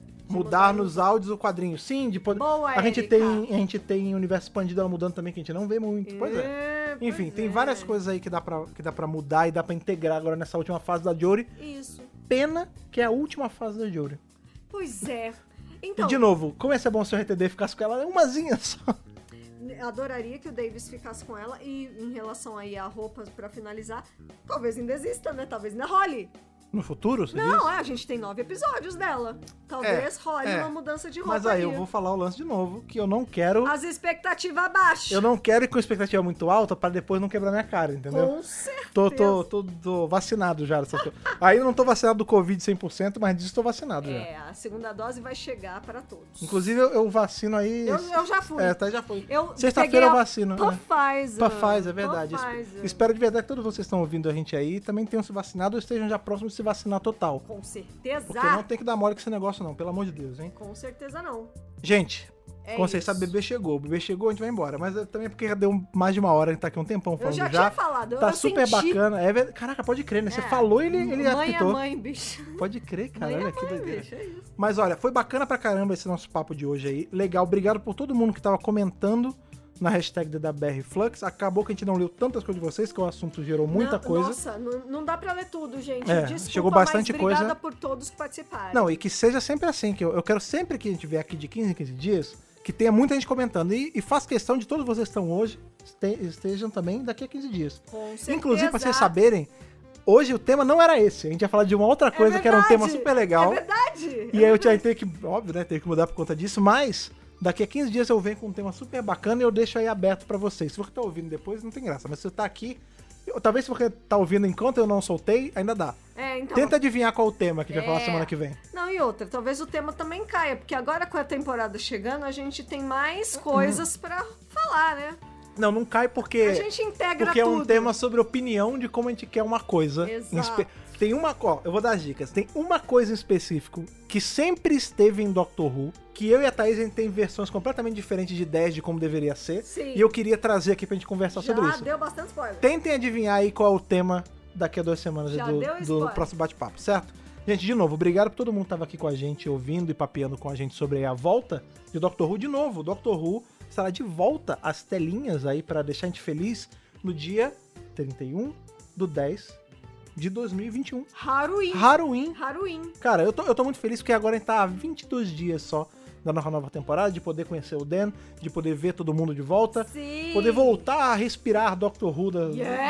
Speaker 1: mudar
Speaker 2: mudar
Speaker 1: nos áudios o quadrinho. Sim, de poder.
Speaker 2: Boa,
Speaker 1: a, gente
Speaker 2: Erika.
Speaker 1: tem, a gente tem universo expandido ela mudando também, que a gente não vê muito. Pois é.
Speaker 2: pois
Speaker 1: Enfim, tem
Speaker 2: é.
Speaker 1: várias coisas aí que dá, pra, que dá pra mudar e dá pra integrar agora nessa última fase da Jory.
Speaker 2: Isso.
Speaker 1: Pena que é a última fase da Jory.
Speaker 2: Pois é.
Speaker 1: E
Speaker 2: Então,
Speaker 1: de novo, como ia ser bom se o RTD ficasse com ela é umazinha só.
Speaker 2: adoraria que o Davis ficasse com ela. E em relação aí à roupa, pra finalizar, talvez ainda exista, né? Talvez ainda role.
Speaker 1: No futuro, você diz?
Speaker 2: Não, é, a gente tem nove episódios dela. Talvez
Speaker 1: É,
Speaker 2: role
Speaker 1: é.
Speaker 2: uma mudança de roupa
Speaker 1: Mas aí eu vou falar o lance de novo, que eu não quero.
Speaker 2: As expectativas baixas.
Speaker 1: Eu não quero ir com expectativa muito alta pra depois não quebrar minha cara, entendeu?
Speaker 2: Com certeza.
Speaker 1: Tô, tô, tô, tô vacinado já. Só tô... Ainda não tô vacinado do Covid 100%, mas disso tô vacinado já.
Speaker 2: É, a segunda dose vai chegar para todos.
Speaker 1: Inclusive, eu, eu vacino aí.
Speaker 2: Eu- eu já fui.
Speaker 1: É, tá, já foi.
Speaker 2: Eu
Speaker 1: Sexta-feira eu
Speaker 2: peguei a
Speaker 1: vacino.
Speaker 2: Pra
Speaker 1: né?
Speaker 2: Pfizer.
Speaker 1: Pra Pfizer, é verdade.
Speaker 2: Pra
Speaker 1: Espe-
Speaker 2: Pfizer.
Speaker 1: Espero de verdade que todos vocês que estão ouvindo a gente aí também tenham se vacinado ou estejam já próximos de se vacinar total.
Speaker 2: Com certeza.
Speaker 1: Porque não tem que dar mole com esse negócio, não, pelo amor de Deus, hein?
Speaker 2: Com certeza não.
Speaker 1: Gente,
Speaker 2: É
Speaker 1: como vocês
Speaker 2: isso.
Speaker 1: sabem, o bebê chegou. O bebê chegou, a gente vai embora. Mas é também porque já deu mais de uma hora, a gente tá aqui um tempão
Speaker 2: Eu
Speaker 1: falando
Speaker 2: já,
Speaker 1: já.
Speaker 2: tinha falado. eu-
Speaker 1: tá
Speaker 2: eu
Speaker 1: super
Speaker 2: senti.
Speaker 1: bacana. É verdade. Caraca, pode crer, né? Você
Speaker 2: É.
Speaker 1: falou e ele, ele
Speaker 2: mãe
Speaker 1: apitou.
Speaker 2: é mãe, bicho.
Speaker 1: Pode crer, cara.
Speaker 2: mãe
Speaker 1: olha
Speaker 2: é
Speaker 1: que
Speaker 2: mãe,
Speaker 1: doideira.
Speaker 2: bicho. É isso.
Speaker 1: Mas olha, foi bacana pra caramba esse nosso papo de hoje aí. Legal, obrigado por todo mundo que tava comentando na hashtag DWR Flux. Acabou que a gente não leu tantas coisas de vocês, que o assunto gerou muita
Speaker 2: Não-
Speaker 1: coisa.
Speaker 2: Nossa, não, não dá pra ler tudo, gente.
Speaker 1: É,
Speaker 2: Desculpa,
Speaker 1: chegou bastante
Speaker 2: mas obrigada
Speaker 1: coisa.
Speaker 2: por todos que participaram.
Speaker 1: Não, e que seja sempre assim, que eu, eu quero sempre que a gente vier aqui de 15 em 15 dias, que tenha muita gente comentando. E, e faz questão de todos vocês que estão hoje, este- estejam também daqui a 15 dias.
Speaker 2: Com certeza.
Speaker 1: Inclusive, pra vocês saberem, Hoje o tema não era esse, a gente ia falar de uma outra coisa que era um tema super legal.
Speaker 2: É verdade.
Speaker 1: E aí eu tinha ter que, óbvio, né, ter que mudar por conta disso, mas daqui a 15 dias eu venho com um tema super bacana e eu deixo aí aberto pra vocês. Se você tá ouvindo depois, não tem graça, mas se você tá aqui, eu- talvez se você tá ouvindo enquanto eu não soltei, ainda dá.
Speaker 2: É, então.
Speaker 1: Tenta adivinhar qual o tema que a gente vai falar
Speaker 2: É.
Speaker 1: semana que vem.
Speaker 2: Não, e outra, talvez o tema também caia, porque agora com a temporada chegando, a gente tem
Speaker 1: Uhum.
Speaker 2: mais coisas pra falar, né?
Speaker 1: Não, não cai porque
Speaker 2: A gente integra
Speaker 1: porque é
Speaker 2: tudo.
Speaker 1: um tema sobre opinião de como a gente quer uma coisa.
Speaker 2: Exato.
Speaker 1: Em espe- Tem uma, ó, eu vou dar as dicas. Tem uma coisa em específico que sempre esteve em Doctor Who, que eu e a Thaís a gente tem versões completamente diferentes de ideias de como deveria ser.
Speaker 2: Sim.
Speaker 1: E eu queria trazer aqui pra gente conversar
Speaker 2: Já
Speaker 1: sobre isso.
Speaker 2: deu bastante spoiler.
Speaker 1: Tentem adivinhar aí qual é o tema daqui a duas semanas
Speaker 2: Já
Speaker 1: do,
Speaker 2: deu
Speaker 1: do
Speaker 2: spoiler.
Speaker 1: próximo bate-papo, certo? Gente, de novo, obrigado por todo mundo que tava aqui com a gente, ouvindo e papeando com a gente sobre a volta de Doctor Who de novo. Doctor Who estará de volta às telinhas aí pra deixar a gente feliz no dia 31 do 10 de 2021.
Speaker 2: Haruin.
Speaker 1: Halloween!
Speaker 2: Haruin.
Speaker 1: Cara, eu tô, eu tô muito feliz porque agora a gente tá há 22 dias só da nossa nova temporada, de poder conhecer o Dan, de poder ver todo mundo de volta.
Speaker 2: Sim.
Speaker 1: Poder voltar a respirar Doctor Who da-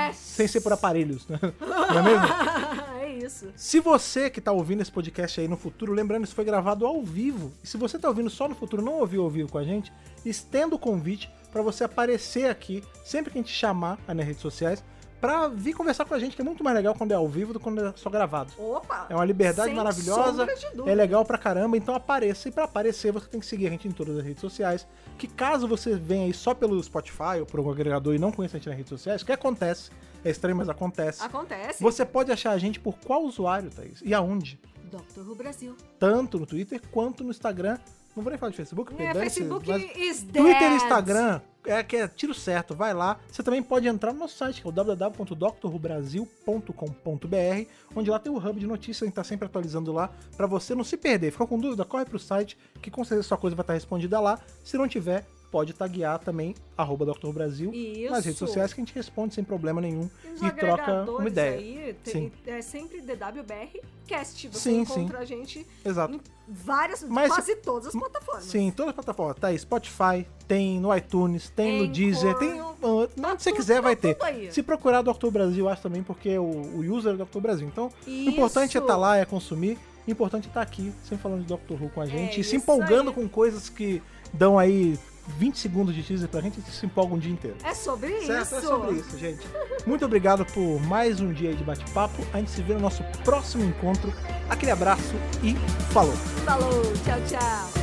Speaker 2: Yes.
Speaker 1: sem ser por aparelhos, né? Não é mesmo?
Speaker 2: é isso.
Speaker 1: Se você que tá ouvindo esse podcast aí no futuro, lembrando, isso foi gravado ao vivo. E se você tá ouvindo só no futuro, não ouviu ao vivo com a gente, estenda o convite para você aparecer aqui sempre que a gente chamar aí nas redes sociais pra vir conversar com a gente, que é muito mais legal quando é ao vivo do que quando é só gravado.
Speaker 2: Opa.
Speaker 1: É uma liberdade
Speaker 2: Sem
Speaker 1: maravilhosa.
Speaker 2: sombra de dúvida.
Speaker 1: É legal pra caramba, então apareça. E pra aparecer, você tem que seguir a gente em todas as redes sociais. Que caso você venha aí só pelo Spotify ou por algum agregador e não conheça a gente nas redes sociais, o que acontece? É estranho, mas acontece.
Speaker 2: Ah, Acontece.
Speaker 1: Você pode achar a gente por qual usuário, Thaís? E aonde?
Speaker 2: Doctor Who Brasil.
Speaker 1: Tanto no Twitter quanto no Instagram. Não vou nem falar de Facebook, porque
Speaker 2: É,
Speaker 1: dane-se,
Speaker 2: Facebook
Speaker 1: mas-
Speaker 2: is dead.
Speaker 1: Twitter e Instagram é que é tiro certo, vai lá. Você também pode entrar no nosso site, que é o www.doctorrubrasil.com.br, onde lá tem o hub de notícias, a gente tá sempre atualizando lá pra você não se perder. Ficou com dúvida? Corre pro site, que com certeza sua coisa vai estar respondida lá. Se não tiver, pode taguear também, arroba Dr. Who Brasil,
Speaker 2: Isso.
Speaker 1: nas redes sociais, que a gente responde sem problema nenhum
Speaker 2: Os
Speaker 1: e troca uma
Speaker 2: agregadores
Speaker 1: ideia.
Speaker 2: Aí, tem, É sempre DWBR Cast. Você
Speaker 1: Sim,
Speaker 2: encontra a gente
Speaker 1: Exato.
Speaker 2: em várias,
Speaker 1: Mas-
Speaker 2: quase todas as plataformas.
Speaker 1: Sim, todas as plataformas. Tá aí, Spotify, tem no iTunes, tem no
Speaker 2: Anchor.
Speaker 1: Deezer, tem. uh, Onde você
Speaker 2: tudo-
Speaker 1: quiser vai
Speaker 2: tá
Speaker 1: ter.
Speaker 2: tudo aí.
Speaker 1: Se procurar Dr. Brasil, acho também, porque o, o user é Dr. Brasil. Então, o
Speaker 2: Isso.
Speaker 1: importante é estar lá, é consumir. O importante é estar aqui, sempre falando de Dr. Who com a gente. e
Speaker 2: É isso
Speaker 1: se empolgando
Speaker 2: aí.
Speaker 1: com coisas que dão aí 20 segundos de teaser pra gente e se empolga um dia inteiro.
Speaker 2: É sobre
Speaker 1: Certo?
Speaker 2: isso.
Speaker 1: É sobre isso, gente. Muito obrigado por mais um dia aí de bate-papo. A gente se vê no nosso próximo encontro. Aquele abraço e falou!
Speaker 2: Falou, tchau, tchau.